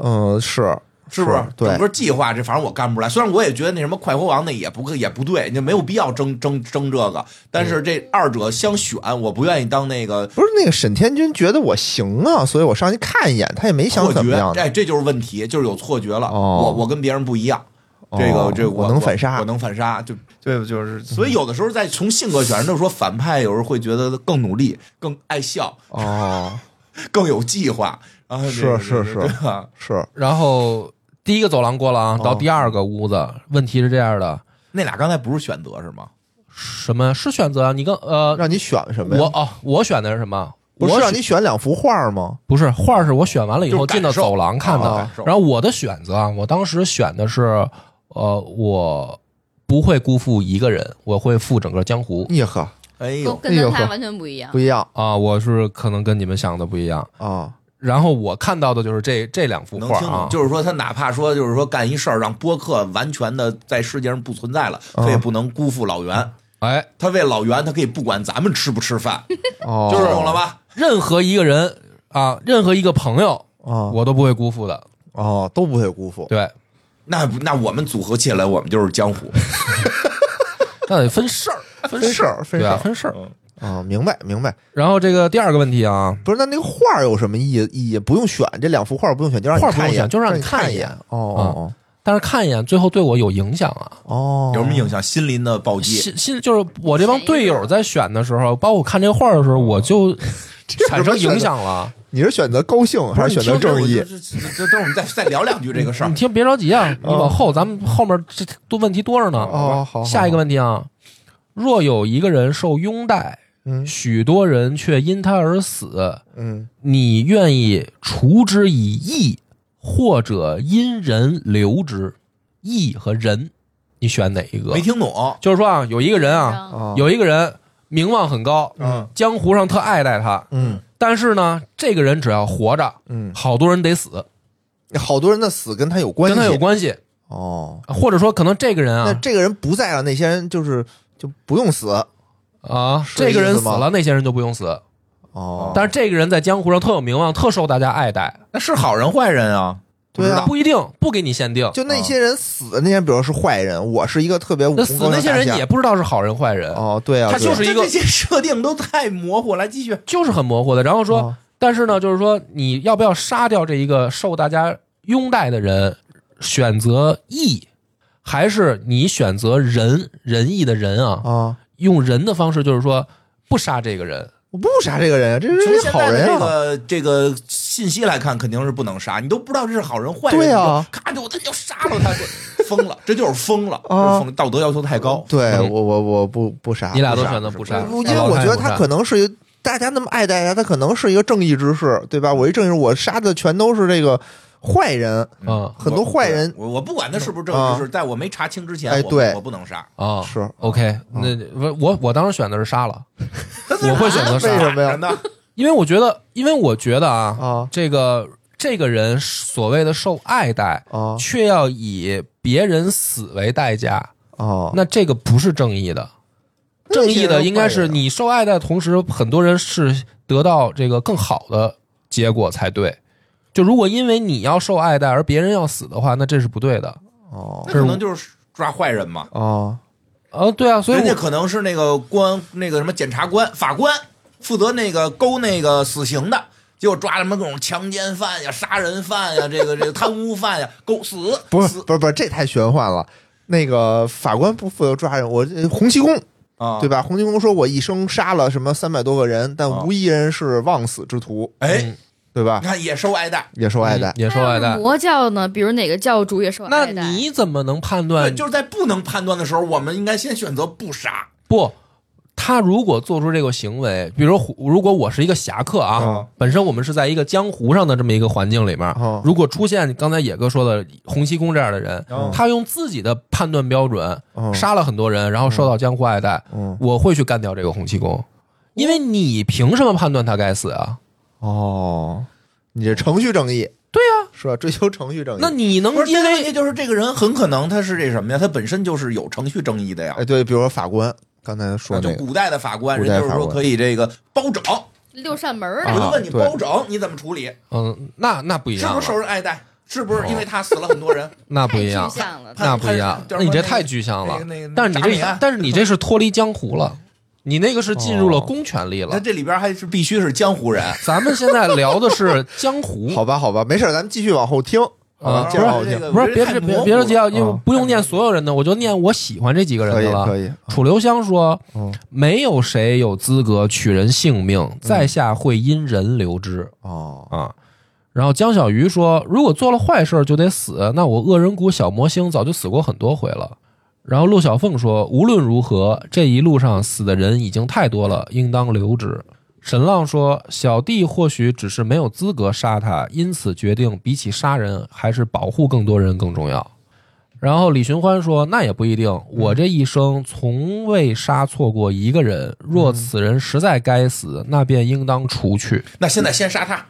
Speaker 3: 嗯，是
Speaker 2: 是不
Speaker 3: 是？对
Speaker 2: 整，个计划这反正我干不出来。虽然我也觉得那什么快活王那也不也不对，就没有必要争争争这个，但是这二者相选，我不愿意当那个
Speaker 3: 不是那个沈天君觉得我行啊，所以我上去看一眼，他也没想
Speaker 2: 错
Speaker 3: 怎么
Speaker 2: 觉
Speaker 3: 样，的。
Speaker 2: 哎，这就是问题，就是有错觉了。
Speaker 3: 哦
Speaker 2: 我我跟别人不一样，
Speaker 3: 哦
Speaker 2: 这个这个
Speaker 3: 我
Speaker 2: 我
Speaker 3: 能反杀
Speaker 2: 我能反杀，就对，就是所以有的时候在从性格选上，就说反派有时候会觉得更努力、更爱笑、
Speaker 3: 哦，
Speaker 2: 更有计划啊，
Speaker 3: 是
Speaker 2: 这个
Speaker 3: 是
Speaker 2: 这
Speaker 3: 是
Speaker 2: 个对 吧？
Speaker 3: 是
Speaker 1: 然后第一个走廊过了啊，到
Speaker 3: 哦
Speaker 1: 第二个屋子，问题是这样的，
Speaker 2: 那俩刚才不是选择是吗？
Speaker 1: 什么是选择啊？你跟呃，
Speaker 3: 让你选什么
Speaker 1: 我
Speaker 3: 呀？
Speaker 1: 哦，我选的是什么？
Speaker 3: 不
Speaker 1: 我
Speaker 3: 是让
Speaker 1: 选
Speaker 3: 你选两幅画吗？
Speaker 1: 不是画是我选完了以后
Speaker 2: 就是感
Speaker 1: 进到
Speaker 2: 受
Speaker 1: 走廊看
Speaker 2: 啊
Speaker 1: 的
Speaker 2: 感受，
Speaker 1: 然后我的选择啊，我当时选的是呃，我不会辜负一个人，我会负整个江湖
Speaker 3: 耶呵，
Speaker 2: 哎
Speaker 4: 跟
Speaker 2: 呦，
Speaker 4: 跟
Speaker 3: 哎呦
Speaker 4: 咱
Speaker 3: 呵
Speaker 4: 俩完全不一样
Speaker 3: 不。一样
Speaker 1: 啊，我是可能跟你们想的不一样。
Speaker 3: 啊！
Speaker 1: 然后我看到的就是这这两幅
Speaker 2: 能
Speaker 1: 画
Speaker 2: 听懂
Speaker 1: 啊，，
Speaker 2: 就是说他哪怕说就是说干一事儿让播客完全的在世界上不存在了，他也
Speaker 3: 嗯
Speaker 2: 不能辜负老袁。
Speaker 1: 哎，
Speaker 2: 他为老袁，他可以不管咱们吃不吃饭，
Speaker 3: 哦，
Speaker 2: 就是懂了吧？
Speaker 1: 任何一个人啊，任何一个朋友，
Speaker 2: 哦
Speaker 3: 啊，
Speaker 1: 我都不会辜负的。
Speaker 3: 哦都不会辜负。
Speaker 1: 对，
Speaker 2: 那不那我们组合起来，我们就是江湖。
Speaker 1: 那得分事儿，分
Speaker 3: 分事儿，分
Speaker 1: 对
Speaker 3: 事
Speaker 1: 啊，
Speaker 3: 儿
Speaker 1: 分事儿。
Speaker 3: 啊，明白明白。
Speaker 1: 然后这个第二个问题啊，
Speaker 3: 不是，那那个画有什么意义？不用选，这两幅画不用选，就让你
Speaker 1: 画不用
Speaker 3: 看一眼，
Speaker 1: 选就让
Speaker 3: 让
Speaker 1: 你看
Speaker 3: 看
Speaker 1: 一
Speaker 3: 眼
Speaker 1: 眼。嗯
Speaker 3: 哦哦
Speaker 1: 但是看一眼，最后对我有影响啊。
Speaker 3: 哦哦，
Speaker 2: 有什么影响？心灵的暴击，
Speaker 1: 心心就是我这帮队友在选的时候，包括我看这画的时候，我 就产生影响了。
Speaker 3: 你是选择高兴还是选择正义
Speaker 2: 不？是？你听着我就这这这这，我们再再聊两句这个事儿
Speaker 1: 你。听，别着急啊，你往后咱们后面这多问题多着呢。
Speaker 3: 哦，好，
Speaker 1: 下一个问题啊，若有一个人受拥戴，
Speaker 3: 嗯
Speaker 1: 许多人却因他而死，
Speaker 3: 嗯，
Speaker 1: 你愿意除之以义，或者因人留之？义和人，你选哪一个
Speaker 2: 没？听懂，
Speaker 1: 就是说啊，有一个人啊，
Speaker 4: 啊，
Speaker 3: 啊，
Speaker 1: 有一个人名望很高，
Speaker 3: 嗯
Speaker 1: 江湖上特爱戴他，
Speaker 3: 嗯
Speaker 1: 但是呢，这个人只要活着，
Speaker 3: 嗯，
Speaker 1: 好多人得死，
Speaker 3: 好多人的死跟他有关
Speaker 1: 跟
Speaker 3: 系，
Speaker 1: 他有关系，
Speaker 3: 哦。
Speaker 1: 或者说可能这个人
Speaker 3: 那
Speaker 1: 啊
Speaker 3: 这个人不在了，那些人就是就不用死哦
Speaker 1: 啊，
Speaker 3: 是
Speaker 1: 这个人
Speaker 3: 意思
Speaker 1: 死
Speaker 3: 吗
Speaker 1: 了，那些人就不用死，
Speaker 3: 哦。
Speaker 1: 但是这个人在江湖上特有名望，特受大家爱戴，
Speaker 2: 那是好人坏人啊？不知
Speaker 3: 对啊
Speaker 2: 道，
Speaker 1: 不一定不给你限定，
Speaker 3: 就那些人死的那些人，比如说是坏人，我是一个特别武
Speaker 1: 那
Speaker 3: 功
Speaker 1: 死
Speaker 3: 高
Speaker 1: 那
Speaker 3: 强
Speaker 1: 些
Speaker 3: 的
Speaker 1: 人
Speaker 3: 大侠
Speaker 1: 也不知道是好人坏人，
Speaker 3: 哦，对啊，
Speaker 1: 他
Speaker 3: 对啊
Speaker 1: 就是一个
Speaker 2: 这这些设定都太模糊。来继续，
Speaker 1: 就是很模糊的。然后说
Speaker 3: 哦，
Speaker 1: 但是呢，就是说你要不要杀掉这一个受大家拥戴的人，选择义，还是你选择仁仁义的仁啊？
Speaker 3: 啊！
Speaker 1: 用仁的方式，就是说不杀这个人。
Speaker 3: 我不杀这个人啊，这
Speaker 2: 从
Speaker 3: 是
Speaker 2: 现
Speaker 3: 好
Speaker 2: 在的
Speaker 3: 人
Speaker 2: 这
Speaker 3: 啊！
Speaker 2: 个这个信息来看，肯定是不能杀，你都不知道这是好人坏人，
Speaker 3: 对啊
Speaker 2: 你就咔就我他就杀了他，就疯了，这就是疯了，
Speaker 3: 啊
Speaker 2: 这是疯，道德要求太高。
Speaker 3: 对
Speaker 1: 嗯
Speaker 3: 我我我不不杀，
Speaker 1: 你俩都
Speaker 3: 啊不杀
Speaker 1: 选择不杀，
Speaker 3: 因为我觉得他可
Speaker 1: 能
Speaker 3: 能是一大家那么爱戴他，他可能是一个正义之士，对吧？我一正义之士，我杀的全都是这个坏人，
Speaker 1: 啊
Speaker 3: 很多坏人
Speaker 2: 我我不管他是不是正
Speaker 3: 啊
Speaker 2: 义之士，在我没查清之前，
Speaker 3: 哎
Speaker 2: 我
Speaker 3: 对
Speaker 2: 我不能杀。
Speaker 1: 啊
Speaker 3: 是嗯
Speaker 1: OK，那我我我当时选的是杀 了，我会选择
Speaker 3: 为
Speaker 1: 杀，
Speaker 3: 什么呀？
Speaker 2: 真的，
Speaker 1: 因为我觉得，因为我觉得啊，
Speaker 3: 啊
Speaker 1: 这个这个人所谓的受爱戴，
Speaker 3: 啊
Speaker 1: 却要以别人死为代价，
Speaker 3: 啊！
Speaker 1: 那这个不是正义的。
Speaker 3: 那
Speaker 1: 正
Speaker 3: 些
Speaker 1: 义
Speaker 3: 人啊
Speaker 1: 的应该
Speaker 3: 坏
Speaker 1: 是
Speaker 3: 人
Speaker 1: 你受爱戴的同时，很多人是得到这个更好的结果才对。就如果因为你要受爱戴而别人要死的话，那这是不对的。
Speaker 3: 哦
Speaker 2: 那
Speaker 1: 这
Speaker 2: 可
Speaker 1: 是
Speaker 2: 能就是抓坏人嘛。
Speaker 3: 哦
Speaker 1: 啊，对啊，所以
Speaker 2: 人家
Speaker 1: 我
Speaker 2: 可能是那个官，那个什么检察官、法官负责那个勾那个死刑的，结果抓什么各种强奸犯呀、杀人犯呀、这个这个 贪污犯呀，勾死
Speaker 3: 不是
Speaker 2: 死
Speaker 3: 不是不是，这太玄幻了。那个法官不负责抓人，我呃洪七公
Speaker 2: 啊，
Speaker 3: 对吧？洪七公说我一生杀了什么三百多个人，但
Speaker 2: 啊
Speaker 3: 无一人是枉死之徒，
Speaker 2: 哎
Speaker 1: 嗯，
Speaker 3: 对吧
Speaker 2: 你？看也受爱戴，
Speaker 3: 也受爱戴
Speaker 1: 嗯，也受爱戴。
Speaker 4: 魔教呢，比如哪个教主也受
Speaker 1: 那
Speaker 4: 爱戴，
Speaker 1: 你怎么能判
Speaker 2: 对，
Speaker 1: 断
Speaker 2: 就是在不能判断的时候，我们应该先选择不杀。
Speaker 1: 不？他如果做出这个行为，比如说虎如果我是一个侠客啊，
Speaker 3: 嗯
Speaker 1: 本身我们是在一个江湖上的这么一个环境里面，
Speaker 2: 啊
Speaker 3: 嗯
Speaker 1: 如果出现刚才野哥说的洪七公这样的人，
Speaker 2: 嗯
Speaker 1: 他用自己的判断标准、
Speaker 2: 啊
Speaker 3: 嗯
Speaker 1: 杀了很多人，然后受到江湖爱戴，
Speaker 3: 嗯
Speaker 1: 我会去干掉这个洪七公，因为你凭什么判断他该死啊？
Speaker 3: 哦，你这程序正义
Speaker 1: 对呀、
Speaker 3: 是吧？追求程序正义，
Speaker 1: 那你能
Speaker 2: 不是，
Speaker 1: 因
Speaker 2: 现在问题
Speaker 1: 为
Speaker 2: 就是这个人很可能他是这什么呀？他本身就是有程序正义的呀
Speaker 3: 哎，。对，比如说法官刚才说
Speaker 1: 啊
Speaker 2: 就
Speaker 3: 那个，
Speaker 2: 古代的法官，
Speaker 3: 古
Speaker 2: 人
Speaker 3: 代
Speaker 2: 就是
Speaker 3: 法
Speaker 2: 说
Speaker 3: 官
Speaker 2: 可以这个包拯，
Speaker 4: 六扇门儿
Speaker 1: 啊
Speaker 2: 我就问你
Speaker 3: 对，
Speaker 2: 包拯你怎么处理？
Speaker 1: 嗯，那那不一
Speaker 2: 是
Speaker 1: 样
Speaker 2: 不
Speaker 1: 了
Speaker 2: 是受人爱戴？是不是因为他死了很多人？
Speaker 1: 那不
Speaker 4: 太
Speaker 1: 一样
Speaker 4: 具，象了。
Speaker 1: 那不一样
Speaker 2: 他，他
Speaker 1: 那你这
Speaker 2: 他
Speaker 1: 太具象了
Speaker 2: 那个那个。啊
Speaker 1: 但是你
Speaker 2: 铡美
Speaker 1: 这
Speaker 2: 案，
Speaker 1: 但是你这是脱离江湖了，你那个是进入了公权力
Speaker 2: 那
Speaker 1: 了。啊
Speaker 2: 这里边还是必须是江湖人，
Speaker 1: 咱们现在聊的是江湖
Speaker 3: 好吧，好吧，没事儿，咱们继续往后听
Speaker 1: 啊
Speaker 3: 嗯
Speaker 1: 不
Speaker 3: 接
Speaker 1: 是
Speaker 3: 着往后
Speaker 2: 这
Speaker 3: 听，
Speaker 2: 个
Speaker 1: 不是
Speaker 2: 我觉
Speaker 1: 别
Speaker 2: 得太
Speaker 1: 别别
Speaker 2: 模糊
Speaker 1: 别着急啊，
Speaker 2: 了
Speaker 1: 因为不用念所有人的，我就念我喜欢这几个人
Speaker 3: 可以
Speaker 1: 的
Speaker 3: 可
Speaker 1: 了。
Speaker 3: 以，
Speaker 1: 楚留香说
Speaker 3: 嗯：“
Speaker 1: 没有谁有资格取人性命，在下会因人留之
Speaker 3: 哦
Speaker 1: 啊。”然后江小鱼说：“如果做了坏事就得死，那我恶人谷小魔星早就死过很多回了。”然后陆小凤说：“无论如何，这一路上死的人已经太多了，应当留之。”沈浪说：“小弟或许只是没有资格杀他，因此决定比起杀人，还是保护更多人更重要。”然后李寻欢说：“那也不一定，我这一生从未杀错过一个人。若此人实在该死，那便应当除去。
Speaker 2: 那现在先杀他，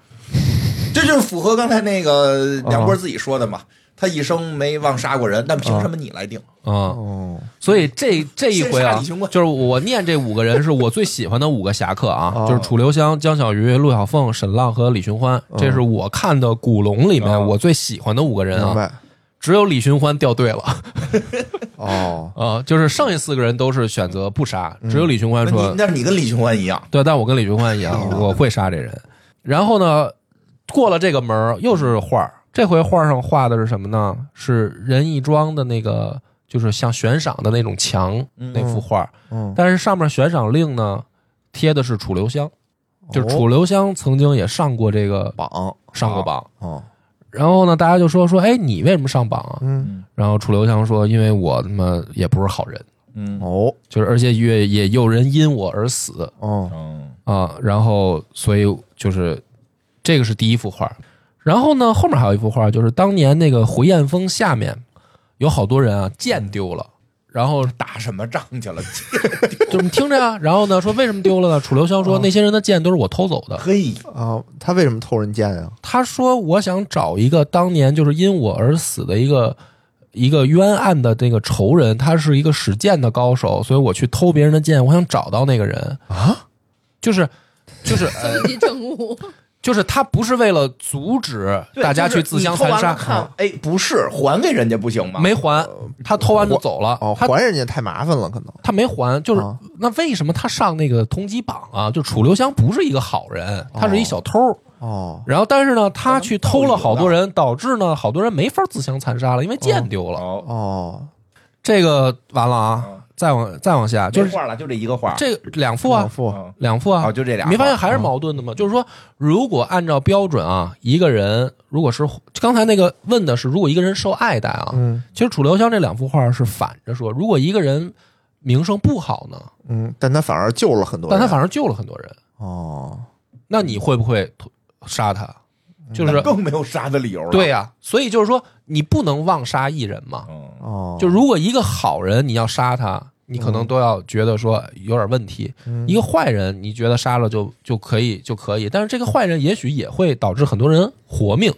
Speaker 2: 这就是符合刚才那个
Speaker 1: 啊
Speaker 2: 梁波自己说的嘛。他一生没忘杀过人，那
Speaker 1: 啊
Speaker 2: 凭什么你来定？
Speaker 1: 嗯，
Speaker 3: 哦
Speaker 1: 所以这这一回
Speaker 2: 嗯先杀
Speaker 1: 啊
Speaker 2: 李寻，欢
Speaker 1: 就是我念这五个人是我最喜欢的五个侠客啊
Speaker 3: 哦，
Speaker 1: 就是楚留香、江小鱼、陆小凤、沈浪和李寻欢，这是我看的古龙里
Speaker 3: 哦
Speaker 1: 面我最喜欢的五个人
Speaker 3: 明
Speaker 1: 啊。
Speaker 3: 白
Speaker 1: 只有李寻欢掉队了啊、
Speaker 3: 哦，嗯
Speaker 1: 就是剩下四个人都是选择不杀，只有李寻欢
Speaker 2: 那
Speaker 1: 说
Speaker 2: 你，那你跟李寻欢一样，
Speaker 1: 对，但我跟李寻欢一
Speaker 3: 哦
Speaker 1: 样，我会杀这人。然后呢，过了这个门儿又是画儿，这回画儿上画的是什么呢？是任义庄的那个，就是像悬赏的那种墙那幅画儿，
Speaker 3: 嗯，
Speaker 1: 但是上面悬赏令呢贴的是楚留香，就是
Speaker 3: 哦
Speaker 1: 楚留香曾经也上过这个
Speaker 3: 榜
Speaker 1: 上过榜。
Speaker 3: 哦，
Speaker 1: 然后呢，大家就说说，哎，你为什么上榜啊？
Speaker 3: 嗯
Speaker 1: 然后楚留香说，因为我他妈也不是好人，
Speaker 2: 嗯
Speaker 3: 哦
Speaker 1: 就是而且也也有人因我而死，
Speaker 3: 哦
Speaker 2: 嗯，
Speaker 1: 啊，然后所以就是这个是第一幅画，然后呢后面还有一幅画，就是当年那个回雁峰下面有好多人啊剑丢了，然后
Speaker 2: 打什么仗去了？
Speaker 1: 就你听着啊，然后呢说为什么丢了呢？楚留香说那些人的剑都是我偷走的，
Speaker 2: 嘿，
Speaker 3: 啊，他为什么偷人剑呀？
Speaker 1: 他说我想找一个当年就是因我而死的一个。呃一个冤案的那个仇人，他是一个使剑的高手，所以我去偷别人的剑，我想找到那个人啊，就是，就是， 呃，
Speaker 4: 终极正悟，
Speaker 1: 就是他不是为了阻止
Speaker 2: 对
Speaker 1: 大家去自相残
Speaker 2: 就是你
Speaker 1: 杀，
Speaker 2: 偷完了看，哎，不是还给人家不行吗？
Speaker 1: 没还，他偷完就走了，
Speaker 3: 哦，
Speaker 1: 他
Speaker 3: 还人家太麻烦了，可能
Speaker 1: 他没还，就是、
Speaker 3: 啊
Speaker 1: 那为什么他上那个通缉榜啊？就楚留香不是一个好人，他是一小偷，
Speaker 3: 哦，
Speaker 1: 然后，但是呢，他去偷了好多人，导致呢，好多人没法自相残杀了，因为剑丢了。
Speaker 2: 哦，
Speaker 3: 哦，
Speaker 1: 这个完了啊！
Speaker 2: 嗯
Speaker 1: 再往再往下，就
Speaker 2: 就是画了，就这一个画，
Speaker 1: 这两幅
Speaker 3: 老
Speaker 1: 啊，
Speaker 3: 傅，
Speaker 2: 嗯
Speaker 1: 两幅啊，
Speaker 2: 哦，就这俩画，
Speaker 1: 你没发现还是矛盾的吗？就是说，如果按照标准啊，一个人如果是刚才那个问的是，如果一个人受爱戴啊，
Speaker 3: 嗯
Speaker 1: 其实楚留香这两幅画是反着说，如果一个人名声不好呢，
Speaker 3: 嗯，但他反而救了
Speaker 2: 啊
Speaker 3: 很多
Speaker 1: 但
Speaker 3: 人，
Speaker 1: 他反而救了很多人，
Speaker 3: 哦，
Speaker 1: 那你会不会杀他？就是
Speaker 2: 更没有杀的理由了。
Speaker 1: 对呀、所以就是说，你不能妄杀一人嘛。
Speaker 2: 嗯，
Speaker 3: 哦，
Speaker 1: 就如果一个好人你要杀他，你可能都要觉得说有点问题；
Speaker 3: 嗯
Speaker 1: 一个坏人，你觉得杀了就就可以就可以，但是这个坏人也许也会导致很多人活命。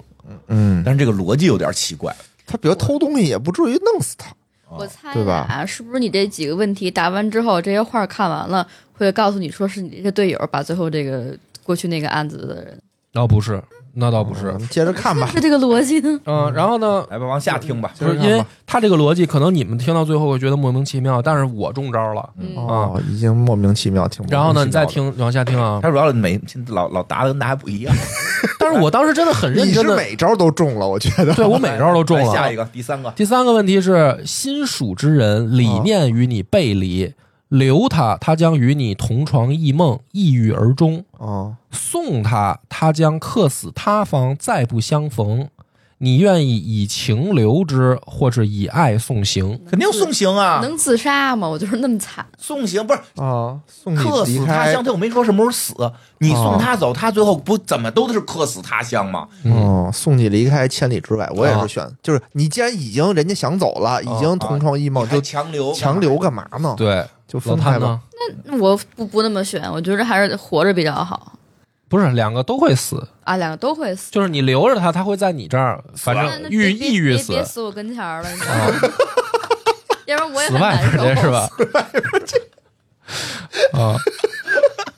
Speaker 3: 嗯，
Speaker 2: 但是这个逻辑有点奇怪。
Speaker 3: 他比如偷东西也不至于弄死他，
Speaker 4: 我猜
Speaker 3: 对吧
Speaker 4: 啊，是不是你这几个问题答完之后，这些画看完了，会告诉你说是你这队友把最后这个过去那个案子的人，
Speaker 1: 哦，不是，那倒不是
Speaker 3: 我。们接着看吧
Speaker 4: 是，这个逻辑呢？
Speaker 1: 嗯，然后呢，
Speaker 2: 来吧，往下听吧。
Speaker 1: 不是
Speaker 3: 接着看吧
Speaker 1: 因为他这个逻辑，可能你们听到最后会觉得莫名其妙，但是我中招了。
Speaker 4: 嗯
Speaker 3: 哦，已经莫名其妙听不懂
Speaker 1: 然后呢，你
Speaker 2: 莫
Speaker 1: 再
Speaker 2: 名其
Speaker 1: 听往下听啊。
Speaker 2: 他主要每老老答的跟大家不一 样，
Speaker 1: 但是我当时真的很认
Speaker 3: 你是
Speaker 1: 真的，
Speaker 3: 每哎招都中了，我觉得，
Speaker 1: 对我每招都中
Speaker 3: 啊
Speaker 2: 来下
Speaker 1: 了
Speaker 2: 一。个，第三个，
Speaker 1: 第三个问题是：心属之人，理念与你背离，留他，他将与你同床异梦，抑郁而终；
Speaker 3: 哦，
Speaker 1: 送他，他将客死他方，再不相逢。你愿意以情留之，或是以爱送行？
Speaker 2: 肯定送行啊，
Speaker 4: 能自杀吗？我就是那么惨，
Speaker 2: 送行不是
Speaker 3: 啊，送你
Speaker 2: 客
Speaker 3: 离
Speaker 2: 死他
Speaker 3: 开
Speaker 2: 乡，他又没说什么时候死，你送他走，他最后不怎么都是客死他乡吗？
Speaker 3: 哦，送你离开千里之外，我也
Speaker 1: 啊
Speaker 3: 是选，就是你既然已经人家想走了，已经同床异梦，
Speaker 2: 还
Speaker 3: 就
Speaker 2: 强留
Speaker 3: 强留干嘛呢？
Speaker 1: 对，
Speaker 3: 就
Speaker 1: 老
Speaker 3: 分开
Speaker 1: 谭
Speaker 3: 吧。
Speaker 1: 呢？
Speaker 4: 我不不那么选，我觉得还是活着比较好
Speaker 1: 不是，两个都会死，
Speaker 4: 啊，两个都会死。
Speaker 1: 就是你留着他，他会在你这儿，反
Speaker 4: 那那
Speaker 1: 正郁
Speaker 4: 别
Speaker 1: 抑郁
Speaker 4: 别
Speaker 1: 死
Speaker 4: 别，死我跟前儿了，你知道吗？要不然我也
Speaker 1: 死
Speaker 4: 很
Speaker 1: 外
Speaker 4: 难
Speaker 1: 边
Speaker 4: 受，
Speaker 1: 去是 吧？ 啊，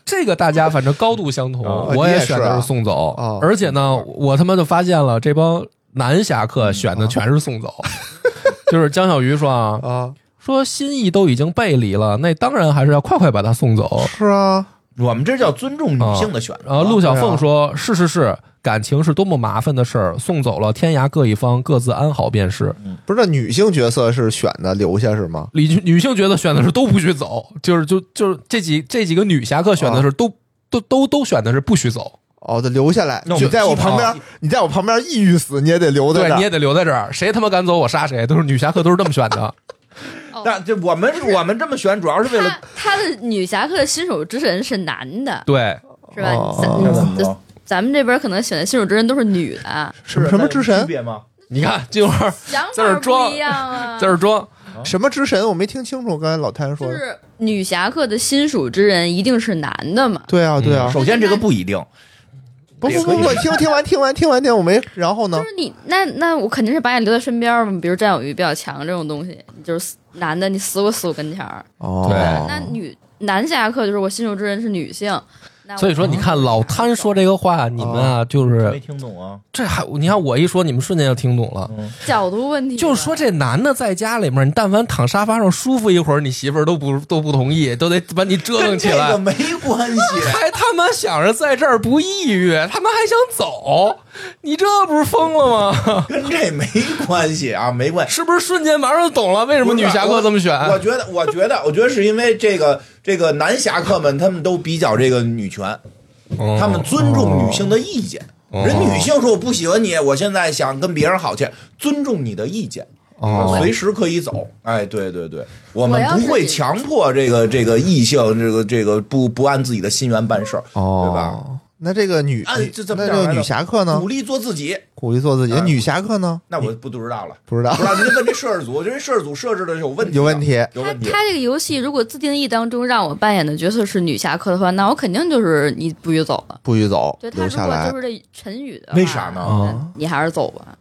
Speaker 1: 这个大家反正高度相同，
Speaker 3: 啊
Speaker 1: 我
Speaker 3: 你也是
Speaker 1: 选的
Speaker 3: 啊
Speaker 1: 是送走，
Speaker 3: 啊
Speaker 1: 而且呢，我他妈就发现了这帮男侠客
Speaker 3: 嗯
Speaker 1: 选的全是送走，就是江小鱼说啊，
Speaker 3: 啊，
Speaker 1: 说心意都已经背离了，那当然还是要快快把他送走。
Speaker 3: 是啊，
Speaker 2: 我们这叫尊重女性的选
Speaker 4: 哦
Speaker 2: 择。
Speaker 1: 然后陆小
Speaker 3: 对啊
Speaker 1: 凤说：“是是是，感情是多么麻烦的事儿，送走了，天涯各一方，各自安好便是。”
Speaker 3: 不是那女性角色是选的留下是吗？
Speaker 1: 女女性角色选的是都不许走，就是就就是这几这几个女侠客选的是都、都都都选的是不许走，
Speaker 3: 哦，得留下来。
Speaker 2: 那我
Speaker 3: 你
Speaker 2: 们
Speaker 3: 在我旁边
Speaker 2: 记，
Speaker 3: 你在我旁边抑郁死，你也得留在
Speaker 1: 对
Speaker 3: 这
Speaker 1: 你
Speaker 3: 儿。
Speaker 1: 也得留在这儿，谁他妈敢走我杀谁，都是女侠客都是这么选的。
Speaker 4: 哦
Speaker 2: 但这我们我们这么选，主要是为
Speaker 4: 他
Speaker 2: 了
Speaker 4: 他的女侠客的新手之神是男的，
Speaker 1: 对，
Speaker 4: 是吧？
Speaker 3: 哦
Speaker 4: 咱
Speaker 2: 那怎么
Speaker 4: 咱
Speaker 2: 着
Speaker 4: 咱们这边可能选的新手之人都是女的，
Speaker 3: 什么什么之
Speaker 2: 那有
Speaker 3: 神
Speaker 2: 区？别吗？
Speaker 1: 你看金花在
Speaker 4: 想
Speaker 1: 在这儿
Speaker 4: 法不
Speaker 1: 装
Speaker 4: 一 样啊。
Speaker 1: 这儿装，
Speaker 3: 什么之神？我没听清楚。刚才老谭说
Speaker 4: 就
Speaker 3: 的。
Speaker 4: 是女侠客的新属之人一定是男的嘛？
Speaker 3: 对啊，对
Speaker 1: 嗯
Speaker 3: 啊。
Speaker 2: 首先这个不一定，
Speaker 3: 不不不
Speaker 2: 也
Speaker 3: 不，
Speaker 2: 可
Speaker 3: 我
Speaker 2: 以
Speaker 3: 听听完听完听完听，我没。然后呢
Speaker 4: 就？是你那那我肯定是把你留在身边嘛，比如占有欲比较强这种东西，你就是死男的，你死我死我跟前儿。
Speaker 3: 哦，
Speaker 1: 对
Speaker 4: 那女男侠客就是我新手之人是女性，哎那我
Speaker 1: 所以说你看老贪说这个话，你们啊就
Speaker 2: 没
Speaker 1: 是
Speaker 2: 听懂啊。
Speaker 1: 这还你看我一说，你们瞬间就听懂了。
Speaker 4: 角度问题，
Speaker 1: 就是说，。这男的在家里面，你但凡躺沙发上舒服一会儿，你媳妇儿都不都不同意，都得把你折腾
Speaker 2: 跟
Speaker 1: 起
Speaker 2: 这
Speaker 1: 来。
Speaker 2: 个没关系，
Speaker 1: 还他妈想着在这儿不抑郁，他妈还想走，你这不是疯了 吗？
Speaker 2: 跟这没关系啊，没关系。
Speaker 1: 是不是瞬间马上就懂了为什么女侠客这么选？
Speaker 2: 我觉得，我觉得，我觉得是因为这个这个男侠客们，他们都比较这个女权，
Speaker 1: 嗯
Speaker 2: 他们尊重女性的意见。
Speaker 1: 哦
Speaker 2: 人女性说我不喜欢你，我现在想跟别人好去，尊重你的意见，
Speaker 1: 哦
Speaker 2: 随时可以走。哎，对对对，我
Speaker 4: 我
Speaker 2: 们
Speaker 4: 要是
Speaker 2: 不会强迫这个这个异性，这个这个不不按自己的心愿办事儿，对吧？
Speaker 3: 哦，那这个女，
Speaker 2: 按
Speaker 3: 那
Speaker 2: 这
Speaker 3: 这
Speaker 2: 怎么讲
Speaker 3: 个
Speaker 2: 来着
Speaker 3: 女侠客呢
Speaker 2: 鼓？励做自己，
Speaker 3: 鼓励做自己。
Speaker 2: 哎
Speaker 3: 女侠客呢？
Speaker 2: 那我不知道了，
Speaker 3: 不知道
Speaker 2: 不知道您问这摄制组，我觉得摄制组设置的是有问题的，
Speaker 3: 有问题
Speaker 2: 有
Speaker 4: 他
Speaker 2: 问题。
Speaker 4: 他这个游戏，如果自定义当中让我扮演的角色是女侠客的话，那我肯定就是你不许走了。
Speaker 3: 不许走
Speaker 4: 对，他
Speaker 3: 留
Speaker 4: 如
Speaker 3: 下
Speaker 4: 果
Speaker 3: 来啊
Speaker 4: 就。是这陈宇的话，
Speaker 2: 为啥呢
Speaker 1: 哦
Speaker 4: 嗯你还是走吧。
Speaker 1: 嗯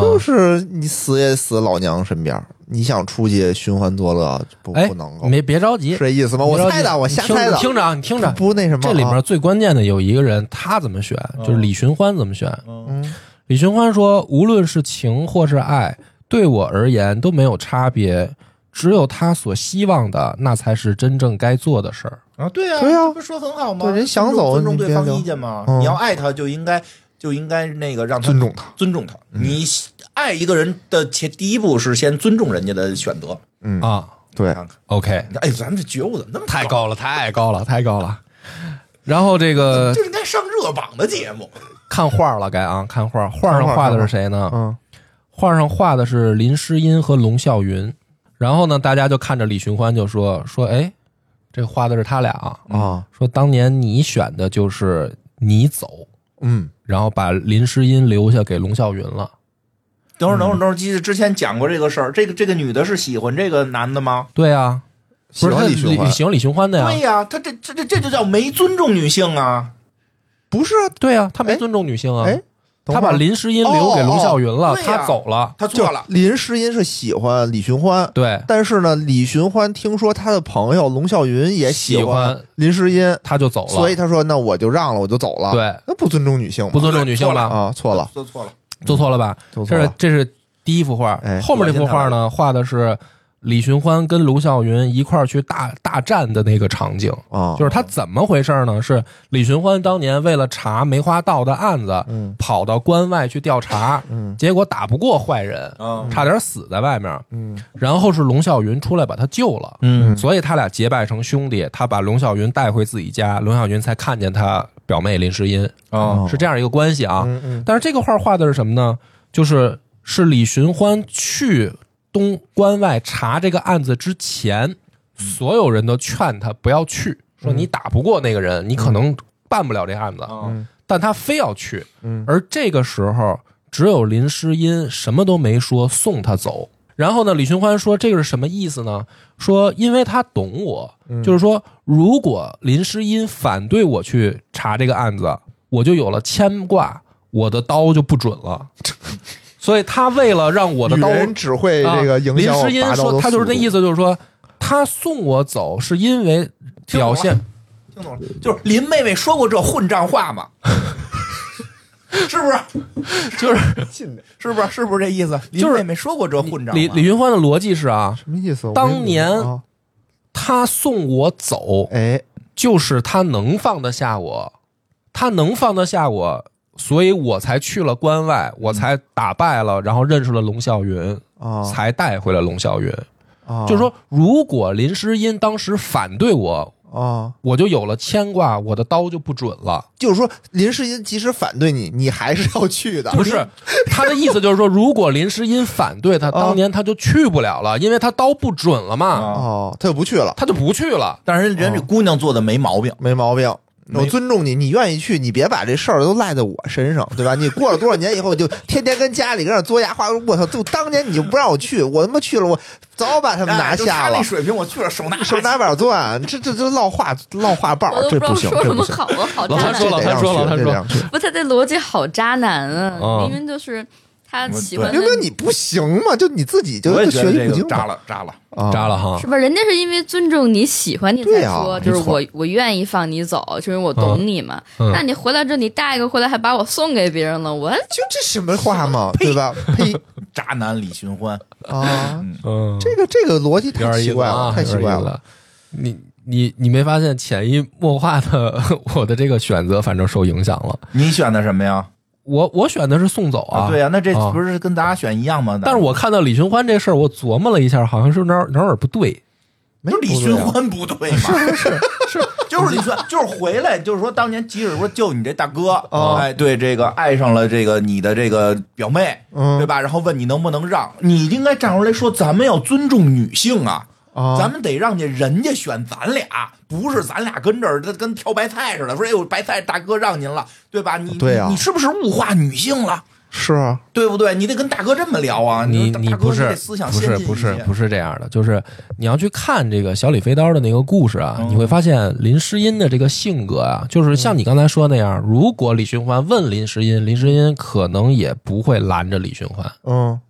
Speaker 3: 就是是你死也死老娘身边儿，你想出去寻欢作乐不
Speaker 1: 哎
Speaker 3: 不能，够，
Speaker 1: 没别着急
Speaker 3: 是，这意思吗？我
Speaker 1: 别着急
Speaker 3: 猜的，我瞎
Speaker 1: 你听
Speaker 3: 猜的，
Speaker 1: 你听着啊，你听
Speaker 3: 不
Speaker 1: 着，
Speaker 3: 不嗯那什么啊，
Speaker 1: 这里面最关键的有一个人，他怎么选？就是李寻欢怎么选？
Speaker 3: 嗯
Speaker 1: 李寻欢说，无论是情或是爱，对我而言都没有差别。只有他所希望的，那才是真正该做的事儿。
Speaker 2: 啊，对啊，
Speaker 3: 对啊
Speaker 2: 这不是说很好吗？
Speaker 3: 对人想走
Speaker 2: 尊重尊重
Speaker 3: 你别
Speaker 2: 对方
Speaker 3: 留
Speaker 2: 意见嘛。
Speaker 3: 嗯
Speaker 2: 你要爱他，就应该就应该那个让他
Speaker 3: 尊重他。嗯
Speaker 2: 尊重他。你爱一个人的前第一步是先尊重人家的选择。
Speaker 3: 嗯，
Speaker 1: 啊
Speaker 3: 对，
Speaker 2: 看看，
Speaker 1: ，OK，
Speaker 2: 哎，咱们这觉悟怎么那么
Speaker 1: 太？高了，太高了，太高了。然后这个
Speaker 2: 就应该上热榜的节
Speaker 1: 嗯
Speaker 2: 目。
Speaker 1: 看画了，该啊，看画，画
Speaker 3: 看
Speaker 1: 上
Speaker 3: 画
Speaker 1: 画的
Speaker 3: 看画
Speaker 1: 是谁呢？
Speaker 3: 嗯，
Speaker 1: 画上画的是林诗音和龙啸云。然后呢，大家就看着李寻欢就说说，哎，这画的是他俩啊
Speaker 3: 啊，
Speaker 1: 说当年你选的就是你走，
Speaker 3: 嗯，
Speaker 1: 然后把林诗音留下给龙啸云了。
Speaker 2: 等会儿，等会儿，等会儿，记得之前讲过这个事儿。这个这个女的是喜欢这个男的吗？
Speaker 1: 对啊，
Speaker 3: 喜
Speaker 1: 不是他
Speaker 3: 欢李寻欢
Speaker 1: 喜欢李寻欢的
Speaker 2: 对
Speaker 1: 呀，
Speaker 2: 呀、她这这这这就叫没尊重女性啊！
Speaker 3: 不是啊？
Speaker 1: 对啊，他没
Speaker 3: 哎
Speaker 1: 尊重女性啊，
Speaker 3: 哎，等
Speaker 1: 他把
Speaker 3: 会儿
Speaker 1: 林诗音留给龙啸云
Speaker 2: 哦
Speaker 1: 了
Speaker 2: 哦，对呀
Speaker 1: 他走了，
Speaker 2: 她
Speaker 3: 就
Speaker 2: 错了，
Speaker 3: 林诗音是喜欢李寻欢，
Speaker 1: 对，
Speaker 3: 但是呢，李寻欢听说他的朋友龙啸云也喜
Speaker 1: 喜欢
Speaker 3: 林诗音，
Speaker 1: 他就走了，
Speaker 3: 所以他说那我就让了，我就走了。，
Speaker 1: 对
Speaker 3: 那不尊重女性嘛，
Speaker 1: 不尊重女性
Speaker 2: 错了
Speaker 1: 吧，
Speaker 3: 啊，错了，
Speaker 2: 做错了。
Speaker 1: 做错了吧？
Speaker 3: 做错
Speaker 1: 这是
Speaker 3: 了。
Speaker 1: 这是第一幅画
Speaker 3: 哎，
Speaker 1: 后面那幅画呢，画的是李寻欢跟卢啸云一块儿去大大战的那个场景。
Speaker 3: 啊，
Speaker 1: 就是他怎么回事呢？是李寻欢当年为了查梅花道的案子，
Speaker 3: 嗯
Speaker 1: 跑到关外去调查，
Speaker 3: 嗯
Speaker 1: 结果打不过坏人，
Speaker 2: 嗯
Speaker 1: 差点死在外面。
Speaker 3: 嗯
Speaker 1: 然后是龙啸云出来把他救了，
Speaker 2: 嗯
Speaker 1: 所以他俩结拜成兄弟。他把龙啸云带回自己家，龙啸云才看见他表妹林诗音，
Speaker 2: 啊
Speaker 3: 哦
Speaker 1: 是这样一个关系啊。
Speaker 3: 嗯嗯
Speaker 1: 但是这个画画的是什么呢？就是是李寻欢去东关外查这个案子之前，所有人都劝他不要去，说你打不过那个人，你可能办不了这案子，
Speaker 2: 啊！
Speaker 1: 但他非要去。
Speaker 3: 嗯
Speaker 1: 而这个时候，只有林诗音什么都没说，送他走。然后呢，李寻欢说这个是什么意思呢？说因为他懂我，
Speaker 3: 嗯
Speaker 1: 就是说，如果林诗音反对我去查这个案子，我就有了牵挂，我的刀就不准 了。所以他为了让我的
Speaker 3: 女
Speaker 1: 刀，
Speaker 3: 人只会这个影响
Speaker 1: 啊、
Speaker 3: 我
Speaker 1: 林诗音
Speaker 3: 拔刀
Speaker 1: 说
Speaker 3: 的
Speaker 1: 他就是那意
Speaker 3: 思。
Speaker 1: 思，就是说他送我走是因为表现
Speaker 2: 听懂了，就是林妹妹说过这混账话吗？是不是？
Speaker 1: 就是
Speaker 2: 是不是？是不是这意思？林
Speaker 1: 就是
Speaker 2: 妹妹说过这混账
Speaker 1: 李
Speaker 2: 吗
Speaker 1: 李云欢的逻辑是啊，
Speaker 3: 什么意思？我没
Speaker 1: 当
Speaker 3: 明白
Speaker 1: 年
Speaker 3: 啊
Speaker 1: 他送我走
Speaker 3: 哎，
Speaker 1: 就是他能放得下我，他能放得下我，所以我才去了关外，我才打败了，然后认识了龙啸云，
Speaker 3: 啊，
Speaker 1: 才带回了龙啸云。
Speaker 3: 啊
Speaker 1: 就是说，如果林诗音当时反对我，
Speaker 3: 啊，
Speaker 1: 我就有了牵挂，我的刀就不准了。
Speaker 3: 就是说林诗音即使反对你，你还啊是要去的。
Speaker 1: 不是，他的意思就是说，如果林诗音反对他，当年他就去不了了，因为他刀不准了嘛，
Speaker 2: 啊！
Speaker 3: 哦，他就不去了，
Speaker 1: 他就不去了。
Speaker 2: 但是人家这姑娘做的没毛病，
Speaker 3: 没毛病。
Speaker 2: 没
Speaker 3: 我尊重你，你愿意去，你别把这事儿都赖在我身上，对吧？你过了多少年以后，就天天跟家里跟那儿嘬牙花，我操！就当年你就不让我去，我他妈去了，我早把他们拿
Speaker 2: 哎就她
Speaker 3: 下了
Speaker 2: 那，水平，我去了手拿
Speaker 3: 手拿板钻，这这这落话落话棒
Speaker 4: 我，都
Speaker 3: 啊这
Speaker 4: 不知道
Speaker 3: 不行，
Speaker 4: 说
Speaker 3: 这
Speaker 4: 什
Speaker 3: 不
Speaker 4: 么
Speaker 3: 行。
Speaker 4: 好了，好
Speaker 1: 老
Speaker 4: 渣
Speaker 1: 谭
Speaker 4: 男
Speaker 1: 说，老
Speaker 3: 这
Speaker 1: 谭说，老
Speaker 3: 得让去
Speaker 1: 谭
Speaker 3: 这得
Speaker 1: 说
Speaker 3: 让去
Speaker 4: 不，他这逻辑好渣男啊！
Speaker 1: 嗯
Speaker 4: 明明就是他
Speaker 2: 我
Speaker 4: 喜
Speaker 2: 对
Speaker 4: 欢的
Speaker 3: 明明你不行嘛，就你自己就
Speaker 2: 我也
Speaker 3: 就
Speaker 2: 觉
Speaker 3: 学
Speaker 2: 得
Speaker 3: 艺
Speaker 2: 这
Speaker 3: 不精
Speaker 2: 个
Speaker 3: 嘛
Speaker 2: 渣了，渣了。
Speaker 3: 啊，
Speaker 1: 渣了哈
Speaker 4: 是。吧？人家是因为尊重你喜欢你才
Speaker 3: 对啊
Speaker 4: 说，
Speaker 3: 没
Speaker 4: 就是
Speaker 3: 错
Speaker 4: 我我愿意放你走，就是因为我懂你嘛。
Speaker 1: 嗯嗯
Speaker 4: 那你回来这，你带一个回来还把我送给别人了，我
Speaker 3: 就这什么话嘛，对吧？呸
Speaker 2: 渣男李寻欢，
Speaker 3: 啊！
Speaker 1: 嗯，
Speaker 3: 这个这个逻辑
Speaker 1: 有
Speaker 3: 太
Speaker 1: 点意
Speaker 3: 奇
Speaker 1: 思
Speaker 3: 怪了，
Speaker 1: 啊，
Speaker 3: 太奇怪
Speaker 1: 有点意思
Speaker 3: 了。
Speaker 1: 了。你你你没发现潜移默化的 我的这个选择，反正受影响了。
Speaker 2: 你选的什么呀？
Speaker 1: 我我选的是送走啊，
Speaker 2: 对呀、那这
Speaker 1: 啊
Speaker 2: 不是跟咱俩选一样吗？
Speaker 1: 但是我看到李寻欢这事儿，我琢磨了一下，好像是哪儿哪儿有点不对。
Speaker 3: 没
Speaker 2: 就李寻欢不对嘛，是是是， 就是李寻，就是回来，就是说当年即使说就你这大哥，
Speaker 3: 哦
Speaker 2: 哎，对这个爱上了这个你的这个表妹，
Speaker 3: 嗯
Speaker 2: 对吧？然后问你能不能让，你应该站出来说，咱们要尊重女性啊。
Speaker 3: 啊
Speaker 2: 咱们得让家人家选咱俩，不是咱俩跟这儿跟跟挑白菜似的，说哎呦白菜大哥让您了，对吧？你
Speaker 3: 对啊
Speaker 2: 你你是不是物化女性了？
Speaker 3: 是啊，
Speaker 2: 对不对？你得跟大哥这么聊啊！
Speaker 1: 你
Speaker 2: 说大
Speaker 1: 你
Speaker 2: 大哥
Speaker 1: 不是
Speaker 2: 得思想
Speaker 1: 不
Speaker 2: 先
Speaker 1: 是
Speaker 2: 进
Speaker 1: 不是
Speaker 2: 一些
Speaker 1: 不是这样的，就是你要去看这个小李飞刀的那个故事啊，
Speaker 2: 嗯
Speaker 1: 你会发现林诗音的这个性格啊，就是像你刚才说那样，如果李寻欢问林诗音，林诗音可能也不会拦着李寻欢，
Speaker 3: 嗯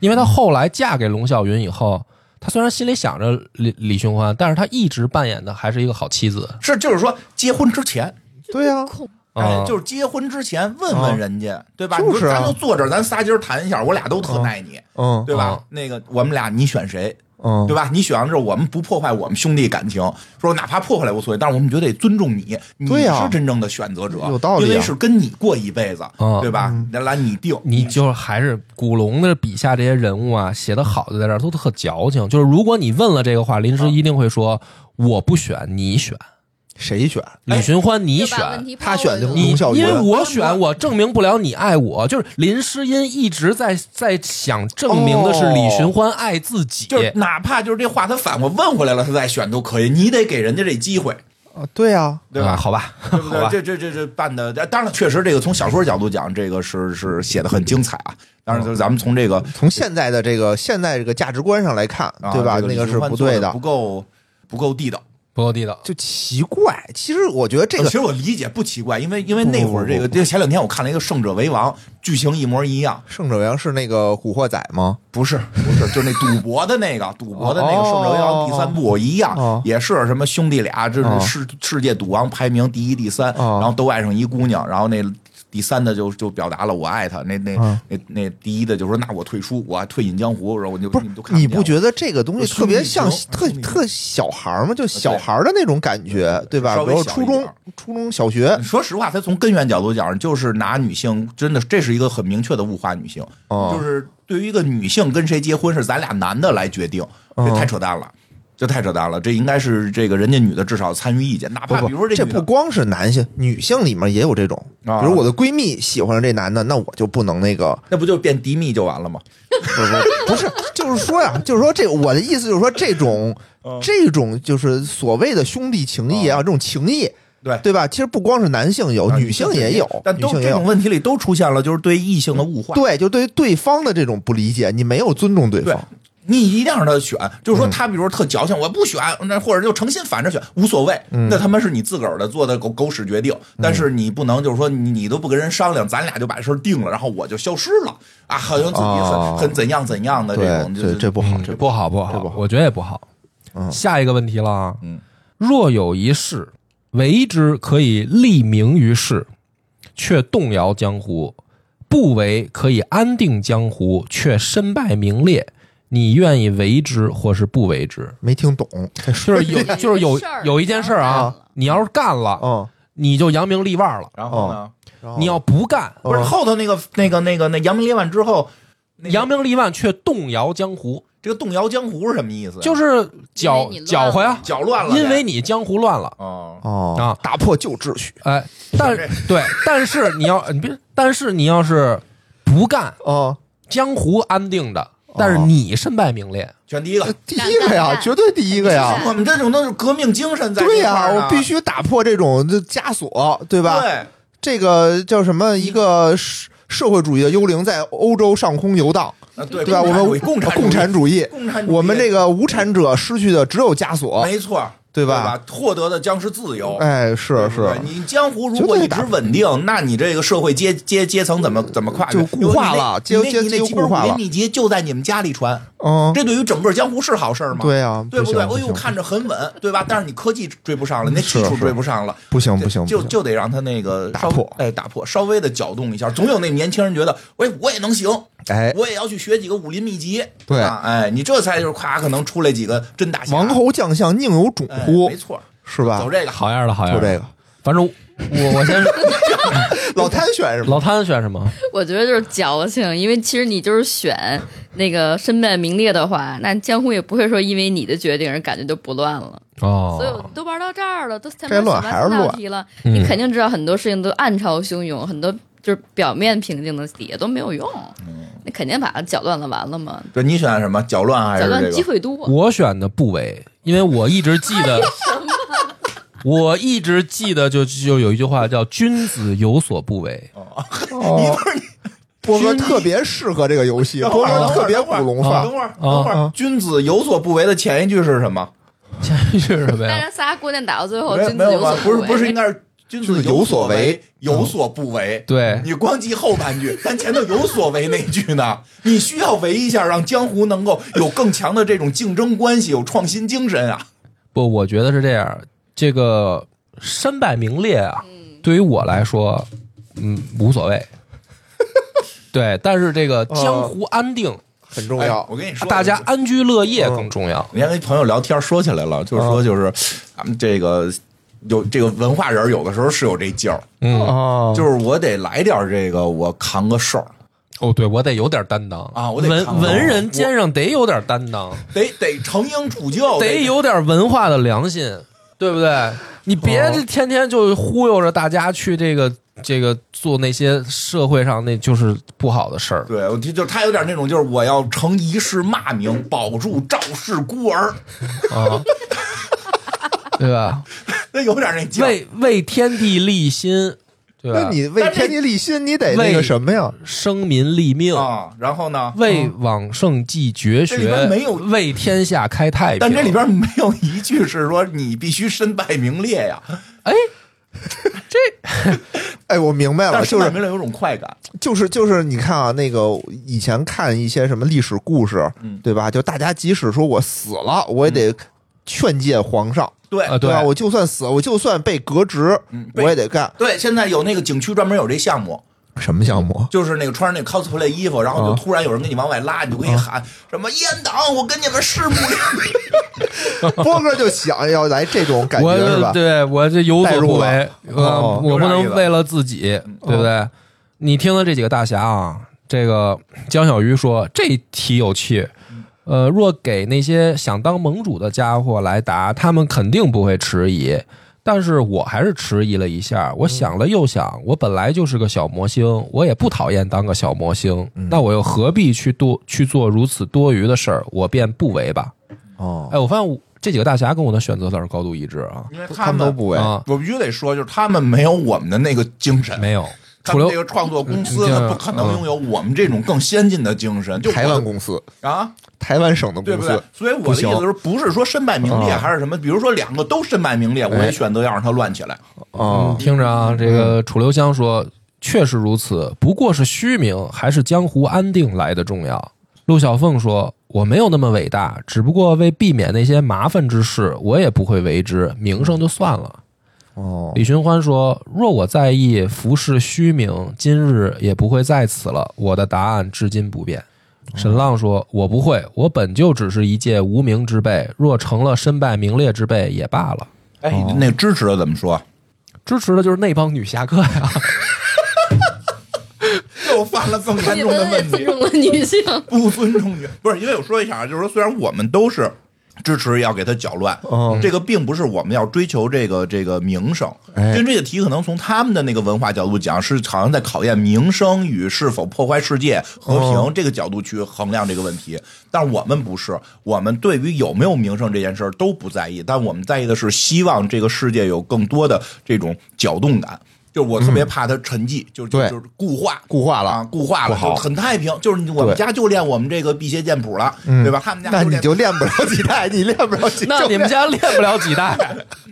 Speaker 1: 因为她后来嫁给龙啸云以后，她虽然心里想着李李寻欢，但是她一直扮演的还是一个好妻子。
Speaker 2: 是就是说结婚之前
Speaker 3: 对呀、
Speaker 4: 恐
Speaker 2: 哎
Speaker 1: 啊，
Speaker 2: 就是结婚之前问问人家，对吧？
Speaker 3: 啊就是
Speaker 2: 你说
Speaker 3: 啊
Speaker 2: 咱就坐这儿，咱仨今儿谈一下，我俩都特爱你，
Speaker 3: 嗯
Speaker 2: 对吧？
Speaker 1: 嗯
Speaker 2: 那个我们俩你选谁，
Speaker 3: 嗯
Speaker 2: 对吧？你选完之后，我们不破坏我们兄弟感情，说哪怕破坏了也无所谓，但是我们觉得得尊重你，你
Speaker 3: 对呀
Speaker 2: 是真正的选择者，
Speaker 3: 有道理啊啊
Speaker 2: 因为是跟你过一辈子，
Speaker 1: 嗯
Speaker 2: 对吧？来来，你定，
Speaker 1: 你就是还是古龙的笔下这些人物啊，写的好就在这儿都特矫情。就是如果你问了这个话，林
Speaker 2: 啊
Speaker 1: 芝一定会说：“我不选，你选。
Speaker 3: 谁选？”
Speaker 2: 哎
Speaker 1: 李寻欢，你
Speaker 4: 就
Speaker 1: 选
Speaker 4: 把问题抛
Speaker 3: 他选
Speaker 4: 回去
Speaker 3: 的
Speaker 4: 了
Speaker 1: 你，
Speaker 3: 龙小
Speaker 1: 因
Speaker 3: 云
Speaker 1: 为我选，我证明不了你爱我。就是林诗音一直在在想证明的是李寻欢爱自己。
Speaker 2: 就是哪怕就是这话他反过问回来了，他再选都可以，你得给人家这机会，
Speaker 3: 啊，对啊，
Speaker 2: 对
Speaker 1: 啊
Speaker 2: 吧？
Speaker 1: 好吧，
Speaker 2: 对不
Speaker 1: 好吧
Speaker 2: 对？这这这这办的，当然了，确实这个从小说角度讲，这个是是写的很精彩啊。当然，就是咱们从这个
Speaker 3: 从现在的这个现在这个价值观上来看，
Speaker 2: 啊
Speaker 3: 对吧？
Speaker 2: 这
Speaker 3: 那
Speaker 2: 个
Speaker 3: 个
Speaker 2: 李
Speaker 3: 是
Speaker 2: 寻欢
Speaker 3: 不
Speaker 2: 做
Speaker 3: 对
Speaker 2: 得
Speaker 3: 的
Speaker 2: 不，够不够地道。呃
Speaker 1: 不够地道。
Speaker 3: 就奇怪。其实我觉得这个
Speaker 2: 其实我理解不奇怪，因为因为
Speaker 3: 不
Speaker 2: 那会儿这个，
Speaker 3: 不
Speaker 2: 这前两天我看了一个《胜者为王》，剧情一模一样，
Speaker 3: 胜者为王是那个《古惑仔》吗？
Speaker 2: 不是不是，就是那赌博的那个赌博的那个《胜者为王》第三部一样
Speaker 3: 哦，
Speaker 2: 也是什么兄弟俩，这
Speaker 3: 哦
Speaker 2: 是世世界赌王排名第一、第三，
Speaker 3: 哦
Speaker 2: 然后都爱上一姑娘，然后那第三的就就表达了我爱她，那那
Speaker 3: 嗯
Speaker 2: 那那第一的就说那我退出，我还退隐江湖，然后我就
Speaker 3: 不
Speaker 2: 你
Speaker 3: 是
Speaker 2: 们都，看
Speaker 3: 你
Speaker 2: 见
Speaker 3: 不
Speaker 2: 我
Speaker 3: 觉得这个东西
Speaker 2: 就
Speaker 3: 特别像
Speaker 2: 兄弟情兄
Speaker 3: 特
Speaker 2: 弟情
Speaker 3: 特小孩儿吗？就小孩儿的那种感觉，对吧？
Speaker 2: 稍
Speaker 3: 比
Speaker 2: 微
Speaker 3: 如
Speaker 2: 小
Speaker 3: 初
Speaker 2: 一
Speaker 3: 中
Speaker 2: 点儿、嗯
Speaker 3: 初中小 学，
Speaker 2: 说实话，他从根源角度讲，就是拿女性真的，这是一个很明确的物化女性，
Speaker 3: 哦
Speaker 2: 就是对于一个女性跟谁结婚是咱俩男的来决定，
Speaker 3: 哦
Speaker 2: 这太扯淡了，这太扯淡了，这应该是这个人家女的至少参与意见，哪
Speaker 3: 不
Speaker 2: 怕比如
Speaker 3: 不，
Speaker 2: 说
Speaker 3: 这
Speaker 2: 女
Speaker 3: 不
Speaker 2: 的
Speaker 3: 光是男性，女性里面也有这种。
Speaker 2: 啊
Speaker 3: 比如我的闺蜜喜欢上这男的，那我就不能那个，
Speaker 2: 那不就变低密就完了吗？
Speaker 3: 不不是，就是说呀，就是说这我的意思就是说这种
Speaker 2: 嗯
Speaker 3: 这种就是所谓的兄弟情谊啊，这种情谊，
Speaker 2: 对
Speaker 3: 对吧？其实不光是男性有，
Speaker 2: 啊
Speaker 3: 女性也有，
Speaker 2: 但
Speaker 3: 女
Speaker 2: 都
Speaker 3: 性也
Speaker 2: 这种
Speaker 3: 有。
Speaker 2: 问题里都出现了，就是对异性的物化。
Speaker 3: 对，就对于对方的这种不理解，你没有尊重对
Speaker 2: 对
Speaker 3: 方。
Speaker 2: 你一定让他选，就是
Speaker 3: 嗯
Speaker 2: 说他比如说特矫情，我不选，那或者就诚心反着选无所谓，
Speaker 3: 嗯
Speaker 2: 那他妈是你自个儿的做的狗狗屎决定，但是你不能就是说你你都不跟人商量，咱俩就把事儿定了，然后我就消失了啊，好像自己很、
Speaker 3: 哦
Speaker 2: 很怎样怎样的这种，
Speaker 3: 对，
Speaker 2: 就是
Speaker 3: 这这不好，
Speaker 1: 嗯
Speaker 3: 这
Speaker 1: 不好，不好，
Speaker 3: 这不好
Speaker 1: 我觉得也不好。
Speaker 3: 嗯
Speaker 1: 下一个问题了啊，
Speaker 2: 嗯
Speaker 1: 若有一事，为之可以立名于世，却动摇江湖；不为可以安定江湖，却身败名裂。你愿意为之，或是不为之？
Speaker 3: 没听懂。
Speaker 2: 嗯
Speaker 3: 这
Speaker 1: 就是
Speaker 4: 有
Speaker 1: 有，
Speaker 4: 一件
Speaker 1: 就是有
Speaker 4: 事儿
Speaker 1: 有一件事儿啊，你要是干了，
Speaker 3: 嗯，
Speaker 1: 你就扬名立万了；
Speaker 2: 然后呢，
Speaker 3: 啊
Speaker 1: 你要不干，
Speaker 2: 不是
Speaker 3: 哦
Speaker 2: 后头那个那个那个那扬名立万之后，那个
Speaker 1: 扬名立万却动摇江湖，
Speaker 2: 这个动摇江湖是什么意思？
Speaker 1: 就是是
Speaker 4: 因
Speaker 1: 搅
Speaker 4: 为你乱
Speaker 1: 搅和呀，
Speaker 2: 搅乱了呗，
Speaker 1: 因为你江湖乱了
Speaker 2: 哦，
Speaker 3: 哦
Speaker 1: 啊。
Speaker 3: 打破旧秩序。
Speaker 1: 哎，但
Speaker 2: 这
Speaker 1: 对，但是你要你别，但是你要是不干，
Speaker 3: 哦，
Speaker 1: 江湖安定的，但是你身败名裂，
Speaker 2: 选第一个，
Speaker 3: 第一个
Speaker 4: 干
Speaker 3: 哎呀，
Speaker 4: 干
Speaker 3: 绝对第一个呀。
Speaker 2: 我们这种都是革命精神在
Speaker 3: 对
Speaker 2: 呀、
Speaker 3: 呀，我必须打破这种这枷锁，对吧？
Speaker 2: 对。
Speaker 3: 这个叫什么？一个社社会主义的幽灵在欧洲上空游荡，
Speaker 2: 啊，对
Speaker 3: 对吧？我们
Speaker 2: 共产
Speaker 3: 共产
Speaker 2: 主
Speaker 3: 主义
Speaker 2: 义，共产主义，
Speaker 3: 我们这个无产者失去的只有枷锁。
Speaker 2: 没错，
Speaker 3: 对
Speaker 2: 对
Speaker 3: 吧？
Speaker 2: 获得的将是自由。
Speaker 3: 哎，
Speaker 2: 对
Speaker 3: 是
Speaker 2: 不
Speaker 3: 是
Speaker 2: 对，你江湖如果
Speaker 3: 绝对
Speaker 2: 一
Speaker 3: 打
Speaker 2: 直稳定，那你这个社会阶阶阶层怎么怎么跨越？
Speaker 3: 就固化了
Speaker 2: 因为
Speaker 3: 阶
Speaker 2: 你那你那
Speaker 3: 阶级
Speaker 2: 几本
Speaker 3: 固化
Speaker 2: 武
Speaker 3: 了
Speaker 2: 林秘籍就在你们家里传，
Speaker 3: 嗯，
Speaker 2: 这对于整个江湖是好事儿吗？
Speaker 3: 对呀，
Speaker 2: 对不对？
Speaker 3: 行
Speaker 2: 哎呦，
Speaker 3: 行
Speaker 2: 看着很稳，对吧？但是你科技追不上了，你那
Speaker 3: 是
Speaker 2: 技术
Speaker 3: 是
Speaker 2: 追不上了，
Speaker 3: 不行
Speaker 2: 对
Speaker 3: 不行，
Speaker 2: 就
Speaker 3: 不行
Speaker 2: 就得让他那个
Speaker 3: 打
Speaker 2: 稍微
Speaker 3: 破
Speaker 2: 哎，打破，稍微的搅动一下，总有那年轻人觉得，喂，我也能行，
Speaker 3: 哎，
Speaker 2: 我也要去学几个武林秘籍，
Speaker 3: 对
Speaker 2: 啊，哎，你这才就是夸，可能出来几个真大侠，
Speaker 3: 王侯将相宁有种
Speaker 2: 哎
Speaker 3: 乎
Speaker 2: 没，错，
Speaker 3: 是吧
Speaker 2: 走？这个好，
Speaker 1: 好样的，好样
Speaker 3: 就
Speaker 1: 的。
Speaker 3: 这个，
Speaker 1: 反正我我先
Speaker 3: 老贪选什么？
Speaker 1: 老贪选什么？
Speaker 4: 我觉得就是矫情，因为其实你就是选那个身败名裂的话，那江湖也不会说因为你的决定而感觉就不乱了。所以我
Speaker 1: 哦，
Speaker 4: 都玩到这儿了，都前
Speaker 3: 该
Speaker 4: 面
Speaker 3: 乱
Speaker 4: 想
Speaker 3: 还是
Speaker 4: 完四道
Speaker 3: 乱
Speaker 4: 题了，
Speaker 1: 嗯
Speaker 4: 你肯定知道很多事情都暗潮汹涌，很多就是表面平静的底下都没有用，
Speaker 2: 嗯
Speaker 4: 那肯定把它搅乱了，完了嘛，
Speaker 2: 对你选什么？搅乱啊还是
Speaker 4: 搅乱
Speaker 2: 这
Speaker 4: 机
Speaker 2: 个？嗯
Speaker 4: 会多。
Speaker 1: 嗯我选的不为，因为我一直记得，我一直记得就就有一句话叫“君子有所不为
Speaker 3: 哦，波哥特别适合这个游戏，波哥特别古龙
Speaker 2: 等
Speaker 3: 范。
Speaker 2: 会儿，等会儿，君子有所不为的前一句是什么？”，
Speaker 1: 前一句 是什么
Speaker 4: 大
Speaker 1: 呀？
Speaker 4: 家仨过年打到最后，
Speaker 2: 没有
Speaker 4: 哦君
Speaker 2: 没
Speaker 4: 子
Speaker 2: 有
Speaker 4: 有
Speaker 2: 吧
Speaker 4: 所？
Speaker 2: 不是
Speaker 4: 为
Speaker 2: 不是，应该是君子所为，有所不为。
Speaker 1: 对，
Speaker 2: 你光记后半句，但前头有所为那句呢？你需要为一下，让江湖能够有更强的这种竞争关系，有创新精神啊！
Speaker 1: 不，我觉得是这样，这个身败名裂啊，
Speaker 4: 嗯，
Speaker 1: 对于我来说，嗯，无所谓。对，但是这个江湖安定，
Speaker 3: 很重要。
Speaker 2: 哎我跟你说，
Speaker 1: 啊大家安居乐业更重要。
Speaker 2: 你看跟朋友聊天说起来了，就是说就是咱们这个有这个文化人，有的时候是有这劲儿，
Speaker 1: 嗯，
Speaker 3: 哦
Speaker 2: 就是我得来点这个，我扛个事儿，
Speaker 1: 哦，对我得有点担当
Speaker 2: 啊我得扛
Speaker 1: 文
Speaker 2: 啊
Speaker 1: 文人肩上得有点担当，
Speaker 2: 得得成英主教，
Speaker 1: 得有点文化的良心，对不对？你别这天天就忽悠着大家去这个这个做那些社会上那就是不好的事儿。
Speaker 2: 对，我就就他有点那种，就是我要成一世骂名，保住赵氏孤儿，
Speaker 1: 啊，对吧？
Speaker 2: 那有点那劲儿。
Speaker 1: 为为天地立心，对吧？
Speaker 3: 那你为天地立心，你得那个什么呀？
Speaker 1: 生民立命，
Speaker 2: 啊，然后呢？
Speaker 1: 为往圣继绝
Speaker 2: 这里
Speaker 1: 学，
Speaker 2: 边没有
Speaker 1: 为天下开太平。
Speaker 2: 但这里，边没有一句是说你必须身败名裂 呀，
Speaker 1: 哎，
Speaker 3: 哎，我明白
Speaker 2: 但
Speaker 3: 了，
Speaker 2: 是身
Speaker 3: 就
Speaker 2: 败
Speaker 3: 是
Speaker 2: 名裂有种快感。
Speaker 3: 就是就是，你看啊，那个以前看一些什么历史故事，
Speaker 2: 嗯
Speaker 3: 对吧？就大家即使说我死了，我也得劝诫皇上，
Speaker 2: 对
Speaker 1: 啊，
Speaker 3: 吧？我就算死，我就算被革职，
Speaker 2: 嗯被
Speaker 3: 我也得干。
Speaker 2: 对，现在有那个景区专门有这项目，
Speaker 3: 什么项 目？
Speaker 2: 就是那个穿着那 cosplay 衣服，然后就
Speaker 1: 啊
Speaker 2: 突然有人给你往外拉，你就可以喊什么阉党，我跟你们誓不两立。
Speaker 3: 波哥就想要来这种感
Speaker 1: 我
Speaker 3: 觉是吧？
Speaker 1: 对我这有所不为，
Speaker 3: 入了
Speaker 1: 呃
Speaker 3: 哦
Speaker 1: 我不
Speaker 2: 有点意
Speaker 1: 能
Speaker 2: 思
Speaker 1: 为了自己，
Speaker 3: 嗯
Speaker 1: 对不对？你听了这几个大侠啊，这个江小鱼说这题有趣。
Speaker 3: 嗯
Speaker 1: 呃，若给那些想当盟主的家伙来答，他们肯定不会迟疑。但是我还是迟疑了一下，
Speaker 3: 嗯
Speaker 1: 我想了又想，我本来就是个小魔星，我也不讨厌当个小魔星，
Speaker 3: 嗯
Speaker 1: 那我又何必去多去做如此多余的事儿？我便不为吧。
Speaker 3: 哦，
Speaker 1: 哎，我发现我这几个大侠跟我的选择倒是高度一致啊。
Speaker 2: 因为
Speaker 3: 他们都不为，
Speaker 1: 啊，
Speaker 2: 我必须得说，就是他们没有我们的那个精神，
Speaker 1: 没有，
Speaker 2: 他
Speaker 1: 楚
Speaker 2: 们
Speaker 1: 留
Speaker 2: 这个创作公
Speaker 1: 嗯
Speaker 2: 司它不可能拥有我们这种更先进的精神。就
Speaker 3: 台湾公司，
Speaker 2: 啊，
Speaker 3: 台湾省的
Speaker 2: 对
Speaker 3: 公
Speaker 2: 不对
Speaker 3: 司？
Speaker 2: 所以我的意思就是，不是说身败名裂
Speaker 3: 啊
Speaker 2: 还是什么，比如说两个都身败名裂，我也
Speaker 3: 哎
Speaker 2: 选择要让它乱起来。
Speaker 3: 哦，
Speaker 1: 听着
Speaker 2: 嗯
Speaker 1: 啊，这个楚留香说，确实如此，不过是虚名，还是江湖安定来的重要。陆小凤说：“我没有那么伟大，只不过为避免那些麻烦之事，我也不会为之，名声就算了。”
Speaker 3: 哦，
Speaker 1: 李寻欢说：“若我在意服饰虚名，今日也不会在此了。我的答案至今不
Speaker 2: 哦
Speaker 1: 变。”沈浪说：“我不会，我本就只是一介无名之辈，若成了身败名裂之辈也罢了。
Speaker 2: 哎，那支持的怎么说？”
Speaker 1: 支持的就是那帮女侠客呀，
Speaker 2: 又犯了更严
Speaker 4: 你
Speaker 2: 重的问
Speaker 4: 们也尊
Speaker 2: 题，
Speaker 4: 重了女性，
Speaker 2: 不尊重女，不是因为我说一下啊，就是说虽然我们都是。支持要给他搅乱，
Speaker 3: 嗯
Speaker 2: 这个并不是我们要追求这个这个名声，
Speaker 3: 哎
Speaker 2: 因为这个题可能从他们的那个文化角度讲，是好像在考验名声与是否破坏世界和平、
Speaker 3: 哦
Speaker 2: 这个角度去衡量这个问题。但我们不是，我们对于有没有名声这件事儿都不在意，但我们在意的是希望这个世界有更多的这种搅动感。就是我特别怕它沉寂，就就
Speaker 3: 嗯对
Speaker 2: 就是固化，
Speaker 3: 固化了
Speaker 2: 啊，固化了，
Speaker 3: 不
Speaker 2: 就
Speaker 3: 好
Speaker 2: 很太平。就是你我们
Speaker 3: 对嗯
Speaker 2: 家就练我们这个辟邪剑谱了，对吧？他们家
Speaker 3: 那你
Speaker 2: 练
Speaker 3: 就练不了几代，你练不了几，
Speaker 1: 那你们 家练不了几代。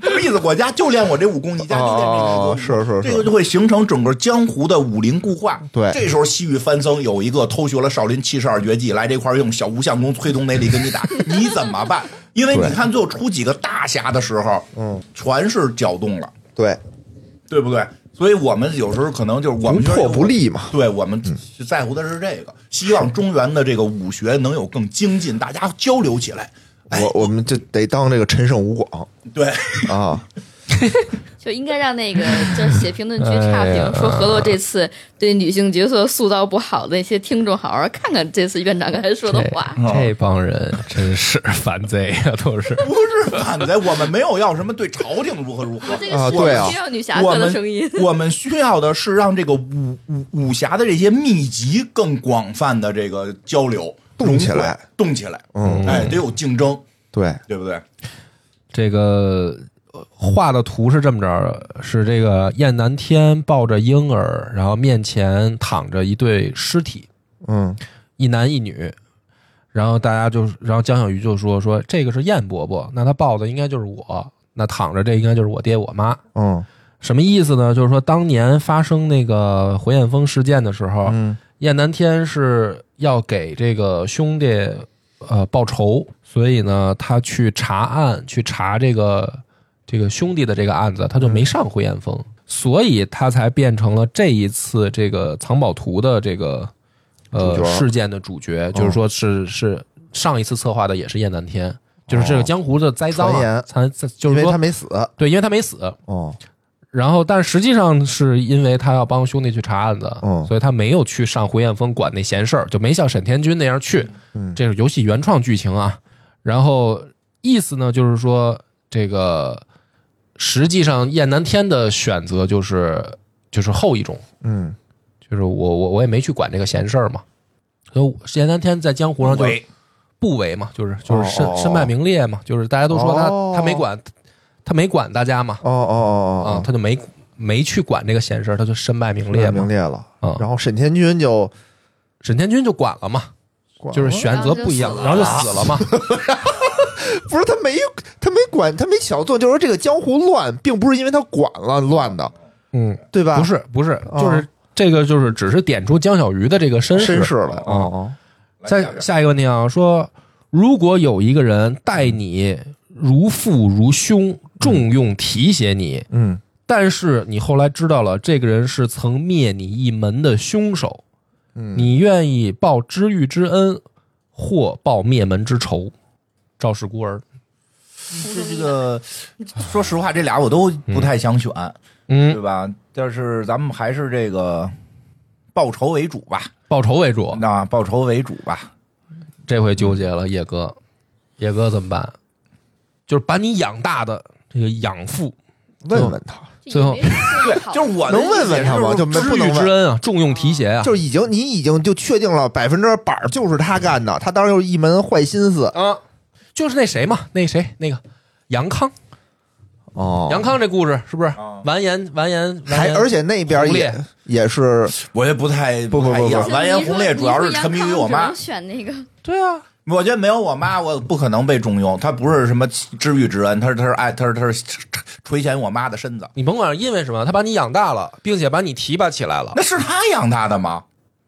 Speaker 2: 什么意思？我家就练我这武功，你家就练这个武
Speaker 3: 哦
Speaker 2: 功，
Speaker 3: 是是是
Speaker 2: 这个就会形成整个江湖的武林固化。
Speaker 3: 对
Speaker 2: 这时候西域番僧有一个偷学了少林七十二绝技，来这块儿用小无相功催动内力跟你 打，你怎么办？因为你
Speaker 3: 对
Speaker 2: 看最后出几个大侠的时候，嗯，全是搅动了，
Speaker 3: 对，
Speaker 2: 对不对？所以我们有时候可能就是我
Speaker 3: 不
Speaker 2: 们觉得
Speaker 3: 破不立嘛。
Speaker 2: 对我们
Speaker 3: 嗯
Speaker 2: 是在乎的是这个，希望中原的这个武学能有更精进，大家交流起来。哎，
Speaker 3: 我我们就得当这个陈胜吴广
Speaker 2: 对，
Speaker 3: 啊，
Speaker 4: 就应该让那个 就是写评论区差
Speaker 1: 哎
Speaker 4: 评
Speaker 3: 啊
Speaker 1: 呀
Speaker 4: 说何洛这次对女性角色塑造不好的那些听众，好好看看这次院长刚才说的话。
Speaker 1: 这帮人真是反贼呀、都是。
Speaker 2: 不是反贼，我们没有要什么对朝廷如何如何。
Speaker 4: 这
Speaker 3: 啊
Speaker 4: 个是
Speaker 3: 对啊
Speaker 4: 需要女侠
Speaker 2: 我
Speaker 4: 客的
Speaker 2: 们
Speaker 4: 声音。
Speaker 2: 我们需要的是让这个武武武侠的这些秘籍更广泛的这个交流，
Speaker 3: 动起
Speaker 2: 融汇
Speaker 3: 来，
Speaker 2: 动起来，
Speaker 3: 嗯
Speaker 2: 哎，得有竞争，
Speaker 3: 对，
Speaker 2: 对不对？
Speaker 1: 这个呃画的图是这么着的，是这个燕南天抱着婴儿，然后面前躺着一对尸体，
Speaker 3: 嗯，
Speaker 1: 一男一女。然后大家就，然后江小鱼就说说这个是燕伯伯，那他抱的应该就是我，那躺着这应该就是我爹我妈。
Speaker 3: 嗯
Speaker 1: 什么意思呢？就是说当年发生那个回燕峰事件的时候，
Speaker 2: 啊
Speaker 3: 嗯，
Speaker 1: 燕南天是要给这个兄弟呃报仇，所以呢，他去查案，去查这个这个兄弟的这个案子，他就没上回燕峰。所以他才变成了这一次这个藏宝图的这个
Speaker 3: 主
Speaker 1: 呃
Speaker 3: 角嗯
Speaker 1: 事件的主角，就是说是是上一次策划的也是燕南天，就是这个江湖的栽赃
Speaker 3: 哦传
Speaker 1: 啊，
Speaker 3: 言
Speaker 1: 才才就
Speaker 3: 因
Speaker 1: 是
Speaker 3: 为他
Speaker 1: 说
Speaker 3: 没死
Speaker 1: 对，因为他没死，
Speaker 3: 哦，
Speaker 1: 然后但实际上是因为他要帮兄弟去查案子，
Speaker 3: 嗯
Speaker 1: 所以他没有去上胡彦峰管那闲事儿，就没像沈天君那样去，
Speaker 3: 嗯
Speaker 1: 这是游戏原创剧情啊。然后意思呢，就是说这个实际上燕南天的选择就是就是后一种，
Speaker 3: 嗯
Speaker 1: 就是我我我也没去管这个闲事儿嘛，所以燕南天在江湖上就
Speaker 2: 对，
Speaker 1: 不为嘛，就是就是身、
Speaker 3: 哦哦哦
Speaker 1: 身败名裂嘛，就是大家都说他、
Speaker 3: 哦
Speaker 1: 他没管他没管大家嘛，
Speaker 3: 哦哦
Speaker 1: 啊、
Speaker 3: 哦哦，
Speaker 1: 他就没没去管这个闲事儿，他就身败名裂
Speaker 3: 明
Speaker 1: 嘛。
Speaker 3: 烈了
Speaker 1: 啊。
Speaker 3: 然后沈天君就
Speaker 1: 沈天君就管了嘛，
Speaker 3: 管
Speaker 1: 就是
Speaker 3: 了
Speaker 1: 选择不一样，然
Speaker 4: 然
Speaker 1: 后
Speaker 4: 后
Speaker 1: 就
Speaker 4: 就
Speaker 1: 死了嘛。
Speaker 3: 不是他没他没管他没小做，就是说这个江湖乱，并不是因为他管了乱的，
Speaker 1: 嗯，
Speaker 3: 对吧？
Speaker 1: 不是不是，
Speaker 3: 啊
Speaker 1: 就是这个就是只是点出江小鱼的这个身世
Speaker 3: 绅士了，
Speaker 1: 啊。
Speaker 3: 哦
Speaker 1: 再下一个问题啊，说如果有一个人待你如父如兄，重用提携你，
Speaker 3: 嗯
Speaker 1: 但是你后来知道了，这个人是曾灭你一门的凶手，
Speaker 3: 嗯
Speaker 1: 你愿意报知遇之恩，或报灭门之仇？赵氏孤儿，
Speaker 2: 这这个，说实话，这俩我都不太想选，对
Speaker 1: 嗯，
Speaker 2: 吧？但是咱们还是这个报仇为主吧，
Speaker 1: 报仇为主，
Speaker 2: 那报仇为主吧。
Speaker 1: 这回纠结了，野哥，野哥怎么办？就是把你养大的这个养父，
Speaker 3: 问问他，
Speaker 1: 最后
Speaker 2: 对，就是我的
Speaker 3: 能问问他吗
Speaker 2: 意思
Speaker 3: 就
Speaker 2: 就
Speaker 3: 没
Speaker 1: 知
Speaker 3: 不能
Speaker 1: 遇之
Speaker 3: 问，
Speaker 1: 恩啊，重用提携啊，
Speaker 3: 就是已经你已经就确定了百分之百儿就是他干的，他当时又一门坏心思
Speaker 1: 啊，就是那谁嘛，那谁那个杨康，
Speaker 3: 哦
Speaker 1: 杨康这故事是不是
Speaker 2: 啊
Speaker 1: 完颜完颜完
Speaker 3: 还
Speaker 1: 颜
Speaker 3: 而且那边
Speaker 1: 红
Speaker 3: 也
Speaker 1: 烈
Speaker 3: 也是
Speaker 2: 我也不太
Speaker 3: 不不不
Speaker 2: 太一样
Speaker 3: 不
Speaker 2: 完颜洪烈主要是沉迷于我妈，
Speaker 4: 选那个
Speaker 1: 对啊，
Speaker 2: 我觉得没有我妈，我不可能被重用。她不是什么知遇之恩，她是她是爱，她是她是垂涎我妈的身子。
Speaker 1: 你甭管因为什么，他把你养大了，并且把你提拔起来了，
Speaker 2: 那是她养大的吗？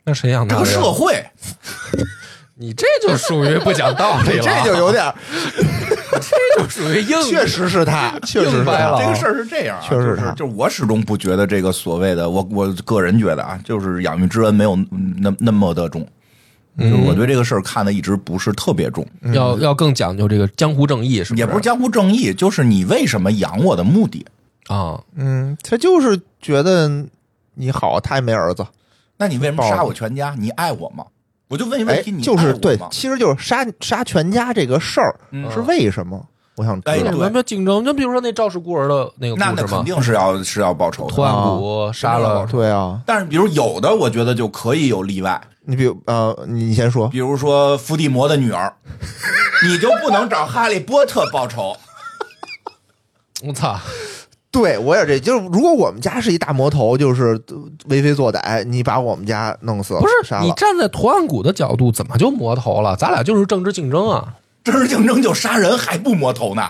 Speaker 1: 那谁养
Speaker 2: 这
Speaker 1: 大
Speaker 2: 个
Speaker 1: 的？
Speaker 2: 社，会，
Speaker 1: 你这就属于不讲道理
Speaker 3: 这
Speaker 1: 了，
Speaker 3: 就有点儿，
Speaker 1: 这就属于硬，
Speaker 3: 确实是他，确实是
Speaker 1: 硬掰
Speaker 3: 他
Speaker 1: 了啊
Speaker 2: 这个事儿是这样、啊，
Speaker 3: 确实
Speaker 2: 就
Speaker 3: 是她
Speaker 2: 是就是我始终不觉得这个所谓的我我个人觉得啊，就是养育之恩没有嗯那那么的重，
Speaker 1: 嗯
Speaker 2: 就是我对这个事儿看的一直不是特别重，
Speaker 1: 要要更讲究这个江湖正义，是不是？
Speaker 2: 也不是江湖正义，就是你为什么养我的目的。
Speaker 1: 啊，
Speaker 3: 嗯，他就是觉得你好，他也没儿子，
Speaker 2: 那你为什么杀我全家？你爱我吗？我就问一个
Speaker 3: 哎
Speaker 2: 问题，，你
Speaker 3: 就是
Speaker 2: 爱我
Speaker 3: 对
Speaker 2: 吗，
Speaker 3: 其实就是杀杀全家这个事儿
Speaker 2: 嗯
Speaker 3: 是为什么？我想知
Speaker 2: 哎
Speaker 1: 有
Speaker 3: 道
Speaker 1: 什么竞争？就比如说那赵氏孤儿的那个
Speaker 2: 那
Speaker 1: 故
Speaker 2: 那
Speaker 1: 事
Speaker 2: 肯
Speaker 1: 嘛，
Speaker 2: 定是要是要报仇的。
Speaker 1: 托万古杀了，
Speaker 3: 对啊，
Speaker 2: 但是，比如有的，我觉得就可以有例外，
Speaker 3: 你比如呃，你你先说，
Speaker 2: 比如说伏地魔的女儿，你就不能找哈利波特报仇。
Speaker 1: 我操，
Speaker 3: 对我也这就是，如果我们家是一大魔头，就是呃为非作歹，你把我们家弄死了，
Speaker 1: 不是
Speaker 3: 杀
Speaker 1: 你
Speaker 3: 了，
Speaker 1: 站在图案谷的角度，怎么就魔头了？咱俩就是政治竞争啊，
Speaker 2: 政治竞争就杀人，还不魔头呢？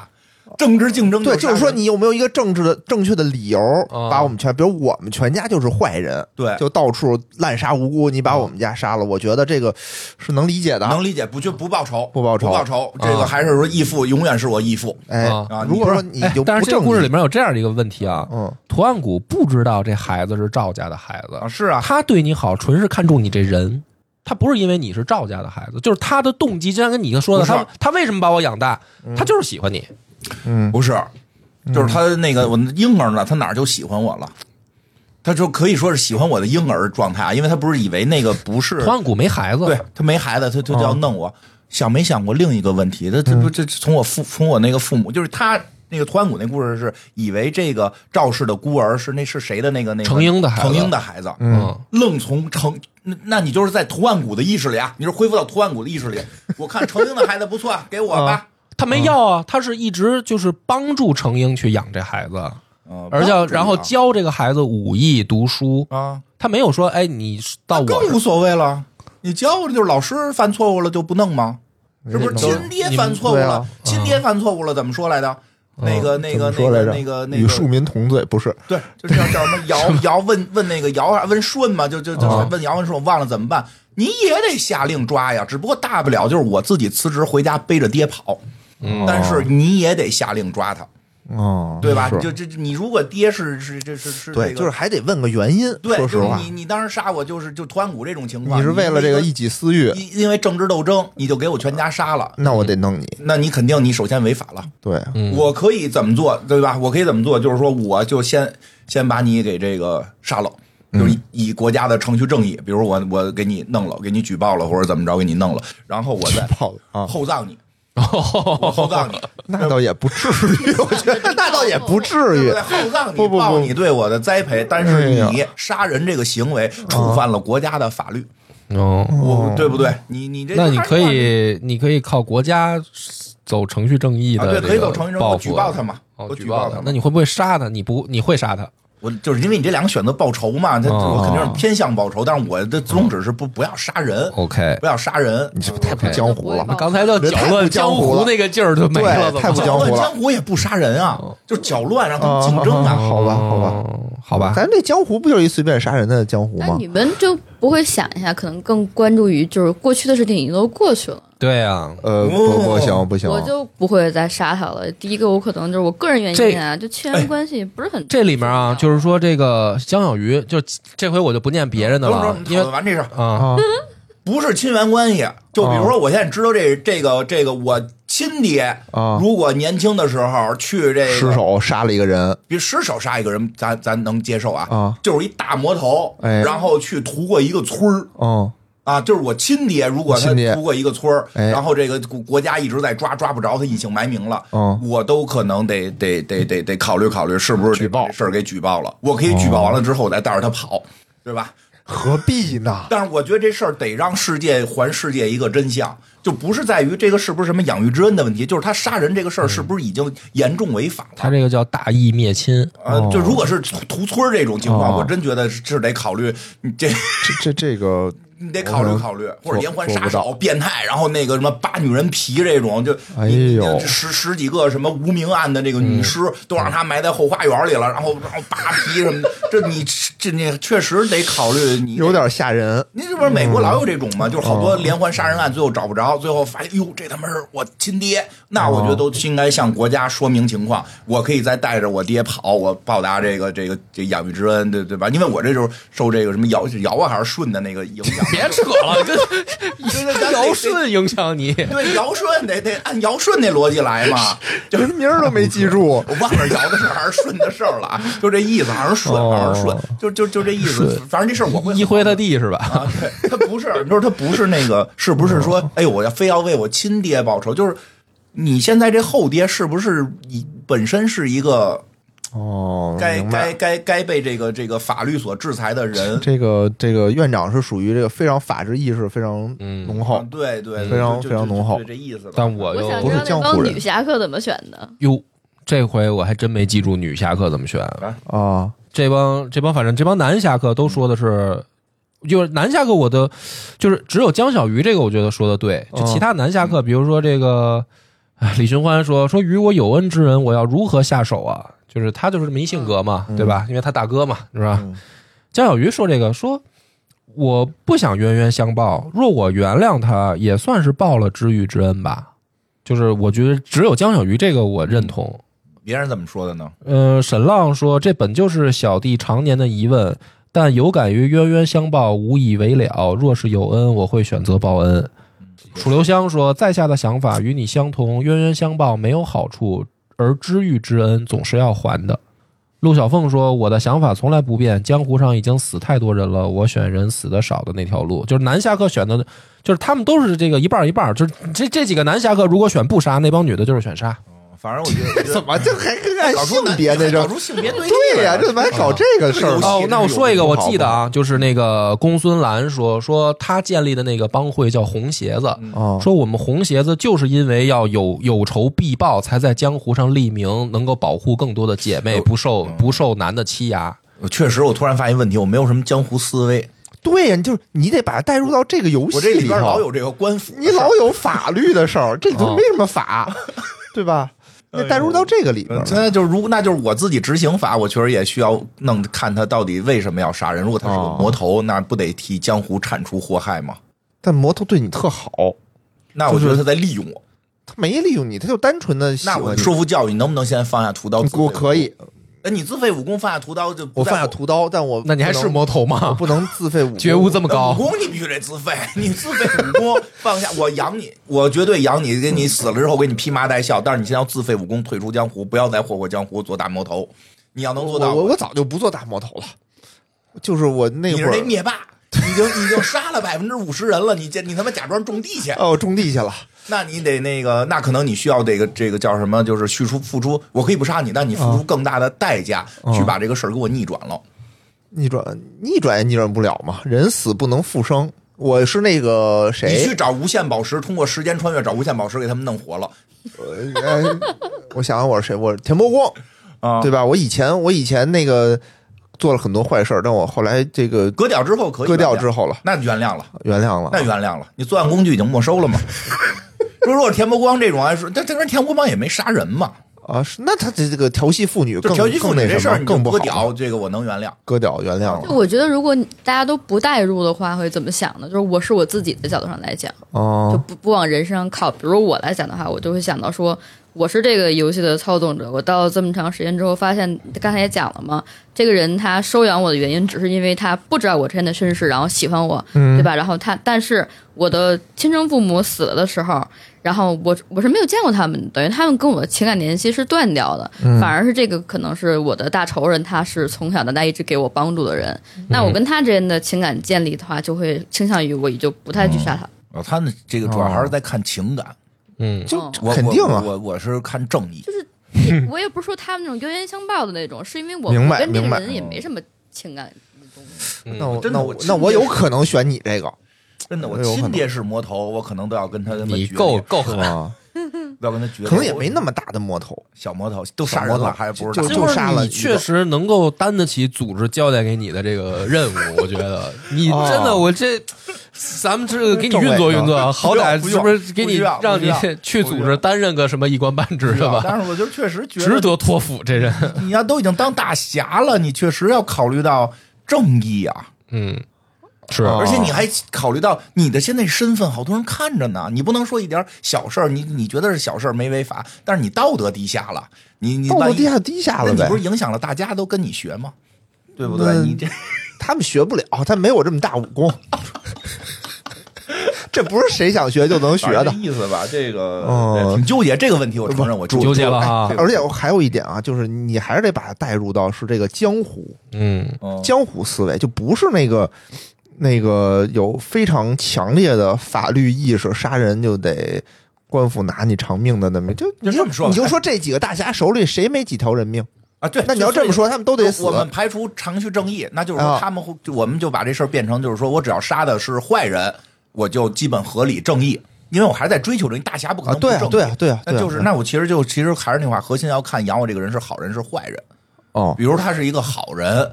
Speaker 2: 政治竞争
Speaker 3: 对，
Speaker 2: 杀
Speaker 3: 就
Speaker 2: 人
Speaker 3: 是说你有没有一个正治的正确的理由，
Speaker 1: 啊
Speaker 3: 把我们全，比如我们全家就是坏人，
Speaker 2: 对
Speaker 3: 就到处滥杀无辜，你
Speaker 1: 嗯
Speaker 3: 把我们家杀了，我觉得这个是能理解的啊。
Speaker 2: 能理解，不就不报仇，
Speaker 3: 不报仇
Speaker 2: 不报仇。这个
Speaker 1: 啊
Speaker 2: 还是说义父永远是我义父。
Speaker 3: 哎
Speaker 1: 啊，
Speaker 3: 如果说你
Speaker 1: 哎
Speaker 3: 就
Speaker 1: 但
Speaker 3: 不
Speaker 1: 是这个
Speaker 3: 正
Speaker 1: 故事里
Speaker 3: 义，
Speaker 1: 面有这样的一个问题啊，
Speaker 3: 嗯，
Speaker 1: 图案谷不知道这孩子是赵家的孩子
Speaker 2: 啊，是啊，
Speaker 1: 他对你好，纯是看中你这人，他不是因为你是赵家的孩子，就是他的动机，就像跟你说的，
Speaker 2: 不是
Speaker 1: 他他为什么把我养大，他就是喜欢你。
Speaker 3: 嗯，
Speaker 2: 不是，
Speaker 1: 嗯
Speaker 2: 就是他那个我婴儿呢，他哪儿就喜欢我了。他就可以说是喜欢我的婴儿状态啊，因为他不是以为那个不是
Speaker 1: 图案谷没孩子，哦
Speaker 2: 对他没孩子，他他就要弄我。想没想过另一个问题？他
Speaker 1: 嗯
Speaker 2: 这不这从我父从我那个父母，就是他那个团骨那故事是以为这个赵氏的孤儿是那是谁的那个那个
Speaker 1: 程英的孩子
Speaker 2: 程英的孩子，
Speaker 1: 嗯，
Speaker 2: 愣从程那那你就是在图案谷的意识里啊，你是恢复到图案谷的意识里。我看程英的孩子不错，啊给我吧。
Speaker 1: 他没要
Speaker 2: 嗯
Speaker 1: 啊，他是一直就是帮助程英去养这孩子，
Speaker 2: 嗯，
Speaker 1: 哦而且然后
Speaker 2: 啊
Speaker 1: 教这个孩子武艺、读书，
Speaker 2: 啊，
Speaker 1: 他没有说哎，你是
Speaker 3: 啊
Speaker 1: 到我这
Speaker 2: 更
Speaker 1: 儿
Speaker 2: 无所谓了。你教我就是老师犯错误了就不弄吗？是不是
Speaker 3: 嗯
Speaker 2: 亲爹犯错误
Speaker 3: 对啊
Speaker 2: 了？亲爹犯错误了怎么说来的？那个那个
Speaker 3: 怎
Speaker 2: 那
Speaker 3: 么说来
Speaker 2: 个
Speaker 3: 着
Speaker 2: 那个那
Speaker 3: 与庶
Speaker 2: 个，
Speaker 3: 民同罪，不是
Speaker 2: 对，就叫叫 什么尧尧问问那个尧啊问舜嘛，就就就
Speaker 1: 啊
Speaker 2: 问尧问舜，我忘了怎么办？你也得下令抓呀，只不过大不
Speaker 1: 嗯
Speaker 2: 了就是我自己辞职回家背着爹跑，但是你也得下令抓他。
Speaker 3: 哦，
Speaker 2: 对吧？
Speaker 3: 是
Speaker 2: 就这，这你如果爹是是这是是
Speaker 3: 对，
Speaker 2: 这个
Speaker 3: 就是还得问个原因。
Speaker 2: 对，
Speaker 3: 说
Speaker 2: 就
Speaker 3: 实
Speaker 2: 是
Speaker 3: 话，
Speaker 2: 你你当时杀我就是就图安谷这种情况，
Speaker 3: 你是为了这个一己私欲，
Speaker 2: 因因为政治斗争，你就给我全家杀了，
Speaker 3: 那我得弄你。
Speaker 2: 那你肯定你首先违法了。
Speaker 3: 对，
Speaker 1: 嗯
Speaker 2: 我可以怎么做，对吧？我可以怎么做？就是说，我就先先把你给这个杀了，
Speaker 1: 嗯
Speaker 2: 就是以以国家的程序正义，比如我我给你弄了，给你举报了，或者怎么着给你弄了，然后我 再
Speaker 3: 跑啊，
Speaker 2: 厚葬你，
Speaker 1: 哦
Speaker 2: 我厚葬你，
Speaker 3: 那倒也不至于， 我觉得那 倒也不至
Speaker 2: 对
Speaker 3: 于
Speaker 2: 不对？。厚葬你，
Speaker 3: 不不不
Speaker 2: 报你对我的栽培，但
Speaker 1: 哎
Speaker 2: 是你杀人这个行为触犯了国家的法律，
Speaker 1: 哦，
Speaker 2: 我对不对？你你这
Speaker 1: 那你
Speaker 2: 还是
Speaker 1: 可
Speaker 2: 报
Speaker 1: 以，你可以靠国家走程序正义
Speaker 2: 啊，
Speaker 1: 的
Speaker 2: 对，
Speaker 1: 这
Speaker 2: 可以走
Speaker 1: 个
Speaker 2: 程序正义，
Speaker 1: 报
Speaker 2: 我
Speaker 1: 复，
Speaker 2: 举报他嘛，
Speaker 1: 哦，
Speaker 2: 我
Speaker 1: 举
Speaker 2: 举报
Speaker 1: 他
Speaker 2: 他。
Speaker 1: 那
Speaker 2: 嘛。
Speaker 1: 你会不会杀他？你不，你会杀他？
Speaker 2: 我就是因为你这两个选择报仇嘛，他
Speaker 1: 哦哦
Speaker 2: 我肯定是偏向报仇，但是我的宗旨是不不要杀人，
Speaker 1: OK，
Speaker 2: 不要杀人。
Speaker 3: 你这不太不江湖了
Speaker 1: 那，刚才都
Speaker 3: 这
Speaker 1: 搅
Speaker 3: 太不
Speaker 1: 乱
Speaker 3: 江
Speaker 1: 江
Speaker 3: 湖
Speaker 1: 湖
Speaker 3: 了
Speaker 1: 那个劲儿就没了，
Speaker 3: 对
Speaker 1: 怎么
Speaker 3: 太不
Speaker 1: 办
Speaker 3: 江湖
Speaker 2: 搅乱
Speaker 3: 了
Speaker 2: 江湖也不杀人啊，就搅乱让他们竞争
Speaker 3: 啊
Speaker 2: 啊。
Speaker 3: 好吧好吧
Speaker 1: 哦好吧，
Speaker 3: 咱这江湖不就是一随便杀人的江湖
Speaker 4: 那
Speaker 3: 吗
Speaker 4: 你？们就不会想一下，可能更关注于就是过去的事情已经都过去了，
Speaker 1: 对啊，
Speaker 2: 哦
Speaker 3: 呃，不不行不行，
Speaker 4: 我就不会再杀他了。第一个，我可能就是我个人原因啊，就亲
Speaker 2: 哎
Speaker 4: 缘关系不是很
Speaker 1: 这里面啊，就是说这个江小鱼，就这回我就不念别人的
Speaker 2: 等会儿
Speaker 1: 了
Speaker 2: 我，们讨
Speaker 1: 因为
Speaker 2: 论完这事儿，
Speaker 1: 啊，
Speaker 3: 啊，
Speaker 2: 不是亲缘关系，就比如说我现在知道这这个这个我亲爹
Speaker 3: 啊，
Speaker 2: 如果年轻的时候去这
Speaker 3: 失
Speaker 2: 个，
Speaker 3: 手杀了一个人
Speaker 2: 比失手杀一个人，咱咱能接受啊，
Speaker 3: 啊，
Speaker 2: 就是一大魔头，
Speaker 3: 哎
Speaker 2: 然后去屠过一个村儿。
Speaker 3: 哦，
Speaker 2: 啊，就是我亲爹，如果他
Speaker 3: 亲爹
Speaker 2: 屠过一个村儿，
Speaker 3: 哎
Speaker 2: 然后这个国国家一直在抓，抓不着他，隐姓埋名了，
Speaker 3: 嗯
Speaker 2: 我都可能得得得得得考虑考虑，是不是举报事儿给举报了？我可以举报完了之后，我再带着他跑，对吧？
Speaker 3: 何必呢？
Speaker 2: 但是我觉得这事儿得让世界还世界一个真相，就不是在于这个是不是什么养育之恩的问题，就是他杀人这个事儿是
Speaker 3: 嗯
Speaker 2: 不是已经严重违法了？
Speaker 1: 他这个叫大义灭 亲，
Speaker 2: 呃，就如果是屠屠村儿这种情况，
Speaker 3: 哦
Speaker 2: 我真觉得是得考虑你这。
Speaker 3: 这这这个
Speaker 2: 你得考虑考虑，或者
Speaker 3: 做
Speaker 2: 连环
Speaker 3: 做
Speaker 2: 杀
Speaker 3: 不到
Speaker 2: 手、变态，然后那个什么扒女人皮这种，就
Speaker 3: 哎
Speaker 2: 你你
Speaker 3: 呦嗯
Speaker 2: 十十几个什么无名案的这个女尸、都让她埋在后花园里了，然后然后扒皮什么的，这你这你确实得考虑你
Speaker 3: 有。嗯哦点吓人，
Speaker 2: 你这不是美国老有这种吗？就是好多连环杀人案，最后找不着，最后发现哟，这他妈是我亲爹，那我觉
Speaker 3: 哦
Speaker 2: 得都应该向国家说明情况。我可以再带着我爹跑，我报答这个这个这养育之恩，对对吧？因为我这就是受这个什么尧尧啊还是舜的那个影响，
Speaker 1: 别扯了， 跟尧舜影响你，
Speaker 2: 对，尧舜得得按尧舜那逻辑来嘛，就
Speaker 3: 连名儿都没记住，
Speaker 2: 我忘了尧的事儿还是舜的事儿了啊，就这意思，好像是舜，好像是舜
Speaker 3: 哦，
Speaker 2: 就就就这意思，反正这事儿我会
Speaker 1: 一辉他弟是吧？
Speaker 2: 啊，对他不是，你说他不是那个，是不是
Speaker 3: 哦
Speaker 2: 说，哎，我要非要为我亲爹报仇？就是你现在这后爹是不是以本身是一个
Speaker 3: 哦，
Speaker 2: 该
Speaker 3: 明
Speaker 2: 该
Speaker 3: 白。
Speaker 2: 该该被这个这个法律所制裁的人？
Speaker 3: 这个这个院长是属于这个非常法治意识非常
Speaker 1: 嗯
Speaker 3: 浓
Speaker 2: 啊
Speaker 3: 厚，
Speaker 2: 对对，
Speaker 3: 非常
Speaker 2: 就就
Speaker 3: 非常浓厚
Speaker 2: 就就这意思吧。
Speaker 1: 但我
Speaker 4: 我
Speaker 1: 又
Speaker 4: 想
Speaker 3: 不
Speaker 4: 知
Speaker 3: 是
Speaker 4: 道
Speaker 3: 江
Speaker 4: 那
Speaker 3: 湖
Speaker 4: 帮
Speaker 3: 人
Speaker 4: 女侠客怎么选的。
Speaker 1: 哟，这回我还真没记住女侠客怎么选。
Speaker 3: 啊，
Speaker 1: 这帮这帮反正这帮男侠客都说的是，就是男侠客我的，就是只有江小鱼这个我觉得说的对，就
Speaker 3: 嗯
Speaker 1: 其他男侠客，比如说这个哎李寻欢说说与我有恩之人，我要如何下手啊？就是他就是这么一性格嘛，
Speaker 3: 嗯
Speaker 1: 对吧？因为他大哥嘛，是吧？
Speaker 3: 嗯
Speaker 1: 江小鱼说这个说。我不想冤冤相报，若我原谅他，也算是报了知遇之恩吧。就是我觉得只有江小鱼这个我认同，
Speaker 2: 别人怎么说的呢？
Speaker 1: 呃，沈浪说：“这本就是小弟常年的疑问，但有感于冤冤相报，无以为了。若是有恩，我会选择报恩。”楚留香说：“在下的想法与你相同，冤冤相报没有好处，而知遇之恩总是要还的。”陆小凤说：“我的想法从来不变，江湖上已经死太多人了，我选人死的少的那条路。就是南侠客选的，就是他们都是这个一半儿一半儿，就是这这几个男侠客如果选不杀，那帮女的就是选杀。
Speaker 2: 反正我觉得我 觉得
Speaker 3: 么就还按
Speaker 2: 搞出
Speaker 3: 性
Speaker 2: 男
Speaker 3: 别那
Speaker 2: 搞
Speaker 3: 种？
Speaker 2: 出性别对立
Speaker 3: 对呀、
Speaker 2: 来了
Speaker 3: 这怎么还搞这个事儿呢？
Speaker 2: 啊
Speaker 1: 哦，那我说一个，
Speaker 3: 有
Speaker 1: 我
Speaker 3: 不好
Speaker 1: 记得啊，就是那个公孙兰说说他建立的那个帮会叫红鞋子，
Speaker 3: 啊，
Speaker 1: 说我们红鞋子就是因为要有有仇必报，才在江湖上立名，能够保护更多的姐妹不受
Speaker 3: 嗯
Speaker 1: 不受男的欺压。
Speaker 2: 我确实，我突然发现问题，我没有什么江湖思维，
Speaker 3: 对呀、你就是你得把它带入到这个游戏
Speaker 2: 我这里边
Speaker 3: 头
Speaker 2: 老有这个官府的
Speaker 3: 你
Speaker 2: 事儿，
Speaker 3: 老有法律的 事儿，这里头没什么法，对
Speaker 2: 哎
Speaker 3: 吧？
Speaker 2: 呦
Speaker 3: 那带入到这个里
Speaker 2: 嗯
Speaker 3: 边儿，
Speaker 2: 那就是如那就是我自己执行法，我确实也需要弄看他到底为什么要杀人。如果他是个
Speaker 3: 哦
Speaker 2: 魔头，那不得替江湖铲除祸害吗？
Speaker 3: 但魔头对你特好，
Speaker 2: 那我觉得他在利用我。
Speaker 3: 他没利用你，他就单纯的喜
Speaker 2: 那
Speaker 3: 欢
Speaker 2: 我
Speaker 3: 你
Speaker 2: 说服教育，你能不能先放下屠刀？自
Speaker 3: 我
Speaker 2: 废
Speaker 3: 可以，
Speaker 2: 哎，你自废武功，放下屠刀就不
Speaker 3: 我
Speaker 2: 在
Speaker 3: 放下
Speaker 2: 我
Speaker 3: 屠刀，但我
Speaker 1: 那你还
Speaker 3: 不能
Speaker 1: 是魔头
Speaker 3: 我
Speaker 1: 吗？
Speaker 3: 不能 自废武功
Speaker 1: 觉悟这么
Speaker 2: 那武
Speaker 1: 高，
Speaker 2: 功你必须得自费，你自费武功放下，我养你，我绝对养你，给你死了之后给你披麻戴孝，但是你先要自费武功，退出江湖，不要再祸祸江湖，做大魔头。你要能做到，
Speaker 3: 我我我早就不做大魔头了，就是我那
Speaker 2: 你
Speaker 3: 会
Speaker 2: 是那
Speaker 3: 儿
Speaker 2: 灭霸，已经已经杀了百分之五十人了，你这你他妈假装种地去，
Speaker 3: 哦，我种地去了，
Speaker 2: 那你得那个，那可能你需要这个这个叫什么，就是叙出付出，我可以不杀你，但你付
Speaker 1: 嗯
Speaker 2: 出更大的代价、去把这个事儿给我逆转了。
Speaker 3: 逆转逆转也逆转不了嘛，人死不能复生。我是那个
Speaker 2: 你去
Speaker 3: 谁，
Speaker 2: 找无限宝石，通过时间穿越找无限宝石给他们弄活了
Speaker 3: 哎我想想我是谁，我是田伯光，
Speaker 2: 啊
Speaker 3: 对吧？我以前我以前那个做了很多坏事儿，但我后来这个
Speaker 2: 割掉之后可以
Speaker 3: 割掉
Speaker 2: 原谅
Speaker 3: 之后了，
Speaker 2: 那原谅了。
Speaker 3: 原谅了
Speaker 2: 那。原谅了，你作案工具已经没收了嘛？如果是田伯光这种啊来说，但这边田伯光也没杀人嘛，
Speaker 3: 啊，是那他这这个调戏妇女
Speaker 2: 就
Speaker 3: 更
Speaker 2: 调戏妇
Speaker 3: 更
Speaker 2: 女
Speaker 3: 那
Speaker 2: 这事
Speaker 3: 什
Speaker 2: 儿
Speaker 3: 么，
Speaker 2: 你
Speaker 3: 更不
Speaker 2: 割
Speaker 3: 好
Speaker 2: 屌，
Speaker 3: 了，
Speaker 2: 这个我能原谅。
Speaker 3: 割屌原谅
Speaker 4: 就
Speaker 3: 了。
Speaker 4: 我觉得，如果你大家都不代入的话，会怎么想呢？就是我是我自己的角度上来讲，就
Speaker 3: 哦，
Speaker 4: 不不往人身上靠。比如我来讲的话，我就会想到说，我是这个游戏的操纵者。我到了这么长时间之后，发现刚才也讲了嘛，这个人他收养我的原因，只是因为他不知道我之前的身世，然后喜欢我，对吧？然后他，但是我的亲生父母死了的时候，然后我我是没有见过他们的，等于他们跟我的情感联系是断掉的，反而是这个可能是我的大仇人，他是从小到大一直给我帮助的人，那我跟他之间的情感建立的话，就会倾向于我也就不太去杀他。
Speaker 2: 啊，他们这个主要还是在看情感，
Speaker 1: 嗯，
Speaker 3: 就
Speaker 4: 哦
Speaker 3: 就
Speaker 2: 我
Speaker 3: 肯定啊
Speaker 2: 我，我我是看正义，
Speaker 4: 我也不是说他们那种冤冤相报的那种，是因为我
Speaker 3: 明
Speaker 4: 我
Speaker 3: 白
Speaker 4: 跟这
Speaker 3: 明
Speaker 4: 个
Speaker 3: 白
Speaker 4: 人也没什么情感的东西。
Speaker 1: 嗯
Speaker 3: 那我
Speaker 2: 真的
Speaker 3: 那
Speaker 2: 我
Speaker 3: 我
Speaker 2: 亲
Speaker 3: 那我
Speaker 2: 爹
Speaker 3: 有
Speaker 2: 是
Speaker 3: 可能选你这个
Speaker 2: 真的，我
Speaker 3: 哎呦
Speaker 2: 亲爹是魔头，我可能都要跟他他妈
Speaker 1: 你
Speaker 2: 决
Speaker 1: 够
Speaker 2: 裂
Speaker 1: 够狠，
Speaker 3: 啊，
Speaker 2: 要跟他决裂，
Speaker 3: 可能也没那么大的魔头。
Speaker 2: 小魔头都
Speaker 3: 小
Speaker 2: 杀人
Speaker 3: 魔
Speaker 2: 了，
Speaker 3: 头
Speaker 2: 还不是
Speaker 3: 就
Speaker 2: 打
Speaker 3: 就杀了
Speaker 1: 你确实能够担得起组织交代给你的这个任务，我觉 得你
Speaker 3: 哦
Speaker 1: 真的，我这咱们这个给你运作运
Speaker 3: 政委
Speaker 1: 作，好歹
Speaker 2: 不
Speaker 1: 是
Speaker 2: 用
Speaker 1: 不是给
Speaker 2: 不
Speaker 1: 你
Speaker 2: 需要
Speaker 1: 让你
Speaker 2: 不需要
Speaker 1: 去
Speaker 2: 不需
Speaker 1: 组
Speaker 2: 要
Speaker 1: 织担任个什么一官半职的吧？
Speaker 2: 但是我就确实觉
Speaker 1: 值
Speaker 2: 得，
Speaker 1: 得托付这人，
Speaker 2: 你要都已经当大侠了，你确实要考虑到正义啊。
Speaker 1: 嗯，是
Speaker 3: 哦
Speaker 2: 而且你还考虑到你的现在身份，好多人看着呢，你不能说一点小事儿，你你觉得是小事儿没违法，但是你道德低下了，你你
Speaker 3: 道
Speaker 2: 万
Speaker 3: 德
Speaker 2: 一
Speaker 3: 低下低下
Speaker 2: 那
Speaker 3: 了
Speaker 2: 你
Speaker 3: 呗
Speaker 2: 不，是影响了大家都跟你学吗？对不
Speaker 3: 那
Speaker 2: 对？你这
Speaker 3: 他们学不了，他没有这么大武功。 这不是谁想学就能学
Speaker 2: 反
Speaker 3: 的
Speaker 2: 正这。意思吧？这个、哎
Speaker 3: 嗯
Speaker 2: 对挺纠结这个问题，我承认我
Speaker 1: 纠
Speaker 2: 结
Speaker 1: 结了哈
Speaker 2: 这，个
Speaker 3: 哎而且我还有一点啊，就是你还是得把它带入到是这个江湖
Speaker 1: 嗯
Speaker 2: 嗯
Speaker 3: 江湖思维，就不是那个那个有非常强烈的法律意识，杀人就得官府拿你偿命的那么就
Speaker 2: 就这么说吧
Speaker 3: 你就说这几个大侠手里谁没几条人命？
Speaker 2: 啊，对，
Speaker 3: 那你要
Speaker 2: 就所
Speaker 3: 这
Speaker 2: 以
Speaker 3: 么说，他们都得死
Speaker 2: 我。们排除长期正义，那就是说
Speaker 3: 啊
Speaker 2: 他们会，就我们就把这事儿变成就是说我只要杀的是坏人，我就基本合理正义，因为我还在追求着大侠不可
Speaker 3: 啊，
Speaker 2: 能不正
Speaker 3: 对啊
Speaker 2: 义。，
Speaker 3: 对啊，对啊，对
Speaker 2: 那
Speaker 3: 啊
Speaker 2: 就是，那我其实就其实还是那话，核心要看养我这个人是好人是坏人。
Speaker 3: 哦，
Speaker 2: 比如他是一个好人，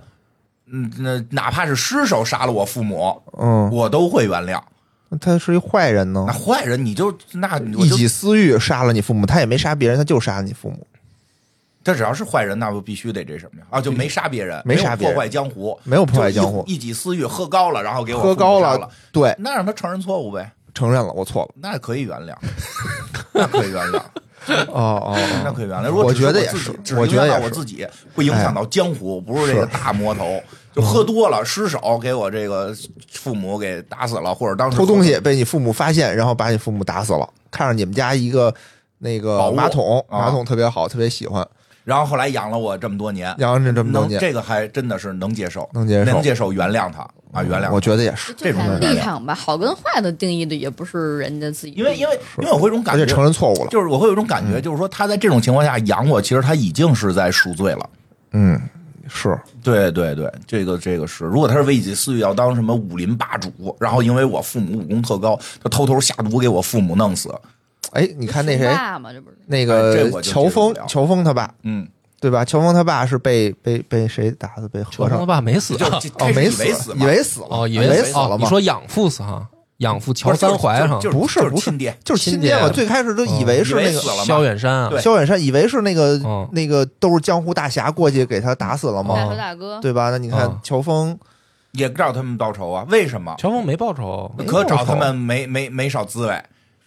Speaker 2: 嗯，那哪怕是失手杀了我父母，
Speaker 3: 嗯，
Speaker 2: 我都会原谅。
Speaker 3: 那他是一坏人呢
Speaker 2: 那，坏人你就那我
Speaker 3: 一
Speaker 2: 就
Speaker 3: 己私欲杀了你父母，他也没杀别人，他就杀了你父母。
Speaker 2: 他只要是坏人，那不必须得这什么呀？啊，就没杀别人，
Speaker 3: 没杀
Speaker 2: 有
Speaker 3: 别人
Speaker 2: 破坏江湖，
Speaker 3: 没有破坏江湖
Speaker 2: 就一一己私欲，喝高了，然后给我
Speaker 3: 喝高
Speaker 2: 父母杀
Speaker 3: 了，
Speaker 2: 了，
Speaker 3: 对，
Speaker 2: 那让他承认错误呗，
Speaker 3: 承认了，我错了。
Speaker 2: 那可以原谅，那可以原谅，
Speaker 3: 哦哦
Speaker 2: 那
Speaker 3: 哦，
Speaker 2: 可以原谅。如果
Speaker 3: 我
Speaker 2: 只是
Speaker 3: 觉得
Speaker 2: 我
Speaker 3: 也
Speaker 2: 自己
Speaker 3: 是
Speaker 2: 只
Speaker 3: 我
Speaker 2: 影
Speaker 3: 觉得
Speaker 2: 响到我
Speaker 3: 也是哎
Speaker 2: 自己，不影响到江湖，不是这个大魔头。就喝多了失手，给我这个父母给打死了，或者当时
Speaker 3: 偷东西被你父母发现，然后把你父母打死了，看上你们家一个那
Speaker 2: 宝
Speaker 3: 个
Speaker 2: 物
Speaker 3: 马桶，
Speaker 2: 啊
Speaker 3: 马桶特别好，特别喜欢，
Speaker 2: 然后后来养了我这么多年，
Speaker 3: 养了你这么多
Speaker 2: 能
Speaker 3: 年，
Speaker 2: 这个还真的是能接受，
Speaker 3: 能接受
Speaker 2: 能接受，原谅他啊，原谅他
Speaker 3: 我觉得也是，
Speaker 2: 这种
Speaker 4: 看
Speaker 2: 人
Speaker 4: 立场吧，好跟坏的定义的也不是人家自己定
Speaker 2: 因
Speaker 4: 义
Speaker 2: 为因
Speaker 4: 的。
Speaker 2: 为因为我会有一种
Speaker 3: 而
Speaker 2: 感
Speaker 3: 且
Speaker 2: 觉，
Speaker 3: 承认错误了，嗯
Speaker 2: 就是我会有一种感觉，就是说他在这种情况下养我，其实他已经是在赎罪了。
Speaker 3: 嗯，是，
Speaker 2: 对对对，这个这个是，如果他是为己私欲要当什么武林霸主，然后因为我父母武功特高，他偷偷下毒给我父母弄死，
Speaker 3: 哎，你看那
Speaker 4: 说
Speaker 3: 谁，
Speaker 4: 话嘛，这不是
Speaker 3: 那
Speaker 2: 哎这
Speaker 3: 个
Speaker 2: 我就
Speaker 3: 乔峰
Speaker 2: 接受不，了
Speaker 3: 乔峰他爸，
Speaker 2: 嗯，
Speaker 3: 对吧？乔峰他爸是被被被谁打的？被
Speaker 1: 乔峰
Speaker 3: 和尚
Speaker 1: 他。爸没死
Speaker 2: 就
Speaker 1: 啊
Speaker 2: 这
Speaker 3: 哦，
Speaker 2: 开始
Speaker 3: 没
Speaker 2: 以为死
Speaker 3: 以
Speaker 2: 嘛，
Speaker 3: 为死了，
Speaker 1: 哦，以
Speaker 3: 以为
Speaker 1: 为
Speaker 3: 死了
Speaker 1: 你
Speaker 3: 嘛？
Speaker 1: 说养父死哈，养父
Speaker 2: 不
Speaker 1: 乔
Speaker 2: 是
Speaker 1: 三槐上
Speaker 2: 就，
Speaker 3: 不
Speaker 2: 是
Speaker 3: 是
Speaker 2: 就是
Speaker 3: 不
Speaker 2: 就是亲爹，哦
Speaker 3: 就是
Speaker 1: 亲
Speaker 3: 亲
Speaker 1: 爹
Speaker 3: 爹嘛，最开始都以为是
Speaker 2: 以为
Speaker 3: 那个
Speaker 2: 死了嘛
Speaker 1: 萧远山啊，
Speaker 2: 对
Speaker 3: 萧远山以为是那个、
Speaker 1: 嗯
Speaker 3: 那个都是江湖大侠过去给他打死了
Speaker 4: 大
Speaker 3: 嘛，
Speaker 4: 头大哥，
Speaker 3: 哦对吧？那你看
Speaker 1: 嗯
Speaker 3: 乔峰，
Speaker 2: 也找他们报仇啊？为什么？
Speaker 1: 乔峰没报仇，
Speaker 2: 可找他们没没没少滋味。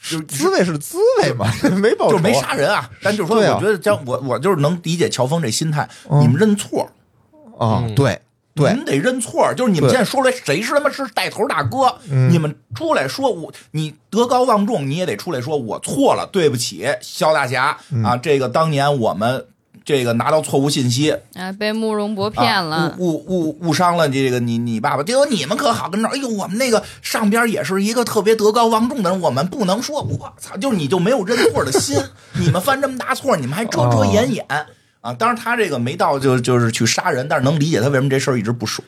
Speaker 2: 就
Speaker 3: 滋味是滋味嘛，没报
Speaker 2: 就
Speaker 3: 仇
Speaker 2: 是没杀人啊，但就是说，
Speaker 3: 对啊
Speaker 2: 我觉得这样，我我就是能理解乔峰这心态，
Speaker 3: 嗯
Speaker 2: 你们认错。
Speaker 3: 啊，
Speaker 1: 嗯
Speaker 3: 对
Speaker 2: 你
Speaker 3: 对，
Speaker 2: 们得认错，就是你们
Speaker 3: 对
Speaker 2: 现在说出来，谁是他妈是带头大哥？
Speaker 3: 嗯
Speaker 2: 你们出来说我，你德高望重，你也得出来说我错了，对不起，肖大侠、
Speaker 3: 嗯
Speaker 2: 啊，这个当年我们这个拿到错误信息，
Speaker 4: 啊，被慕容博骗了。
Speaker 2: 啊、误误误误伤了这个你你爸爸。结果你们可好，跟着哎呦，我们那个上边也是一个特别德高望重的人，我们不能说，我操，就是你就没有认错的心，你们犯这么大错，你们还遮
Speaker 3: 哦
Speaker 2: 遮掩掩。啊，当然他这个没到就就是去杀人，但是能理解他为什么这事儿一直不爽。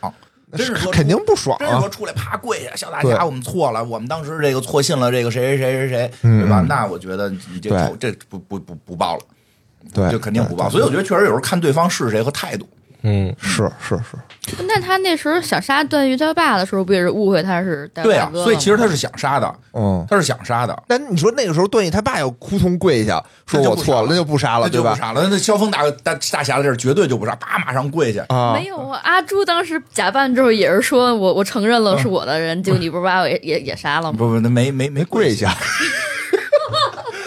Speaker 2: 真是说
Speaker 3: 肯定不爽
Speaker 2: 真是说
Speaker 3: 啊，
Speaker 2: 出来啪跪下，小大
Speaker 3: 对
Speaker 2: 侠，我们错了，我们当时这个错信了这个谁谁谁谁谁，
Speaker 3: 嗯
Speaker 2: 对吧
Speaker 3: 嗯？
Speaker 2: 那我觉得你这
Speaker 3: 对
Speaker 2: 口这不不不不报了，
Speaker 3: 对，
Speaker 2: 这肯定不报。
Speaker 3: 对
Speaker 2: 所以我觉得确实有时候看对方是谁和态度。
Speaker 1: 嗯，
Speaker 3: 是是是，
Speaker 4: 那他那时候想杀段誉他爸的时候，不也是误会他是带
Speaker 2: 对
Speaker 4: 大
Speaker 2: 啊，
Speaker 4: 哥了吗
Speaker 2: 所以其实他是想杀的，
Speaker 3: 嗯。
Speaker 2: 他是想杀的，
Speaker 3: 但你说那个时候段誉他爸要哭痛跪下，说
Speaker 2: 那就
Speaker 3: 我
Speaker 2: 不
Speaker 3: 错了，
Speaker 2: 杀
Speaker 3: 那就不杀
Speaker 2: 那
Speaker 3: 了，对
Speaker 2: 就不
Speaker 3: 吧？
Speaker 2: 杀了。那萧峰大大大侠的这儿绝对就不杀，啪，马上跪下。
Speaker 3: 啊，
Speaker 4: 没有啊，阿朱当时假扮之后也是说我我承认了是我的人，结果你不是把我也也也杀了吗？
Speaker 2: 不不，那没没没
Speaker 3: 跪
Speaker 2: 跪下，
Speaker 3: 下，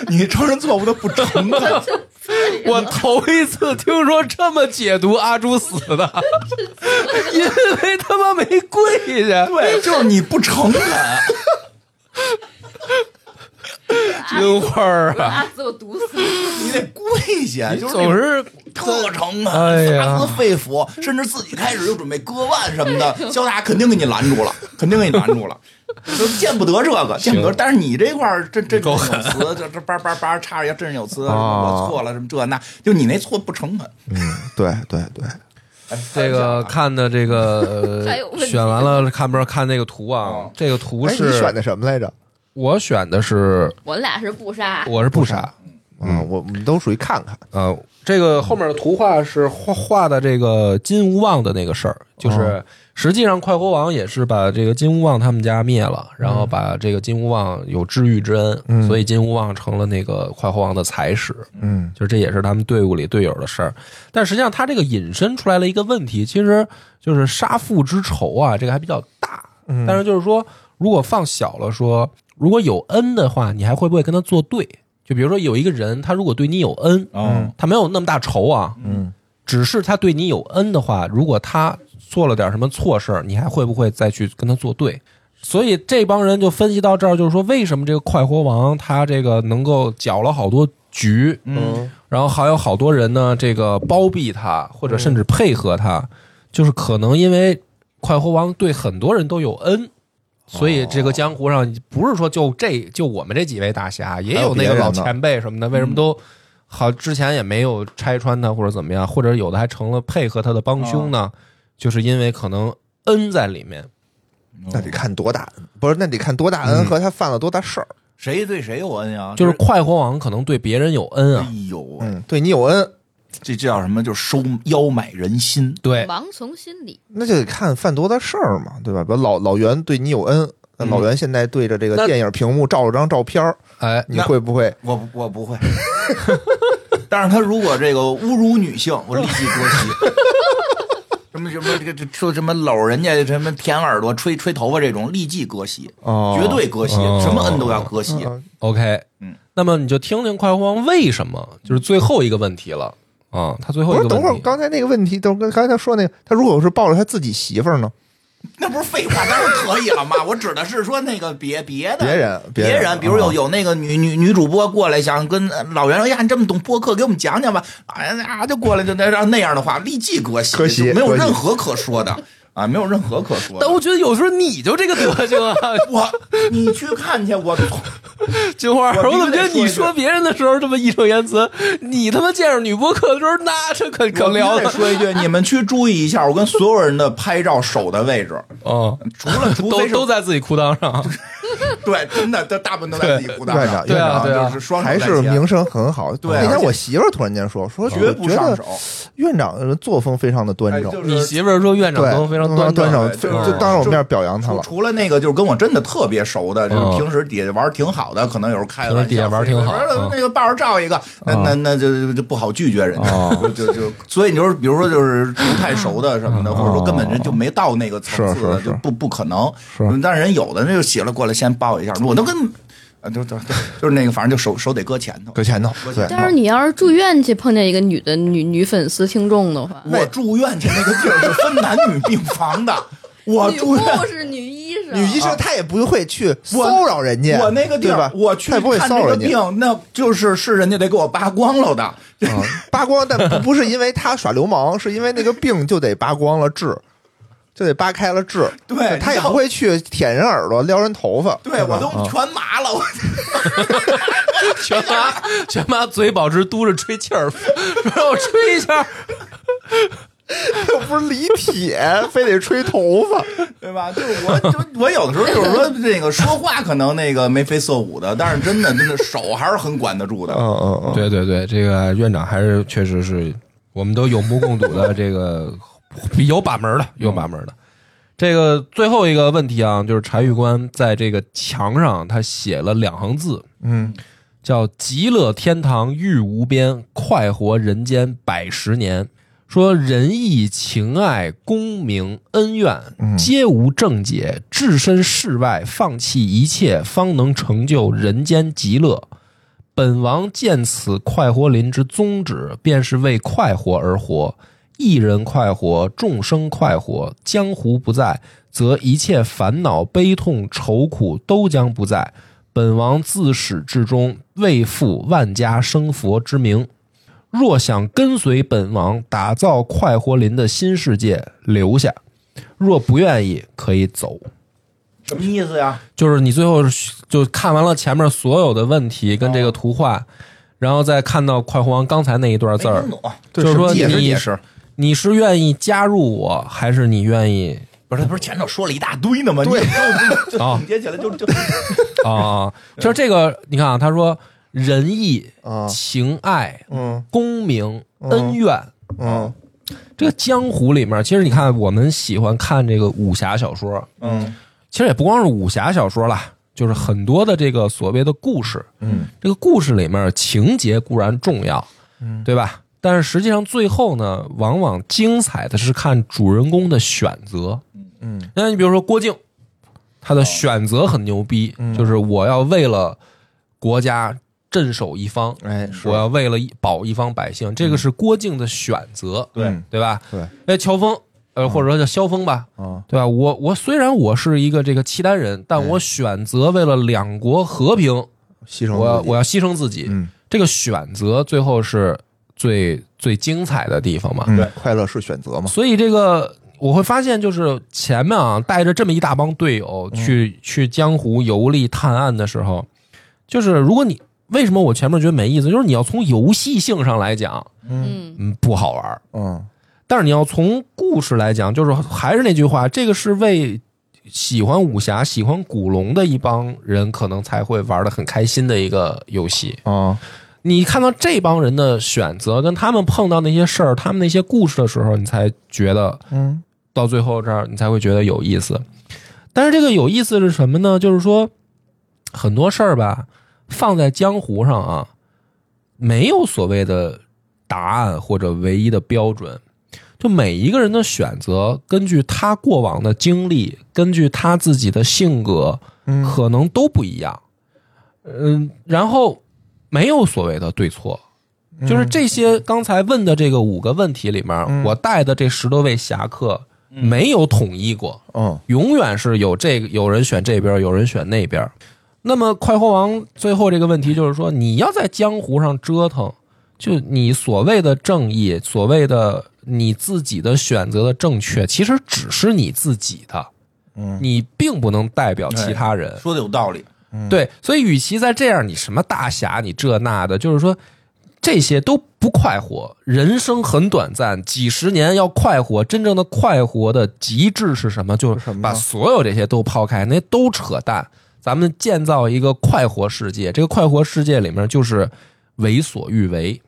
Speaker 2: 你承认错误他不承 认。
Speaker 1: 我头一次听说这么解读阿朱死的，因为他妈没跪下，
Speaker 2: 对，就是你不承认，
Speaker 1: 金花儿啊，
Speaker 4: 阿紫我毒死
Speaker 2: 你得跪下，哎就是那
Speaker 1: 总是
Speaker 2: 特诚
Speaker 1: 哎
Speaker 2: 啊，
Speaker 1: 呀
Speaker 2: 发自肺腑，甚至自己开始就准备割腕什么的，肖大肯定给你拦住了，肯定给你拦住了，就见不得这个，见不得。但是你这块儿这这
Speaker 1: 够
Speaker 2: 有
Speaker 1: 狠
Speaker 2: 词，这这叭叭叭插着要振有词，
Speaker 3: 啊
Speaker 2: 什么我错了什么这那，就你那错不诚恳。
Speaker 3: 对对对，
Speaker 2: 哎
Speaker 1: 这个看的这个
Speaker 4: 还有问
Speaker 1: 呃
Speaker 4: 题
Speaker 1: 选完了，看不知道看那个图啊
Speaker 2: 哦，
Speaker 1: 这个图
Speaker 3: 哎，你选
Speaker 1: 是
Speaker 3: 的什么来着？
Speaker 1: 我选的是
Speaker 4: 我们俩是不杀，
Speaker 1: 我是不杀，
Speaker 3: 啊，
Speaker 1: 嗯
Speaker 3: 我我们都属于看看，
Speaker 1: 呃，这个后面的图画是画画的这个金无望的那个事儿，就是实际上快活王也是把这个金无望他们家灭了，然后把这个金无望有治愈之恩，
Speaker 3: 嗯
Speaker 1: 所以金无望成了那个快活王的财使，
Speaker 3: 嗯
Speaker 1: 就是这也是他们队伍里队友的事儿。但实际上，他这个引申出来了一个问题，其实就是杀父之仇啊，这个还比较大。
Speaker 3: 嗯
Speaker 1: 但是就是说，如果放小了说，如果有恩的话，你还会不会跟他作对？就比如说有一个人，他如果对你有恩，
Speaker 2: 嗯
Speaker 1: 他没有那么大仇啊，
Speaker 3: 嗯，
Speaker 1: 只是他对你有恩的话，如果他做了点什么错事儿，你还会不会再去跟他作对？所以这帮人就分析到这儿，就是说为什么这个快活王他这个能够搅了好多局，
Speaker 2: 嗯，
Speaker 1: 然后还有好多人呢，这个包庇他，或者甚至配合他，就是可能因为快活王对很多人都有恩，所以这个江湖上不是说就这就我们这几位大侠，也有那个老前辈什么的，为什么都好之前也没有拆穿他或者怎么样，或者有的还成了配合他的帮凶呢？就是因为可能恩在里面。
Speaker 3: 那得看多大，不是那得看多大
Speaker 1: 嗯
Speaker 3: 恩和他犯了多大事儿。
Speaker 2: 谁对谁有恩呀？
Speaker 1: 就是快活王可能对别人有恩
Speaker 2: 哎
Speaker 1: 啊，
Speaker 2: 呦喂，
Speaker 3: 嗯，对你有恩，
Speaker 2: 这这叫什么？就是收妖买人心。
Speaker 1: 对，
Speaker 4: 盲从心理。
Speaker 3: 那就得看犯多大事儿嘛，对吧？比如老老袁对你有恩，那
Speaker 2: 嗯
Speaker 3: 老袁现在对着这
Speaker 1: 那
Speaker 3: 个电影屏幕照了张照片儿，
Speaker 1: 哎，
Speaker 3: 你会不会？
Speaker 2: 我不我不会。 但是他如果这个侮辱女性，我立即割席。什么什么这个这说什么搂人家什么舔耳朵吹吹头发这种，立即割席，
Speaker 3: 哦，
Speaker 2: 绝对割席，
Speaker 1: 哦
Speaker 2: 什么恩都要割席。
Speaker 3: 嗯
Speaker 1: OK，
Speaker 2: 嗯，
Speaker 1: 那么你就听听快活王为什么，就是最后一个问题了啊、他最后一
Speaker 3: 不
Speaker 1: 个问题，
Speaker 3: 是，等会儿刚才那个问题，等会儿刚才他说那个，他如果是抱着他自己媳妇儿呢？
Speaker 2: 那不是废话，当然可以了嘛。我指的是说那个别别的
Speaker 3: 别人，
Speaker 2: 别
Speaker 3: 人，
Speaker 2: 比如有
Speaker 3: 啊
Speaker 2: 有那个女女女主播过来，想跟老袁说：“哎呀，你这么懂播客，给我们讲讲吧。”哎呀，啊就过来就那让那样的话，立即割席，
Speaker 3: 割席
Speaker 2: 就没有
Speaker 3: 割席
Speaker 2: 任何可说的啊，没有任何可说的。
Speaker 1: 但我觉得有时候你就这个德行啊，
Speaker 2: 我，你去看去，我
Speaker 1: 金花儿，
Speaker 2: 我
Speaker 1: 我怎么觉得
Speaker 2: 必须
Speaker 1: 你
Speaker 2: 得说
Speaker 1: 说
Speaker 2: 一
Speaker 1: 别人的时候这么义正言辞，你他妈见着女播客的时候，那这可 可聊
Speaker 2: 我必
Speaker 1: 了，
Speaker 2: 须得说一句，你们去注意一下，我跟所有人的拍照手的位置，
Speaker 1: 哦，
Speaker 2: 除了除
Speaker 1: 都
Speaker 2: 非是
Speaker 1: 都在自己裤裆上，
Speaker 2: 对，真的，这大部分都在自己裤裆
Speaker 3: 院
Speaker 2: 上，
Speaker 3: 长
Speaker 1: 对啊
Speaker 2: 院
Speaker 1: 对啊
Speaker 2: 长就是双手
Speaker 3: 还
Speaker 2: 在
Speaker 3: 是
Speaker 2: 前
Speaker 3: 名声很好。
Speaker 2: 对啊
Speaker 3: 那
Speaker 2: 而
Speaker 3: 天
Speaker 2: 且
Speaker 3: 我媳妇儿突然间说说，
Speaker 2: 绝不
Speaker 3: 我觉
Speaker 2: 上
Speaker 3: 得
Speaker 2: 手。
Speaker 3: 院长的作风非常的端
Speaker 2: 哎
Speaker 3: 正，
Speaker 2: 就是
Speaker 1: 你媳妇儿说院长
Speaker 3: 对，
Speaker 1: 都非常
Speaker 3: 端
Speaker 1: 端正，
Speaker 2: 对
Speaker 3: 非
Speaker 2: 哎就是
Speaker 3: 就当着我面表扬他
Speaker 2: 除
Speaker 3: 了。
Speaker 2: 除了那个，就是跟我真的特别熟的，就是
Speaker 1: 嗯
Speaker 2: 平时底下玩儿挺好的，可能有时候开个玩笑
Speaker 1: 平时底下玩儿挺好
Speaker 2: 说
Speaker 1: 嗯
Speaker 2: 那个抱着照一个，那那那就就就不好拒绝人家，
Speaker 3: 哦
Speaker 2: 就就所以你就是比如说就是不太熟的什么
Speaker 1: 嗯
Speaker 2: 的，或者说根本人就没到
Speaker 1: 哦
Speaker 2: 那个层次的，
Speaker 3: 是是是
Speaker 2: 就不不可能
Speaker 3: 是。
Speaker 2: 但是人有的那就写了过来先抱一下，我都跟啊，就就就就是那个，反正就手手得搁前头。
Speaker 3: 搁前头，对，
Speaker 4: 但是你要是住院去碰见一个女的女女粉丝听众的话，
Speaker 2: 我住院去那个地儿是分男女病房的，我
Speaker 4: 女
Speaker 2: 住院
Speaker 4: 护士、女医生、
Speaker 3: 女医生她也不会去骚扰人家，
Speaker 2: 啊我那个地
Speaker 3: 对
Speaker 2: 儿
Speaker 3: 吧，？
Speaker 2: 我去
Speaker 3: 她也不会
Speaker 2: 看
Speaker 3: 骚
Speaker 2: 这
Speaker 3: 扰
Speaker 2: 个
Speaker 3: 人家，
Speaker 2: 病，那就是是人家得给我扒光了的。
Speaker 3: 啊 扒光，但不不是因为她耍流氓，是因为那个病就得扒光了治，就得扒开了治。
Speaker 2: 对
Speaker 3: 她也
Speaker 2: 然后
Speaker 3: 不会去舔人耳朵、 撩人头发，
Speaker 2: 对我
Speaker 3: 吧
Speaker 2: 都
Speaker 3: 啊
Speaker 2: 全麻了，我
Speaker 1: 全妈全妈嘴保持嘟着吹气儿，说我吹一下，
Speaker 3: 又不是李铁，非得吹头发。
Speaker 2: 对吧？就是我，就我有的时候就是说这个说话可能那个眉飞色舞的，但是真的真的手还是很管得 住的。
Speaker 3: 嗯嗯嗯，
Speaker 1: 对对对，这个院长还是确实是我们都有目共睹的，这 个有把门的，
Speaker 3: 嗯
Speaker 1: 有把门的。这个最后一个问题啊，就是柴玉官在这个墙上他写了两行字，
Speaker 3: 嗯，
Speaker 1: 叫“极乐天堂欲无边，快活人间百十年”。说仁义、情爱、功名、恩怨，
Speaker 3: 嗯
Speaker 1: 皆无正解，置身事外，放弃一切，方能成就人间极乐。本王见此快活林之宗旨，便是为快活而活。一人快活，众生快活，江湖不在，则一切烦恼、悲痛、愁苦都将不在。本王自始至终为负万家生佛之名。若想跟随本王打造快活林的新世界，留下；若不愿意，可以走。
Speaker 2: 什么意思呀？
Speaker 1: 就是你最后就看完了前面所有的问题跟
Speaker 2: 哦
Speaker 1: 这个图画，然后再看到快活王刚才那一段字
Speaker 2: 没
Speaker 1: 儿
Speaker 2: 听，懂，
Speaker 3: 对
Speaker 1: 就是说
Speaker 3: 什么解释
Speaker 1: 你
Speaker 3: 解释
Speaker 1: 你是愿意加入我，还是你愿意
Speaker 2: 不是他不是前头说了一大堆呢吗？你
Speaker 3: 对
Speaker 2: 就就
Speaker 1: 啊
Speaker 2: 总结起来就就
Speaker 1: 啊？ 啊就是这个，你看啊，他说仁义、
Speaker 3: 啊，
Speaker 1: 情爱、
Speaker 3: 嗯
Speaker 1: 功名、
Speaker 3: 嗯
Speaker 1: 恩怨，
Speaker 3: 嗯
Speaker 1: 这个江湖里面，其实你看，我们喜欢看这个武侠小说，
Speaker 2: 嗯
Speaker 1: 其实也不光是武侠小说啦，就是很多的这个所谓的故事，
Speaker 3: 嗯，
Speaker 1: 这个故事里面情节固然重要，嗯，对吧？但是实际上最后呢，往往精彩的是看主人公的选择，
Speaker 3: 嗯，哦
Speaker 1: 那你比如说郭靖，他的选择很牛逼，
Speaker 3: 嗯
Speaker 1: 就是我要为了国家镇守一方，
Speaker 3: 哎，是
Speaker 1: 我要为了保一方百姓，这个是郭靖的选择，
Speaker 2: 对
Speaker 3: 嗯
Speaker 1: 对吧？
Speaker 3: 对，
Speaker 1: 哎，乔峰，呃，或者说叫萧峰吧，
Speaker 3: 啊，
Speaker 1: 对吧？我我虽然我是一个这个契丹人，但我选择为了两国和平，
Speaker 3: 牺牲
Speaker 1: 我要
Speaker 3: 自己
Speaker 1: 我要牺牲自己。
Speaker 3: 嗯
Speaker 1: 这个选择最后是最最精彩的地方嘛。
Speaker 3: 嗯
Speaker 2: 对
Speaker 3: 快乐是选择嘛，
Speaker 1: 所以这个我会发现，就是前面啊带着这么一大帮队
Speaker 3: 嗯
Speaker 1: 友去、去江湖游历探案的时候，就是如果你为什么我前面觉得没意思，就是你要从游戏性上来讲，
Speaker 4: 嗯，
Speaker 1: 嗯，不好玩儿。
Speaker 3: 嗯
Speaker 1: 但是你要从故事来讲，就是还是那句话，这个是为喜欢武侠、喜欢古龙的一帮人可能才会玩的很开心的一个游戏。
Speaker 3: 啊，
Speaker 1: 你看到这帮人的选择，跟他们碰到那些事儿、他们那些故事的时候，你才觉得
Speaker 3: 嗯
Speaker 1: 到最后这儿，你才会觉得有意思。但是这个有意思是什么呢？就是说很多事儿吧，放在江湖上啊，没有所谓的答案或者唯一的标准。就每一个人的选择，根据他过往的经历，根据他自己的性格，
Speaker 3: 嗯
Speaker 1: 可能都不一样。嗯，然后没有所谓的对错，就是这些刚才问的这个五个问题里面，
Speaker 3: 嗯
Speaker 1: 我带的这十多位侠客没有统一过，
Speaker 3: 嗯
Speaker 1: 永远是有这个有人选这边，有人选那边。那么快活王最后这个问题就是说，你要在江湖上折腾，就你所谓的正义，所谓的你自己的选择的正确，其实只是你自己的，
Speaker 3: 嗯
Speaker 1: 你并不能代表其他人。
Speaker 2: 说的有道理。
Speaker 1: 对，所以与其在这样，你什么大侠，你这那的，就是说这些都不快活。人生很短暂，几十年要快活，真正的快活的极致是什么？就是
Speaker 3: 什么呢
Speaker 1: 把所有这些都抛开，那都扯淡。咱们建造一个快活世界，这个快活世界里面就是为所欲为，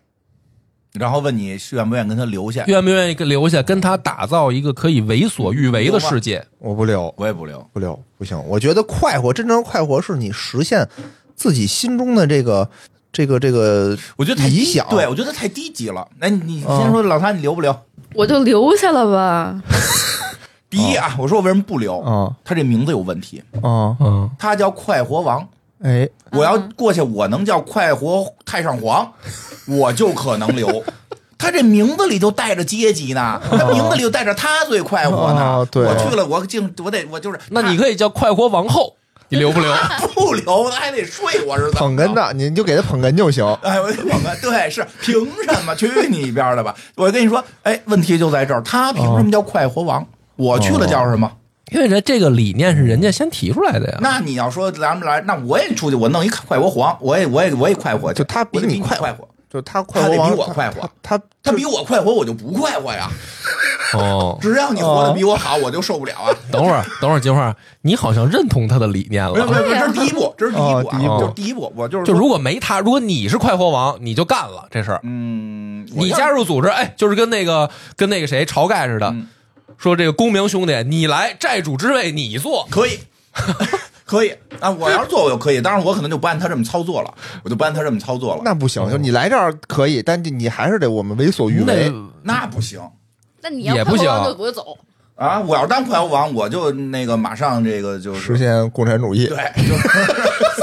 Speaker 2: 然后问你愿不愿意跟他留下，
Speaker 1: 愿不愿意跟留下，跟他打造一个可以为所欲为的世界。
Speaker 3: 我不留
Speaker 2: 我也不留。
Speaker 3: 不留不行，我觉得快活真正快活是你实现自己心中的这个这个这个
Speaker 2: 我觉得太低
Speaker 3: 理想，
Speaker 2: 对我觉得太低级了。那你你
Speaker 3: 嗯
Speaker 2: 先说老谭，你留不留？
Speaker 4: 我就留下了吧。
Speaker 2: 第一啊，我说我为什么不留？
Speaker 3: 啊
Speaker 2: 他这名字有问题，
Speaker 3: 啊
Speaker 1: 嗯
Speaker 2: 他叫快活王，
Speaker 3: 哎，
Speaker 2: 我要过去，我能叫快活太上皇，
Speaker 3: 嗯
Speaker 2: 我就可能 留。他这名字里就带着阶级呢，他名字里就带着他最快活呢。
Speaker 3: 哦对
Speaker 2: 我去了，我竟我得我就是，
Speaker 1: 那你可以叫快活王后，你留不留？
Speaker 2: 他 不留，他还得睡我是怎
Speaker 3: 捧
Speaker 2: 么着
Speaker 3: 哏的，你就给他捧哏就行。
Speaker 2: 哎，我捧哏， 对，是凭什么？去你一边儿的吧！我跟你说，哎，问题就在这儿，他凭什么叫快活王？我去了叫什么？
Speaker 1: 因为人这个理念是人家先提出来的呀。
Speaker 2: 那你要说咱们来，那我也出去，我弄一快活皇，我也我也我也快活去，
Speaker 3: 就他比
Speaker 2: 我得
Speaker 3: 你
Speaker 2: 比你
Speaker 3: 快
Speaker 2: 快活，
Speaker 3: 就他快
Speaker 2: 他
Speaker 3: 活
Speaker 2: 得
Speaker 3: 王，
Speaker 2: 比我快活
Speaker 3: 他他
Speaker 2: 他比我快活，我就不快活呀。
Speaker 1: 哦，
Speaker 2: 只要你活得比我好，我就受不了啊！
Speaker 1: 等会儿， 等会儿，金花，你好像认同他的理念
Speaker 2: 没有没
Speaker 1: 了。啊
Speaker 2: 有，没有这是第一 步，这是第一步
Speaker 3: 哦第一
Speaker 2: 啊，
Speaker 3: 步
Speaker 2: 就是哦第一步，我就是
Speaker 1: 就
Speaker 2: 说
Speaker 1: 如果没他，如果你是快活王，你就干了这事儿。
Speaker 2: 嗯，我
Speaker 1: 你
Speaker 2: 要
Speaker 1: 加入组织，哎，就是跟那个跟那个谁晁盖似的
Speaker 2: 嗯，
Speaker 1: 说这个公明兄弟你来，债主之位你做。
Speaker 2: 可以， 可以啊！我要是做我就可以，当然我可能就不按他这么操作了，我就不按他这么操作了。
Speaker 3: 那不行，就你来这儿可以，但你还是得我们为所欲
Speaker 1: 那
Speaker 3: 为。
Speaker 2: 那不行
Speaker 4: 那你
Speaker 1: 也
Speaker 4: 要
Speaker 1: 不
Speaker 4: 快活
Speaker 1: 行
Speaker 4: 王就不会 走，
Speaker 2: 啊！我要当快活王，我就那个马上这个就
Speaker 3: 实
Speaker 2: 是
Speaker 3: 现共产主义，
Speaker 2: 对，就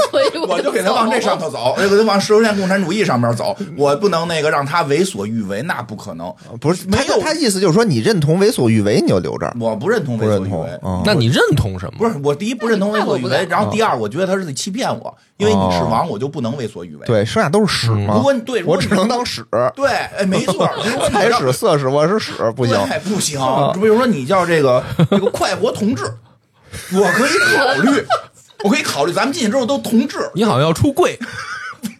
Speaker 4: 所以
Speaker 2: 我就
Speaker 4: 就
Speaker 2: 给他往这上
Speaker 4: 走。
Speaker 2: 头走，我就给他往实现共产主义上面走，我不能那个让他为所欲为，那不可能。
Speaker 3: 不是
Speaker 2: 没
Speaker 3: 他
Speaker 2: 有
Speaker 3: 他意思就是说，你认同为所欲为，你就留这儿，
Speaker 2: 我不认同
Speaker 3: 不
Speaker 2: 为所
Speaker 3: 认
Speaker 2: 欲
Speaker 3: 同
Speaker 2: 为。
Speaker 3: 啊？
Speaker 1: 那你认同什么？
Speaker 2: 不是我第一不认同为所欲
Speaker 4: 那
Speaker 2: 为
Speaker 4: 你，
Speaker 2: 然后第二我觉得他是在欺骗我，因为你是王，我就不能为所欲为。，
Speaker 3: 对，剩下都是屎嘛
Speaker 2: 如。果你嗯对，如果
Speaker 3: 我
Speaker 2: 你
Speaker 3: 只能当 屎，
Speaker 2: 对，哎，没错，如果你
Speaker 3: 开
Speaker 2: 让
Speaker 3: 始色屎，我是屎，不行。
Speaker 2: 对不行。
Speaker 3: 啊
Speaker 2: 比如说你叫这个这个快活同志，我可以考虑，我可以考虑，咱们进去之后都同志，
Speaker 1: 你好像要出柜，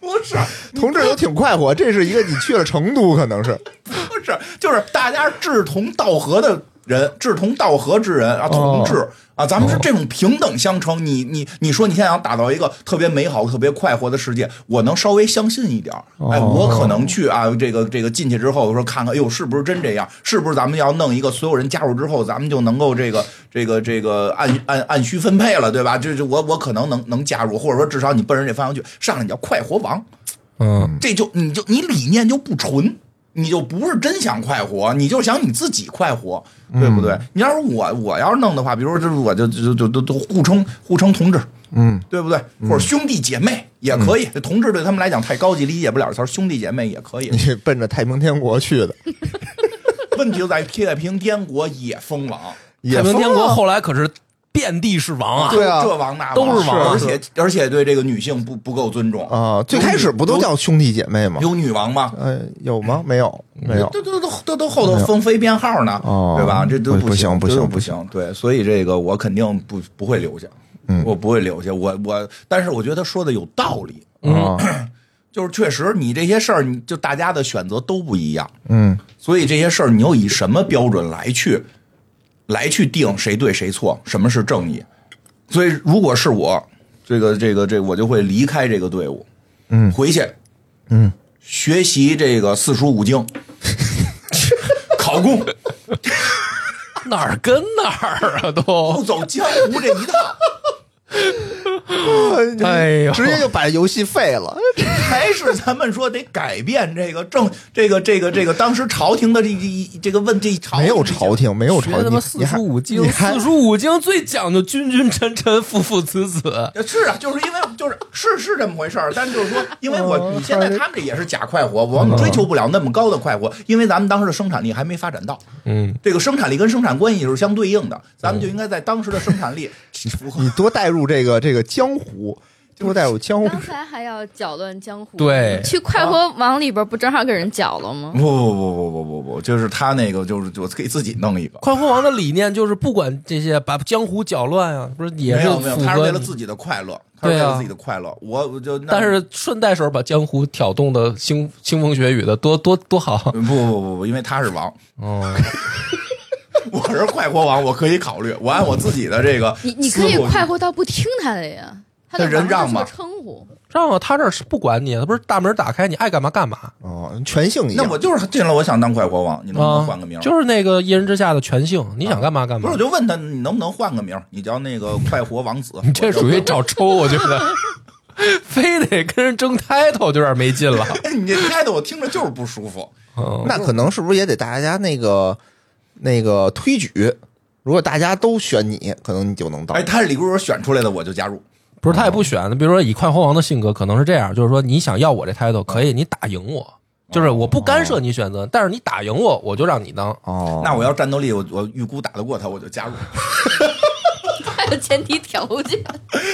Speaker 2: 不是
Speaker 3: 同志都挺快活，这是一个你去了成都，可能是
Speaker 2: 不 是，就是大家志同道合的。人志同道合之人啊，同志、啊，咱们是这种平等相称。你你你说你现在想打造一个特别美好、特别快活的世界，我能稍微相信一点儿。哎，我可能去啊，这个这个进去之后，我说看看，哎呦，是不是真这样？是不是咱们要弄一个所有人加入之后，咱们就能够这个这个这个按按按需分配了，对吧？这这我我可能能能加入，或者说至少你奔着这方向去，上来你叫快活王，
Speaker 1: 嗯，
Speaker 2: 这就你就你理念就不纯，你就不是真想快活，你就想你自己快活，对不
Speaker 3: 嗯
Speaker 2: 对？你要是我我要是弄的话，比如说就是我就就就就就互称互称同志，嗯，对不对？或者兄弟姐妹也可
Speaker 3: 嗯
Speaker 2: 以，同志对他们来讲太高级，理解不了这词儿，兄弟姐妹也可以。
Speaker 3: 你奔着太平天国去 的，
Speaker 2: 问题就在于太平天国也封王，
Speaker 3: 也
Speaker 1: 太平
Speaker 3: 疯
Speaker 1: 天国
Speaker 3: 了
Speaker 1: 后来可是遍地是王啊。
Speaker 3: 对 啊
Speaker 2: 这王那
Speaker 1: 都是王
Speaker 2: 而且而且对这个女性不不够尊重
Speaker 3: 啊！最开始不都叫兄弟姐妹吗？
Speaker 2: 有女王吗？
Speaker 3: 呃，有吗？没有，没有。
Speaker 2: 这这都都都后头封妃编号呢，
Speaker 3: 哦
Speaker 2: 对吧？这都
Speaker 3: 不
Speaker 2: 行，
Speaker 3: 不
Speaker 2: 这
Speaker 3: 行
Speaker 2: 都
Speaker 3: 不行
Speaker 2: 不
Speaker 3: 嗯
Speaker 2: 行。对，所以这个我肯定不不会留下，我不会留下。我我，但是我觉得他说的有道理，
Speaker 3: 啊，
Speaker 2: 就是确实你这些事儿，你就大家的选择都不一样，
Speaker 3: 嗯，
Speaker 2: 所以这些事儿你又以什么标准来去来去定谁对谁错，什么是正义？所以如果是我，这个这个这个我就会离开这个队伍，嗯，回去，嗯，学习这个四书五经， 考公。
Speaker 1: 哪儿跟哪儿啊都
Speaker 2: 不。走江湖这一套，
Speaker 1: 哎呦，
Speaker 3: 直接就把游戏废了。
Speaker 2: 还是咱们说得改变这个政，这个这个这个当时朝廷的这一这个问这一朝
Speaker 3: 没有朝廷，没有朝
Speaker 1: 学他
Speaker 3: 廷，
Speaker 1: 妈
Speaker 3: 你
Speaker 1: 四
Speaker 3: 你还
Speaker 1: 书五经
Speaker 3: 你，还
Speaker 1: 四书五经最讲究君君臣臣父父子子。
Speaker 2: 是啊，就是因为就是是是这么回事儿，但就是说，因为我
Speaker 1: 哦
Speaker 2: 你现在他们这也是假快活，我们追求不了那么高的快活，因为咱们当时的生产力还没发展到，
Speaker 1: 嗯，
Speaker 2: 这个生产力跟生产关系是相对应的，咱们就应该在当时的生产力符合
Speaker 3: 你多带入这个这个江湖，多带入江湖。
Speaker 4: 刚才还要搅乱江湖，
Speaker 1: 对
Speaker 4: 去快活王里边不正好给人搅了吗
Speaker 2: 不？不不不不不不，就是他那个就是我给自己弄一个，
Speaker 1: 快活王的理念就是不管这些，把江湖搅乱啊，不是也
Speaker 2: 没
Speaker 1: 是
Speaker 2: 有没有，
Speaker 1: 符
Speaker 2: 他是
Speaker 1: 合
Speaker 2: 为了
Speaker 1: 你
Speaker 2: 自己的快乐，他是为
Speaker 1: 对啊
Speaker 2: 了自己的快乐，我我就那
Speaker 1: 但是顺带手把江湖挑动的腥腥风血雨的，多多多 好。
Speaker 2: 不不不不，因为他是王，
Speaker 1: 哦，
Speaker 2: 我是快活王，我可以考虑，我按我自己的这个
Speaker 4: 你你可以
Speaker 2: 思路去
Speaker 4: 快活到不听他的呀，他的
Speaker 2: 那人让
Speaker 4: 嘛
Speaker 2: 吧
Speaker 4: 称呼，
Speaker 1: 这样啊，他这儿是不管你，他不是大门打开，你爱干嘛干嘛
Speaker 3: 哦，全性一样
Speaker 2: 那我就是进了，我想当快活王，你能不
Speaker 1: 啊
Speaker 2: 能换个名？。
Speaker 1: 就是那个一人之下的全性，你想干嘛干
Speaker 2: 不
Speaker 1: 嘛
Speaker 2: 是，我。就问他，你能不能换个名儿？你叫那个快活王 子。
Speaker 1: 你这属于找抽，我觉得， 非得跟人争 title 就有点没劲了。
Speaker 2: 我就，你这态度我听着就是不舒 服。
Speaker 1: 嗯，
Speaker 3: 那可能是不是也得大家那个那个推举？如果大家都选你，可能你就能当。
Speaker 2: 哎哎，他是李如说选出来的，我就加入。
Speaker 1: 不是他也不选。比如说以快活王的性格可能是这样，就是说你想要我这 title 可以，你打赢我，就是我不干涉你选择，但是你打赢我，我就让你当。
Speaker 3: 哦，
Speaker 2: 那我要战斗力，我我预估打得过他，我就加入。
Speaker 4: 还有前提条件，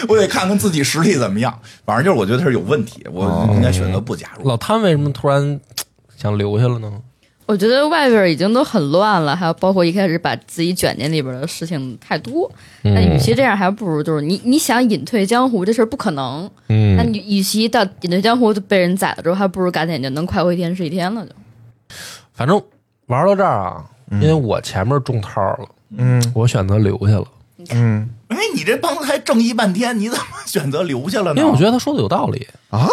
Speaker 2: 我得看看自己实力怎么样。反正就是我觉得他是有问题，
Speaker 3: 哦
Speaker 2: 我应该选择不加入。
Speaker 1: 老贪为什么突然想留下了呢？
Speaker 4: 我觉得外边已经都很乱了，还有包括一开始把自己卷进里边的事情太多。那
Speaker 1: 嗯
Speaker 4: 与其这样，还不如就是你你想隐退江湖这事儿不可能。那
Speaker 1: 嗯，
Speaker 4: 你与其到隐退江湖就被人宰了之后，还不如赶紧就能快活一天是一天了就。
Speaker 1: 反正玩到这儿啊，因为我前面中套了，
Speaker 3: 嗯
Speaker 1: 我选择留下了，
Speaker 3: 嗯
Speaker 2: 哎，你这帮他还正义半天，你怎么选择留下了呢？
Speaker 1: 因为我觉得他说的有道理。
Speaker 3: 啊，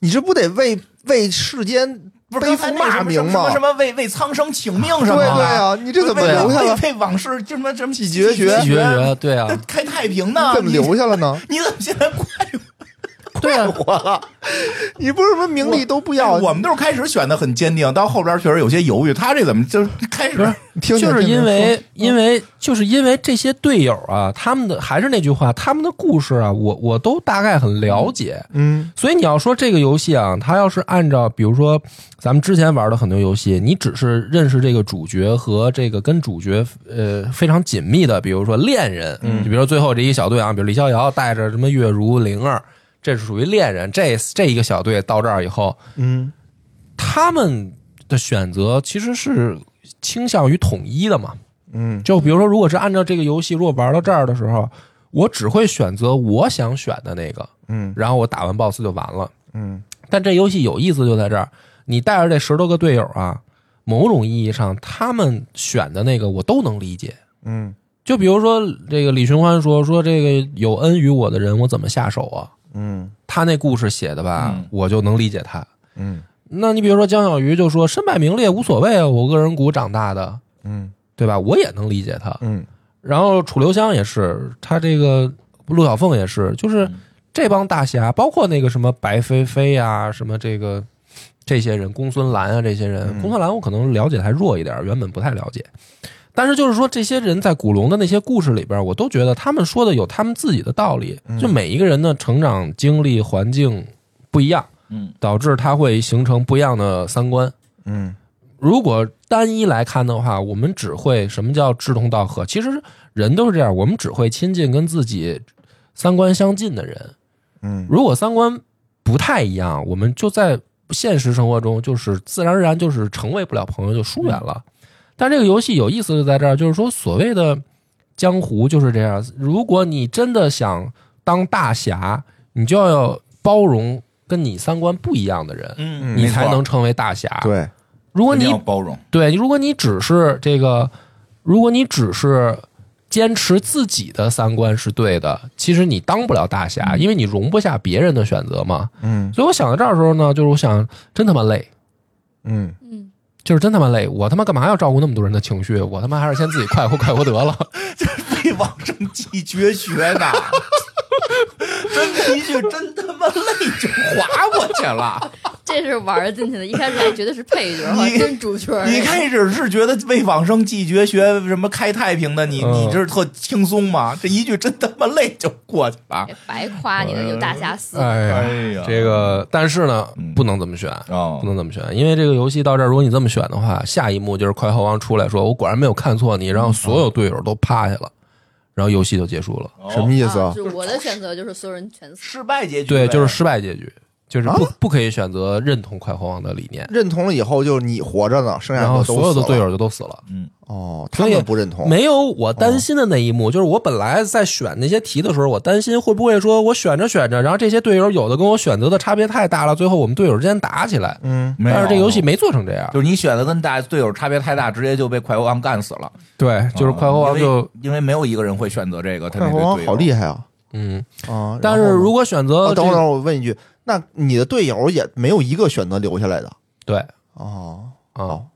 Speaker 3: 你这不得为为世间
Speaker 2: 不是
Speaker 3: 背
Speaker 2: 刚
Speaker 3: 负
Speaker 2: 才那
Speaker 3: 骂
Speaker 2: 什么什
Speaker 3: 名
Speaker 2: 么什
Speaker 3: 吗
Speaker 2: 么什？么为为苍生请命什么的？
Speaker 3: 对对啊你这怎么
Speaker 2: 为
Speaker 3: 留下了
Speaker 2: 为为往事就什么什么
Speaker 3: 几绝
Speaker 2: 绝
Speaker 3: 绝
Speaker 1: 拒绝绝，对啊
Speaker 2: 这，开太平呢？
Speaker 3: 怎么
Speaker 2: 你？
Speaker 3: 留下了呢？
Speaker 2: 你怎么现在怪
Speaker 1: 对啊，
Speaker 3: 你不是什么名利都不要，
Speaker 2: 哎我们都是开始选的很坚定，到后边确实有些犹豫。他这怎么就开始？
Speaker 3: 听听
Speaker 1: 就是因
Speaker 3: 听嗯听
Speaker 1: 为因为就是因为这些队友啊，他们的还是那句话，他们的故事啊，我我都大概很了解。
Speaker 3: 嗯
Speaker 1: 所以你要说这个游戏啊，它要是按照比如说咱们之前玩的很多游戏，你只是认识这个主角和这个跟主角呃非常紧密的，比如说恋人，嗯，就比如说最后这一小队啊，比如李逍遥带着什么月如灵儿，这是属于恋人，这这一个小队到这儿以后，
Speaker 3: 嗯
Speaker 1: 他们的选择其实是倾向于统一的嘛，
Speaker 3: 嗯
Speaker 1: 就比如说，如果是按照这个游戏，如果玩到这儿的时候，我只会选择我想选的那个，
Speaker 3: 嗯
Speaker 1: 然后我打完 BOSS 就完了。
Speaker 3: 嗯
Speaker 1: 但这游戏有意思就在这儿，你带着这十多个队友啊，某种意义上他们选的那个我都能理解。
Speaker 3: 嗯
Speaker 1: 就比如说这个李寻欢说说这个有恩于我的人，我怎么下手啊？
Speaker 3: 嗯
Speaker 1: 他那故事写的吧，
Speaker 2: 嗯
Speaker 1: 我就能理解他。
Speaker 3: 嗯
Speaker 1: 那你比如说江小鱼就说身败名裂无所谓啊，我恶人谷长大的，
Speaker 3: 嗯
Speaker 1: 对吧？我也能理解他。
Speaker 3: 嗯
Speaker 1: 然后楚留香也是，他这个陆小凤也是，就是这帮大侠，包括那个什么白飞飞啊，什么这个这些人，公孙兰啊这些人，公孙兰我可能了解还弱一点，原本不太了解。但是就是说，这些人在古龙的那些故事里边，我都觉得他们说的有他们自己的道理。就每一个人的成长经历、环境不一样，
Speaker 2: 嗯，
Speaker 1: 导致他会形成不一样的三观。
Speaker 3: 嗯
Speaker 1: 如果单一来看的话，我们只会什么叫志同道合？其实人都是这样，我们只会亲近跟自己三观相近的人。
Speaker 3: 嗯
Speaker 1: 如果三观不太一样，我们就在现实生活中就是自然而然就是成为不了朋友，就疏远了。但这个游戏有意思就在这儿，就是说所谓的江湖就是这样。如果你真的想当大侠，你就要包容跟你三观不一样的人，
Speaker 2: 嗯
Speaker 1: 你
Speaker 2: 没错
Speaker 1: 才能成为大侠。，
Speaker 3: 对，
Speaker 1: 如果
Speaker 2: 一
Speaker 1: 你
Speaker 2: 定要包 容。
Speaker 1: 对，如果你只是这个，如果你只是坚持自己的三观是对的，其实你当不了大侠，因为你容不下别人的选择嘛。
Speaker 3: 嗯
Speaker 1: 所以我想到这儿的时候呢，就是我想，真他妈累，
Speaker 3: 嗯
Speaker 4: 嗯，
Speaker 1: 就是真他妈累，我他妈干嘛要照顾那么多人的情绪？我他妈还是先自己快活快活得了。
Speaker 2: 为往生继绝学呢。真的一句，真他妈累就划过去了。
Speaker 4: 这是玩儿进去的。一开始还觉得是配角，后来
Speaker 2: 你
Speaker 4: 真主角。
Speaker 1: 嗯
Speaker 2: 你开始是觉得为往生继绝学什么开太平的，你
Speaker 1: 嗯
Speaker 2: 你这是特轻松吗？这一句真他妈累就过去了
Speaker 4: 也。白夸你的有大侠思。
Speaker 1: 哎呀，
Speaker 2: 呀
Speaker 1: 这个，但是呢
Speaker 2: 嗯，
Speaker 1: 不能这么选。
Speaker 2: 哦
Speaker 1: 不能这么选，因为这个游戏到这儿，如果你这么选的话，下一幕就是快猴王出来说：“我果然没有看错你。”然后所有队友都趴下了，然后游戏就结束了。
Speaker 3: 什么意思啊？
Speaker 4: 啊就是我的选择就是所有人全死。
Speaker 2: 失败结局呗？
Speaker 1: 对，就是失败结局，就是不、
Speaker 3: 啊
Speaker 1: 不可以选择认同快活王的理念，
Speaker 3: 认同了以后，就是你活着呢，剩下
Speaker 1: 然后
Speaker 3: 的
Speaker 1: 所有的
Speaker 3: 死了
Speaker 1: 队友就都死了。
Speaker 3: 哦，他
Speaker 1: 所以
Speaker 3: 们不认同，哦
Speaker 1: 没有我担心的那一幕，就是我本来在选那些题的时候，我担心会不会说我选着选着，然后这些队友有的跟我选择的差别太大了，最后我们队友之间打起来。
Speaker 3: 嗯
Speaker 2: 没有。
Speaker 1: 但是这游戏没做成这样，
Speaker 2: 就是你选的跟大队友差别太大，直接就被快活王干死了。啊
Speaker 1: 对，就是快活
Speaker 3: 哦
Speaker 1: 王
Speaker 2: 因
Speaker 1: 就
Speaker 2: 为因为没有一个人会选择这个，他
Speaker 3: 快
Speaker 2: 那
Speaker 3: 活
Speaker 2: 个
Speaker 3: 王好厉害啊
Speaker 1: 嗯，
Speaker 3: 啊！
Speaker 1: 但是
Speaker 3: 然后呢
Speaker 1: 如果选择
Speaker 3: 哦
Speaker 1: 这
Speaker 3: 等会儿等
Speaker 1: 个
Speaker 3: 会儿我问一句，那你的队友也没有一个选择留下来的
Speaker 1: 对
Speaker 3: 哦，
Speaker 1: 啊
Speaker 3: 好，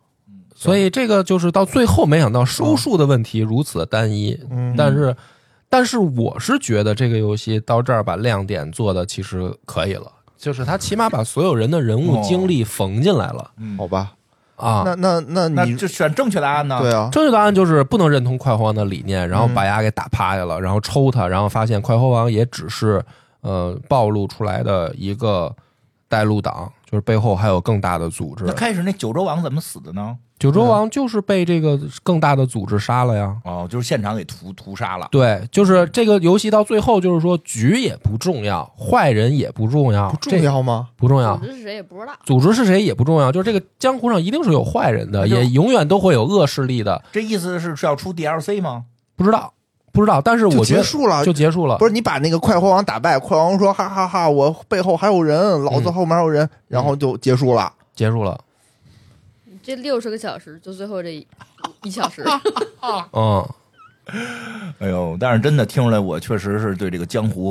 Speaker 1: 所以这个就是到最后没想到收束的问题如此的单一，
Speaker 3: 嗯
Speaker 1: 但是，但是我是觉得这个游戏到这儿把亮点做的其实可以了，就是它起码把所有人的人物经历缝进来了
Speaker 2: 嗯
Speaker 3: 好吧，
Speaker 1: 啊。
Speaker 3: 哦那那那
Speaker 2: 那
Speaker 3: 你
Speaker 2: 就选正确答案呢？
Speaker 3: 对啊，
Speaker 1: 正确答案就是不能认同快猴王的理念，然后
Speaker 3: 嗯
Speaker 1: 把牙给打趴下了，然后抽他，然后发现快猴王也只是呃暴露出来的一个带路党，就是背后还有更大的组织
Speaker 2: 那。开始那九州王怎么死的呢？
Speaker 1: 九
Speaker 3: 嗯
Speaker 1: 州王就是被这个更大的组织杀了呀。
Speaker 2: 哦，就是现场给屠屠杀了。
Speaker 1: 对，就是这个游戏到最后就是说局也不重要，坏人也不重要，
Speaker 3: 不重
Speaker 1: 这
Speaker 3: 要吗？
Speaker 1: 不重要
Speaker 4: 总。之是谁也不知道。
Speaker 1: 组织是谁也不重要，就是这个江湖上一定是有坏人的，
Speaker 2: 那就
Speaker 1: 也永远都会有恶势力的。
Speaker 2: 这意思是是要出 DLC 吗？
Speaker 1: 不知道，不知道，但是
Speaker 3: 就
Speaker 1: 我觉
Speaker 3: 结
Speaker 1: 得
Speaker 3: 束了
Speaker 1: 就。结束了
Speaker 3: 不。是你把那个快活王打败，快活王说哈哈哈我背后还有人，老
Speaker 1: 嗯
Speaker 3: 子后面还有人，然后就结束了。
Speaker 1: 结束了，
Speaker 4: 这六十个小时，就最后这一一小时，
Speaker 1: 嗯，
Speaker 2: 哎呦，但是真的听出来，我确实是对这个江湖，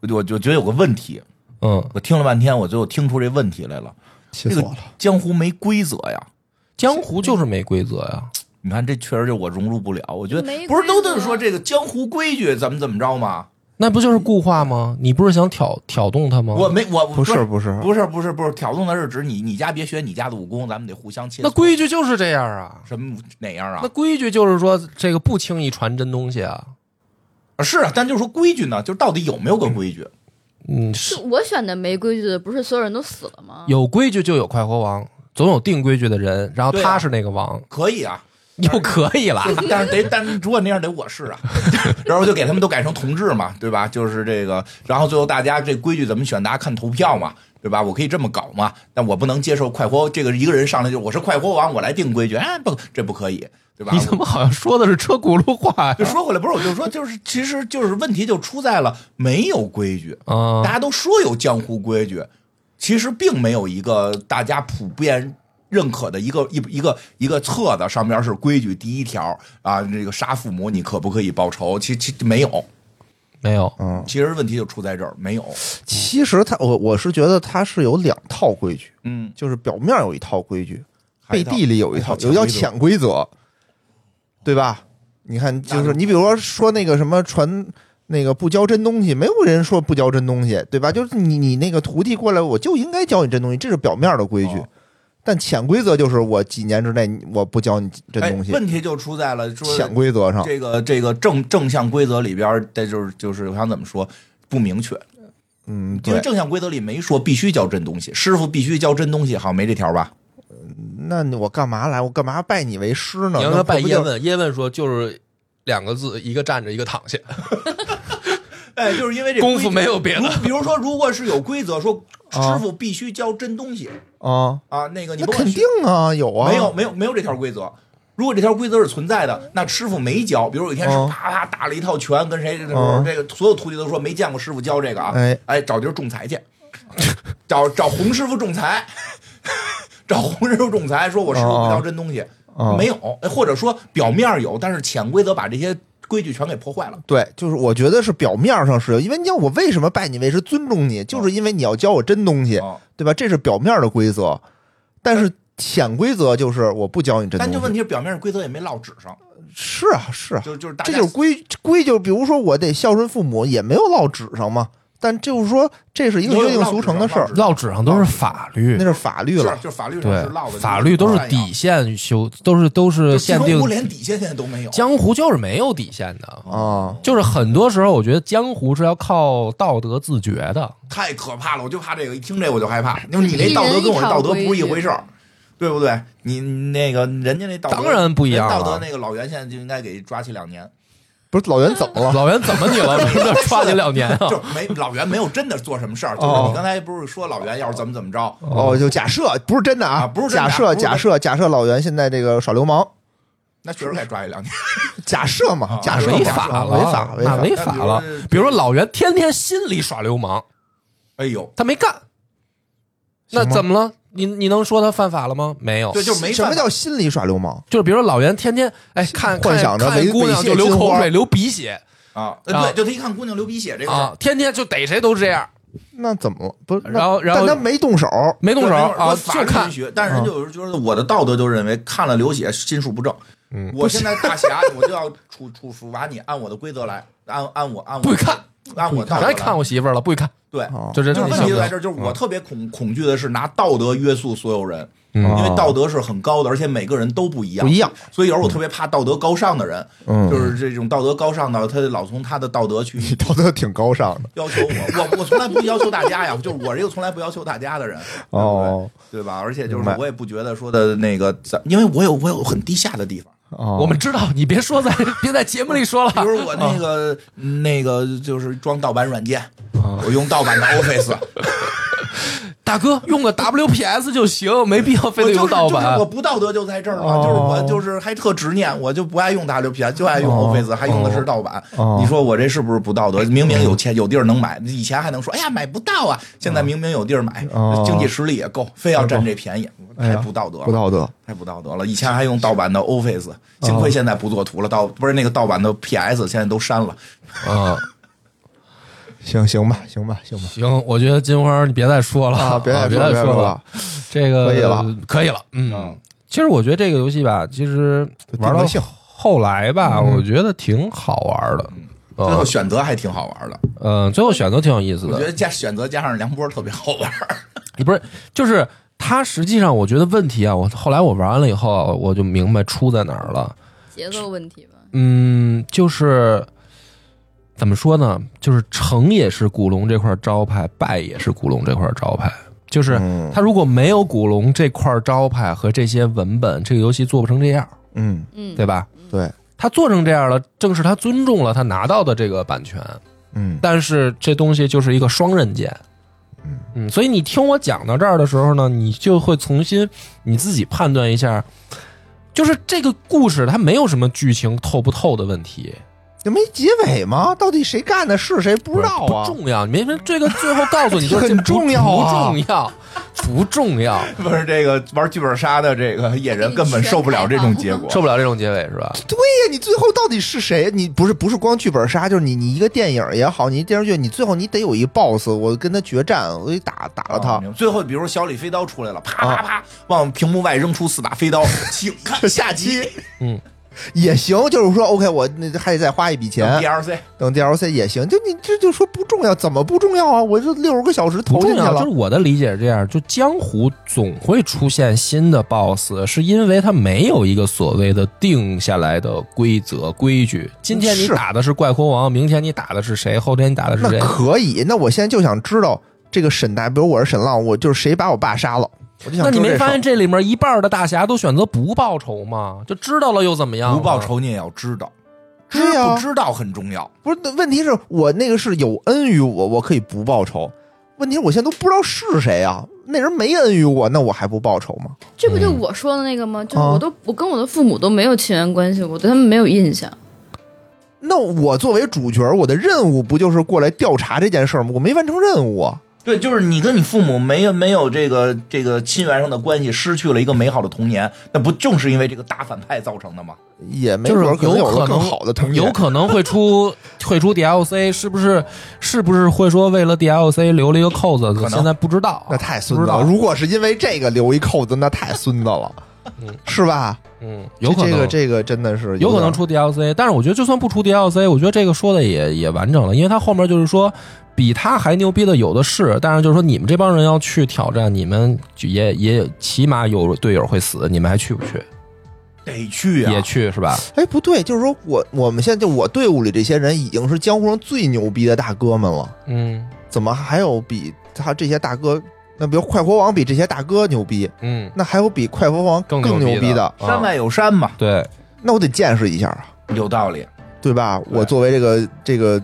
Speaker 2: 我我就觉得有个问题。
Speaker 1: 嗯，
Speaker 2: 我听了半天，我最后听出这问题来了。
Speaker 3: 气
Speaker 2: 这个！江湖没规则呀。
Speaker 1: 江湖就是没规则呀。
Speaker 2: 你看，这确实就我融入不了。我觉
Speaker 4: 没
Speaker 2: 得不是
Speaker 4: 规
Speaker 2: 都
Speaker 4: 则
Speaker 2: 得说这个江湖规矩怎么怎么着吗？
Speaker 1: 那不就是固化吗？你不是想挑挑动他吗？
Speaker 3: 哦
Speaker 2: 我没我
Speaker 3: 不是不是，
Speaker 2: 不是不是不是挑动的是指你你家别学你家的武功，咱们得互相切磋。
Speaker 1: 那规矩就是这样啊。
Speaker 2: 什么哪样啊
Speaker 1: 那？规矩就是说，这个不轻易传真东西啊。
Speaker 2: 啊是啊，但就是说规矩呢，就是到底有没有个规矩？
Speaker 1: 嗯，是
Speaker 4: 就我选的没规矩的，不是所有人都死了吗？
Speaker 1: 有规矩就有快活王，总有定规矩的人，然后
Speaker 2: 对啊
Speaker 1: 他是那个王，
Speaker 2: 可以啊，
Speaker 1: 又可以了。
Speaker 2: 但是得，但是如果那样得我是 啊，然后就给他们都改成同志嘛，对吧？就是这个，然后最后大家这规矩怎么选，大家看投票嘛，对吧？我可以这么搞嘛，但我不能接受快活这个一个人上来就我是快活王，我来定规矩，哎，不，这不可以，对吧？
Speaker 1: 你怎么好像说的是车轱辘 话
Speaker 2: 就
Speaker 1: 呀？
Speaker 2: 说回来，不是，我就说，就是其实就是问题就出在了没有规矩，
Speaker 1: 啊
Speaker 2: 大，家都说有江湖规矩，其实并没有一个大家普遍认可的一个一一个一个册子，上面是规矩第一条啊，这个杀父母你可不可以报仇？其其没有，
Speaker 1: 没有，
Speaker 3: 嗯，
Speaker 2: 其实问题就出在这儿，没有。
Speaker 3: 其实他我我是觉得他是有两套规矩，
Speaker 2: 嗯，
Speaker 3: 就是表面有一套规矩，
Speaker 2: 还有
Speaker 3: 背
Speaker 2: 一套
Speaker 3: 地里有一
Speaker 2: 还有
Speaker 3: 套，哎
Speaker 2: 一套
Speaker 3: 有一套
Speaker 2: 潜
Speaker 3: 潜规则，对吧？你看，就是你比如说说那个什么传那个不教真东西，没有人说不教真东西，对吧？就是你你那个徒弟过来，我就应该教你真东西，这是表面的规矩。
Speaker 2: 哦
Speaker 3: 但潜规则就是我几年之内我不教你真
Speaker 2: 哎
Speaker 3: 东，西，
Speaker 2: 问题就出在了说
Speaker 3: 潜规则上
Speaker 2: 这个这个正正向规则里边，这就是就是我想怎么说不明确，
Speaker 3: 嗯，
Speaker 2: 因为
Speaker 3: 对，
Speaker 2: 正向规则里没说必须教真东西，师傅必须教真东西，好像没这条吧？
Speaker 3: 那你我干嘛来？我干嘛拜你为师呢？
Speaker 1: 你让他
Speaker 3: 那可
Speaker 1: 拜
Speaker 3: 不
Speaker 1: 叶
Speaker 3: 就
Speaker 1: 问，叶问说就是两个字，一个站着，一个躺 下，
Speaker 2: 哎，就是因为这
Speaker 1: 功夫
Speaker 2: 规矩
Speaker 1: 没有别的。
Speaker 2: 比如说，如果是有规则说
Speaker 3: 啊
Speaker 2: 师傅必须教真东西
Speaker 3: 啊？
Speaker 2: 啊，那个你甭
Speaker 3: 那
Speaker 2: 管
Speaker 3: 肯
Speaker 2: 学
Speaker 3: 定啊，有啊，
Speaker 2: 没有没有没有这条规则。如果这条规则是存在的，那师傅没教。比如有一天是
Speaker 3: 嗯
Speaker 2: 啪啪打了一套拳，跟谁的时
Speaker 3: 嗯
Speaker 2: 候，这个所有徒弟都说没见过师傅教这个啊，
Speaker 3: 哎
Speaker 2: 哎，找地儿仲裁去，找找洪师傅仲裁，找洪师傅仲裁，说我师傅不教真东西，
Speaker 3: 啊？
Speaker 2: 没有，哎或者说表面有，但是潜规则把这些规矩全给破坏了。
Speaker 3: 对，就是我觉得是表面上是有，因为你要我为什么拜你为师尊重你，就是因为你要教我真东西，
Speaker 2: 啊，
Speaker 3: 对吧？这是表面的规则，但是潜规则就是我不教你真
Speaker 2: 但就
Speaker 3: 东
Speaker 2: 问题
Speaker 3: 西。
Speaker 2: 是表面上规则也没落纸上，
Speaker 3: 是啊，是啊，
Speaker 2: 就就是大家
Speaker 3: 这就是规规，就比如说我得孝顺父母，也没有落纸上嘛。但就是说，这是一个
Speaker 2: 有有
Speaker 3: 约定
Speaker 2: 落
Speaker 3: 俗
Speaker 2: 纸
Speaker 3: 成的
Speaker 2: 上
Speaker 3: 事
Speaker 2: 落
Speaker 3: 儿
Speaker 2: 纸，
Speaker 1: 烙纸上都是法律
Speaker 3: 那，是法律
Speaker 2: 是
Speaker 3: 了。
Speaker 2: 就是法律上
Speaker 1: 对
Speaker 2: 是落的，，
Speaker 1: 法律都是
Speaker 2: 占有
Speaker 1: 底线修，都是都是
Speaker 2: 就
Speaker 1: 限
Speaker 2: 几
Speaker 1: 定
Speaker 2: 乎，连底线现在都没有。
Speaker 1: 江湖就是没有底线的。
Speaker 3: 啊，
Speaker 1: 就是很多时候，我觉得江湖是要靠道德自觉的。
Speaker 2: 太可怕了，我就怕这个，一听这我就害怕，因为你那道德跟我这道德不是一回事儿，对不对？你那个人家那道德
Speaker 1: 当然不一样
Speaker 2: 人
Speaker 1: 了
Speaker 2: 道德那个老袁现在就应该给抓起两 年，
Speaker 3: 不是老袁怎么了？
Speaker 1: 老袁怎么你了？真的 抓你两年啊？
Speaker 2: 就是没老袁没有真的做什么事儿，就是
Speaker 3: 哦
Speaker 2: 你刚才不是说老袁要是怎么怎么着，
Speaker 3: 哦，就假设不是真的
Speaker 2: 嗯
Speaker 3: 啊，
Speaker 2: 啊不是真的啊
Speaker 3: 假设，
Speaker 2: 不是真
Speaker 3: 假
Speaker 2: 的
Speaker 3: 设，假设老袁现在这个耍流氓，
Speaker 2: 那确实该抓一两年。
Speaker 3: 假设嘛，
Speaker 2: 啊
Speaker 3: 假设
Speaker 1: 违
Speaker 3: 嘛
Speaker 1: 法了，
Speaker 3: 违法，
Speaker 1: 那
Speaker 3: 违
Speaker 1: 违
Speaker 2: 法
Speaker 1: 法了
Speaker 2: 那比如。
Speaker 1: 比如说老袁天天心里耍流氓，
Speaker 2: 哎呦，
Speaker 1: 他没干，那
Speaker 3: 行吗
Speaker 1: 怎么了？你你能说他犯法了吗？没有，
Speaker 2: 对，就是没
Speaker 3: 什么
Speaker 2: 办法
Speaker 3: 叫心理耍流氓？
Speaker 1: 就是比如说老袁天天哎看
Speaker 3: 幻想着
Speaker 1: 看看
Speaker 3: 猥
Speaker 1: 姑
Speaker 3: 猥亵
Speaker 1: 娘就流
Speaker 3: 金
Speaker 1: 口
Speaker 3: 花
Speaker 1: 水流鼻血
Speaker 2: 啊？
Speaker 1: 啊
Speaker 2: 呃对，就他一看姑娘流鼻血这个事儿
Speaker 1: 啊，天天就逮谁都是这样，
Speaker 3: 那怎么了？不是，那
Speaker 1: 然后然后
Speaker 3: 但他没动手，
Speaker 1: 没动手
Speaker 2: 对没有
Speaker 1: 啊，
Speaker 2: 我法
Speaker 1: 就
Speaker 2: 律
Speaker 1: 看啊
Speaker 2: 允许，但是人就有人觉得我的道德就认为看了流血心术不正。我现在大侠，我就要处处处罚你，按我的规则来，按按我按我
Speaker 1: 不许看，
Speaker 2: 按我道德
Speaker 1: 来
Speaker 2: 来
Speaker 1: 看我媳妇儿了，不许看，
Speaker 2: 对。
Speaker 3: 哦
Speaker 1: 就这
Speaker 2: 就
Speaker 1: 这
Speaker 2: 是
Speaker 1: 你
Speaker 2: 问
Speaker 1: 信
Speaker 2: 题
Speaker 1: 不
Speaker 2: 就在
Speaker 1: 信
Speaker 2: 这儿，就是我特别恐恐惧的是拿道德约束所有人，
Speaker 1: 嗯
Speaker 2: 因为道德是很高的，而且每个人都不一样，
Speaker 3: 不一样。
Speaker 2: 所以有时
Speaker 1: 嗯
Speaker 2: 候我特别怕道德高尚的人，
Speaker 3: 嗯
Speaker 2: 就是这种道德高尚的，他老从他的道德去
Speaker 3: 你道德挺高尚的
Speaker 2: 要求我，我我从来不要求大家呀，就是我是一个从来不要求大家的人，
Speaker 3: 哦
Speaker 2: 对吧？而且就
Speaker 3: 明
Speaker 2: 是
Speaker 3: 白
Speaker 2: 我也不觉得说的那个，咱因为我有我有很低下的地 方，
Speaker 3: 哦，
Speaker 1: 我们知道，你别说在别在节目里说了
Speaker 2: 比。如我那个那个就是装盗版软件，
Speaker 3: 啊
Speaker 2: 我用盗版的 Office，
Speaker 1: 大哥用个 WPS 就行，没必要非
Speaker 2: 我
Speaker 1: 得
Speaker 2: 就
Speaker 1: 用
Speaker 2: 是
Speaker 1: 盗
Speaker 2: 就是
Speaker 1: 版
Speaker 2: 我。不道德就在这儿嘛，
Speaker 3: 哦
Speaker 2: 就是我就是还特执念，我就不爱用 WPS，就爱用
Speaker 3: 哦
Speaker 2: Office，还用的是盗版
Speaker 3: 哦。
Speaker 2: 你说我这是不是不道德？明明有钱有地儿能买，以前还能说哎呀买不到啊，现在明明有地儿买
Speaker 3: 哦，
Speaker 2: 经济实力也够，非要占这便宜，
Speaker 3: 哎
Speaker 2: 太
Speaker 3: 呀
Speaker 2: 不道德
Speaker 3: 不
Speaker 2: 了。
Speaker 3: 道哦德
Speaker 2: 太不道德了！以前还用盗版的 Office，幸亏现在不做图了，盗不是那个盗版的 PS，现在都删了。
Speaker 1: 嗯，
Speaker 3: 行行吧，行吧，行吧。
Speaker 1: 行，我觉得金花你别再说了，
Speaker 3: 啊，别
Speaker 1: 啊
Speaker 3: 再
Speaker 1: 别
Speaker 3: 说了，别
Speaker 1: 再
Speaker 3: 再
Speaker 1: 说
Speaker 3: 说
Speaker 1: 了
Speaker 3: 了，，
Speaker 1: 这个
Speaker 3: 可以了，
Speaker 1: 可以了。嗯，其实我觉得这个游戏吧，其实玩到
Speaker 3: 定性
Speaker 1: 后来吧，我觉得挺好玩的。
Speaker 2: 最后
Speaker 1: 嗯
Speaker 2: 选择还挺好玩的，
Speaker 1: 嗯，最后选择挺有意思
Speaker 2: 我觉
Speaker 1: 的，
Speaker 2: 得加选择加上梁波特别好玩。
Speaker 1: 不是就是。它实际上，我觉得问题啊，我后来我玩完了以后啊，我就明白出在哪儿了。
Speaker 4: 节奏问题吧。
Speaker 1: 嗯，就是怎么说呢？就是成也是古龙这块招牌，败也是古龙这块招牌。就是
Speaker 3: 嗯
Speaker 1: 它如果没有古龙这块招牌和这些文本，这个游戏做不成这样，
Speaker 3: 嗯，
Speaker 4: 嗯，
Speaker 1: 对吧？
Speaker 3: 对，
Speaker 1: 他做成这样了，正是他尊重了他拿到的这个版权，
Speaker 3: 嗯
Speaker 1: 但是这东西就是一个双刃剑。嗯，所以你听我讲到这儿的时候呢，你就会重新你自己判断一下，就是这个故事它没有什么剧情透不透的问题，
Speaker 3: 这没结尾吗？到底谁干的是谁不知道啊？
Speaker 1: 不重要。没没这个最后告诉你就是
Speaker 3: 很
Speaker 1: 不
Speaker 3: 重要啊
Speaker 1: 不重要，不重 要，
Speaker 2: 不是这个玩剧本杀的这个野人根本受不了这种结果，
Speaker 1: 受不了这种结尾是吧？
Speaker 3: 对呀，你最后到底是谁？你不是不是光剧本杀，就是你你一个电影也好，你一电视剧，你最后你得有一 boss，我跟他决战，我得打打了啊
Speaker 1: 哦
Speaker 3: 他。
Speaker 2: 啊最后，比如小李飞刀出来了，啪啪啪，往屏幕外扔出四把飞刀，请看下集。
Speaker 3: 也行，就是说 OK，我那还得再花一笔钱
Speaker 2: DLC
Speaker 3: 等 DLC 也行。就你这就说不重要，怎么不重要啊？我这六十个小时
Speaker 1: 不
Speaker 3: 投进
Speaker 1: 重
Speaker 3: 去
Speaker 1: 要，就
Speaker 3: 了
Speaker 1: 是，我的理解是这样：就江湖总会出现新的 BOSS，是因为它没有一个所谓的定下来的规则规矩。今天你
Speaker 3: 是
Speaker 1: 打的是怪猴王，明天你打的是谁，后天你打的是
Speaker 3: 那
Speaker 1: 谁。
Speaker 3: 可以。那我现在就想知道这个沈大，比如我是沈浪，我就是谁把我爸杀了，我就想
Speaker 1: 那你
Speaker 3: 知道
Speaker 1: 没
Speaker 3: 这事儿
Speaker 1: 发现这里面一半的大侠都选择不报仇吗？就啊知道了又怎么样？
Speaker 2: 不报，仇你也要知道，知
Speaker 3: 对呀
Speaker 2: 不知道很重要。
Speaker 3: 不是？那问题是我那个是有恩于我，我可以不报仇。问题是我现在都不知道是谁啊，那人没恩于我，那我还不报仇吗？
Speaker 4: 这不就我说的那个吗？就是
Speaker 3: 啊
Speaker 4: 我都我跟我的父母都没有亲缘关系，我对他们没有印象。
Speaker 3: 那我作为主角，我的任务不就是过来调查这件事儿吗？我没完成任务啊。
Speaker 2: 对，就是你跟你父母没有没有这个这个亲缘上的关系，失去了一个美好的童年，那不正是因为这个大反派造成的吗？
Speaker 3: 也没
Speaker 1: 就是
Speaker 3: 准儿可能有了
Speaker 1: 可
Speaker 3: 更
Speaker 1: 能
Speaker 3: 好的童年，
Speaker 1: 有可能会 出会出 DLC，是不是？是不是会说为了 DLC 留了一个扣子？
Speaker 2: 能
Speaker 1: 现在不知道，啊
Speaker 3: 那太孙
Speaker 1: 不知
Speaker 3: 子
Speaker 1: 道
Speaker 3: 了。如果是因为这个留一扣子，那太孙子 了，是吧？
Speaker 1: 嗯，有可能
Speaker 3: 这个这个真的是
Speaker 1: 有可
Speaker 3: 点
Speaker 1: 能出 DLC，但是我觉得就算不出 DLC，我觉得这个说的也也完整了，因为他后面就是说比他还牛逼的有的是，但是就是说你们这帮人要去挑战，你们就也也起码有队友会死，你们还去不去？
Speaker 2: 得去啊
Speaker 1: 也！去是吧？
Speaker 3: 哎，不对，就是说我我们现在就我队伍里这些人已经是江湖上最牛逼的大哥们了，
Speaker 1: 嗯
Speaker 3: 怎么还有比他这些大哥？那比如快活王比这些大哥牛逼，
Speaker 1: 嗯，
Speaker 3: 那还有比快活王
Speaker 1: 更
Speaker 3: 更
Speaker 1: 逼
Speaker 3: 逼的？
Speaker 1: 啊
Speaker 2: 山外有山嘛，
Speaker 1: 对，
Speaker 3: 那我得见识一下啊，
Speaker 2: 有道理。
Speaker 3: 对吧？
Speaker 2: 对
Speaker 3: 我作为这个这个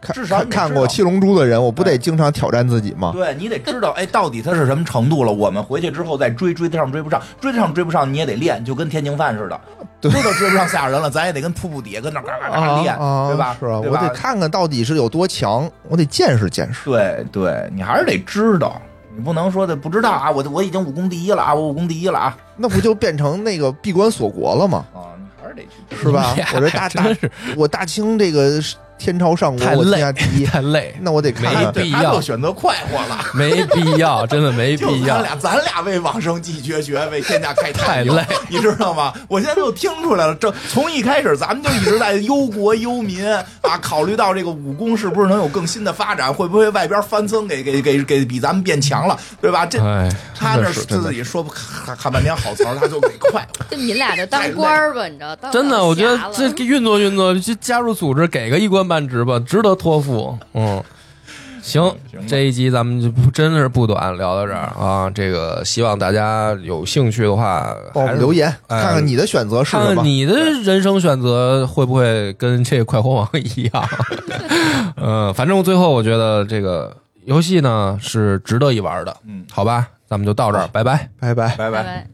Speaker 3: 看
Speaker 2: 至少
Speaker 3: 看
Speaker 2: 你
Speaker 3: 看
Speaker 2: 知
Speaker 3: 过
Speaker 2: 道
Speaker 3: 《七龙珠》的人，我不
Speaker 2: 哎
Speaker 3: 得经常挑战自己吗？
Speaker 2: 对你得知道，哎，到底他是什么程度了？我们回去之后再追，追得上追不上，追得上追不上，你也得练，就跟天津饭 似的，
Speaker 3: 对
Speaker 2: 追都追不上下人了，咱也得跟瀑布底下跟那儿嘎嘎嘎
Speaker 3: 啊
Speaker 2: 练，
Speaker 3: 啊
Speaker 2: 对吧？
Speaker 3: 是啊，
Speaker 2: 对
Speaker 3: 我
Speaker 2: 吧
Speaker 3: 得看看到底是有多强，我得见识见识。
Speaker 2: 对对，你还是得知道，你不能说的不知道啊，我我已经武功第一了啊，我武功第一了啊
Speaker 3: 那不就变成那个 闭关锁国了吗？
Speaker 2: 啊，你还是得去知道
Speaker 3: 是吧
Speaker 1: 你们俩？
Speaker 3: 我这大大
Speaker 1: 真是
Speaker 3: 我大清这个天朝上国
Speaker 1: 太
Speaker 3: 我天
Speaker 1: 累
Speaker 3: 下第一，
Speaker 1: 太累，
Speaker 3: 那我得看看
Speaker 1: 没必要
Speaker 2: 他就选择快活了。
Speaker 1: 没必要，真的 没
Speaker 2: 就
Speaker 1: 必
Speaker 2: 咱
Speaker 1: 要。
Speaker 2: 俩，咱俩为往生继绝学，为天下开太平
Speaker 1: 太累，
Speaker 2: 你知道吗？我现在就听出来了，这从一开始咱们就一直在忧国忧民啊，考虑到这个武功是不是能有更新的发展，会不会外边翻村给给给给比咱们变强了，对吧？这
Speaker 1: 哎，
Speaker 2: 他
Speaker 3: 啊真
Speaker 2: 那
Speaker 3: 的是真的
Speaker 2: 自己说看看半天好词儿，他就得快。
Speaker 4: 就你俩就当官儿吧，你知道？当
Speaker 1: 真的，我觉得
Speaker 4: 当侠
Speaker 1: 这
Speaker 4: 呃了
Speaker 1: 个运作运作，就加入组织，给个一官半职吧，值得托付。嗯，行
Speaker 3: 嗯
Speaker 2: 行吧，
Speaker 1: 这一集咱们就不真是不短，聊到这儿啊。这个希望大家有兴趣的话，
Speaker 3: 帮我
Speaker 1: 还
Speaker 3: 们
Speaker 1: 是
Speaker 3: 哦留言，
Speaker 1: 哎
Speaker 3: 看看你的选择是什
Speaker 1: 看
Speaker 3: 么
Speaker 1: 看。你的人生选择会不会跟这个快活王一样？嗯，反正最后我觉得这个游戏呢是值得一玩的，
Speaker 2: 嗯，
Speaker 1: 好吧？咱们就到这儿，拜拜。
Speaker 3: 拜拜。
Speaker 2: 拜
Speaker 4: 拜拜。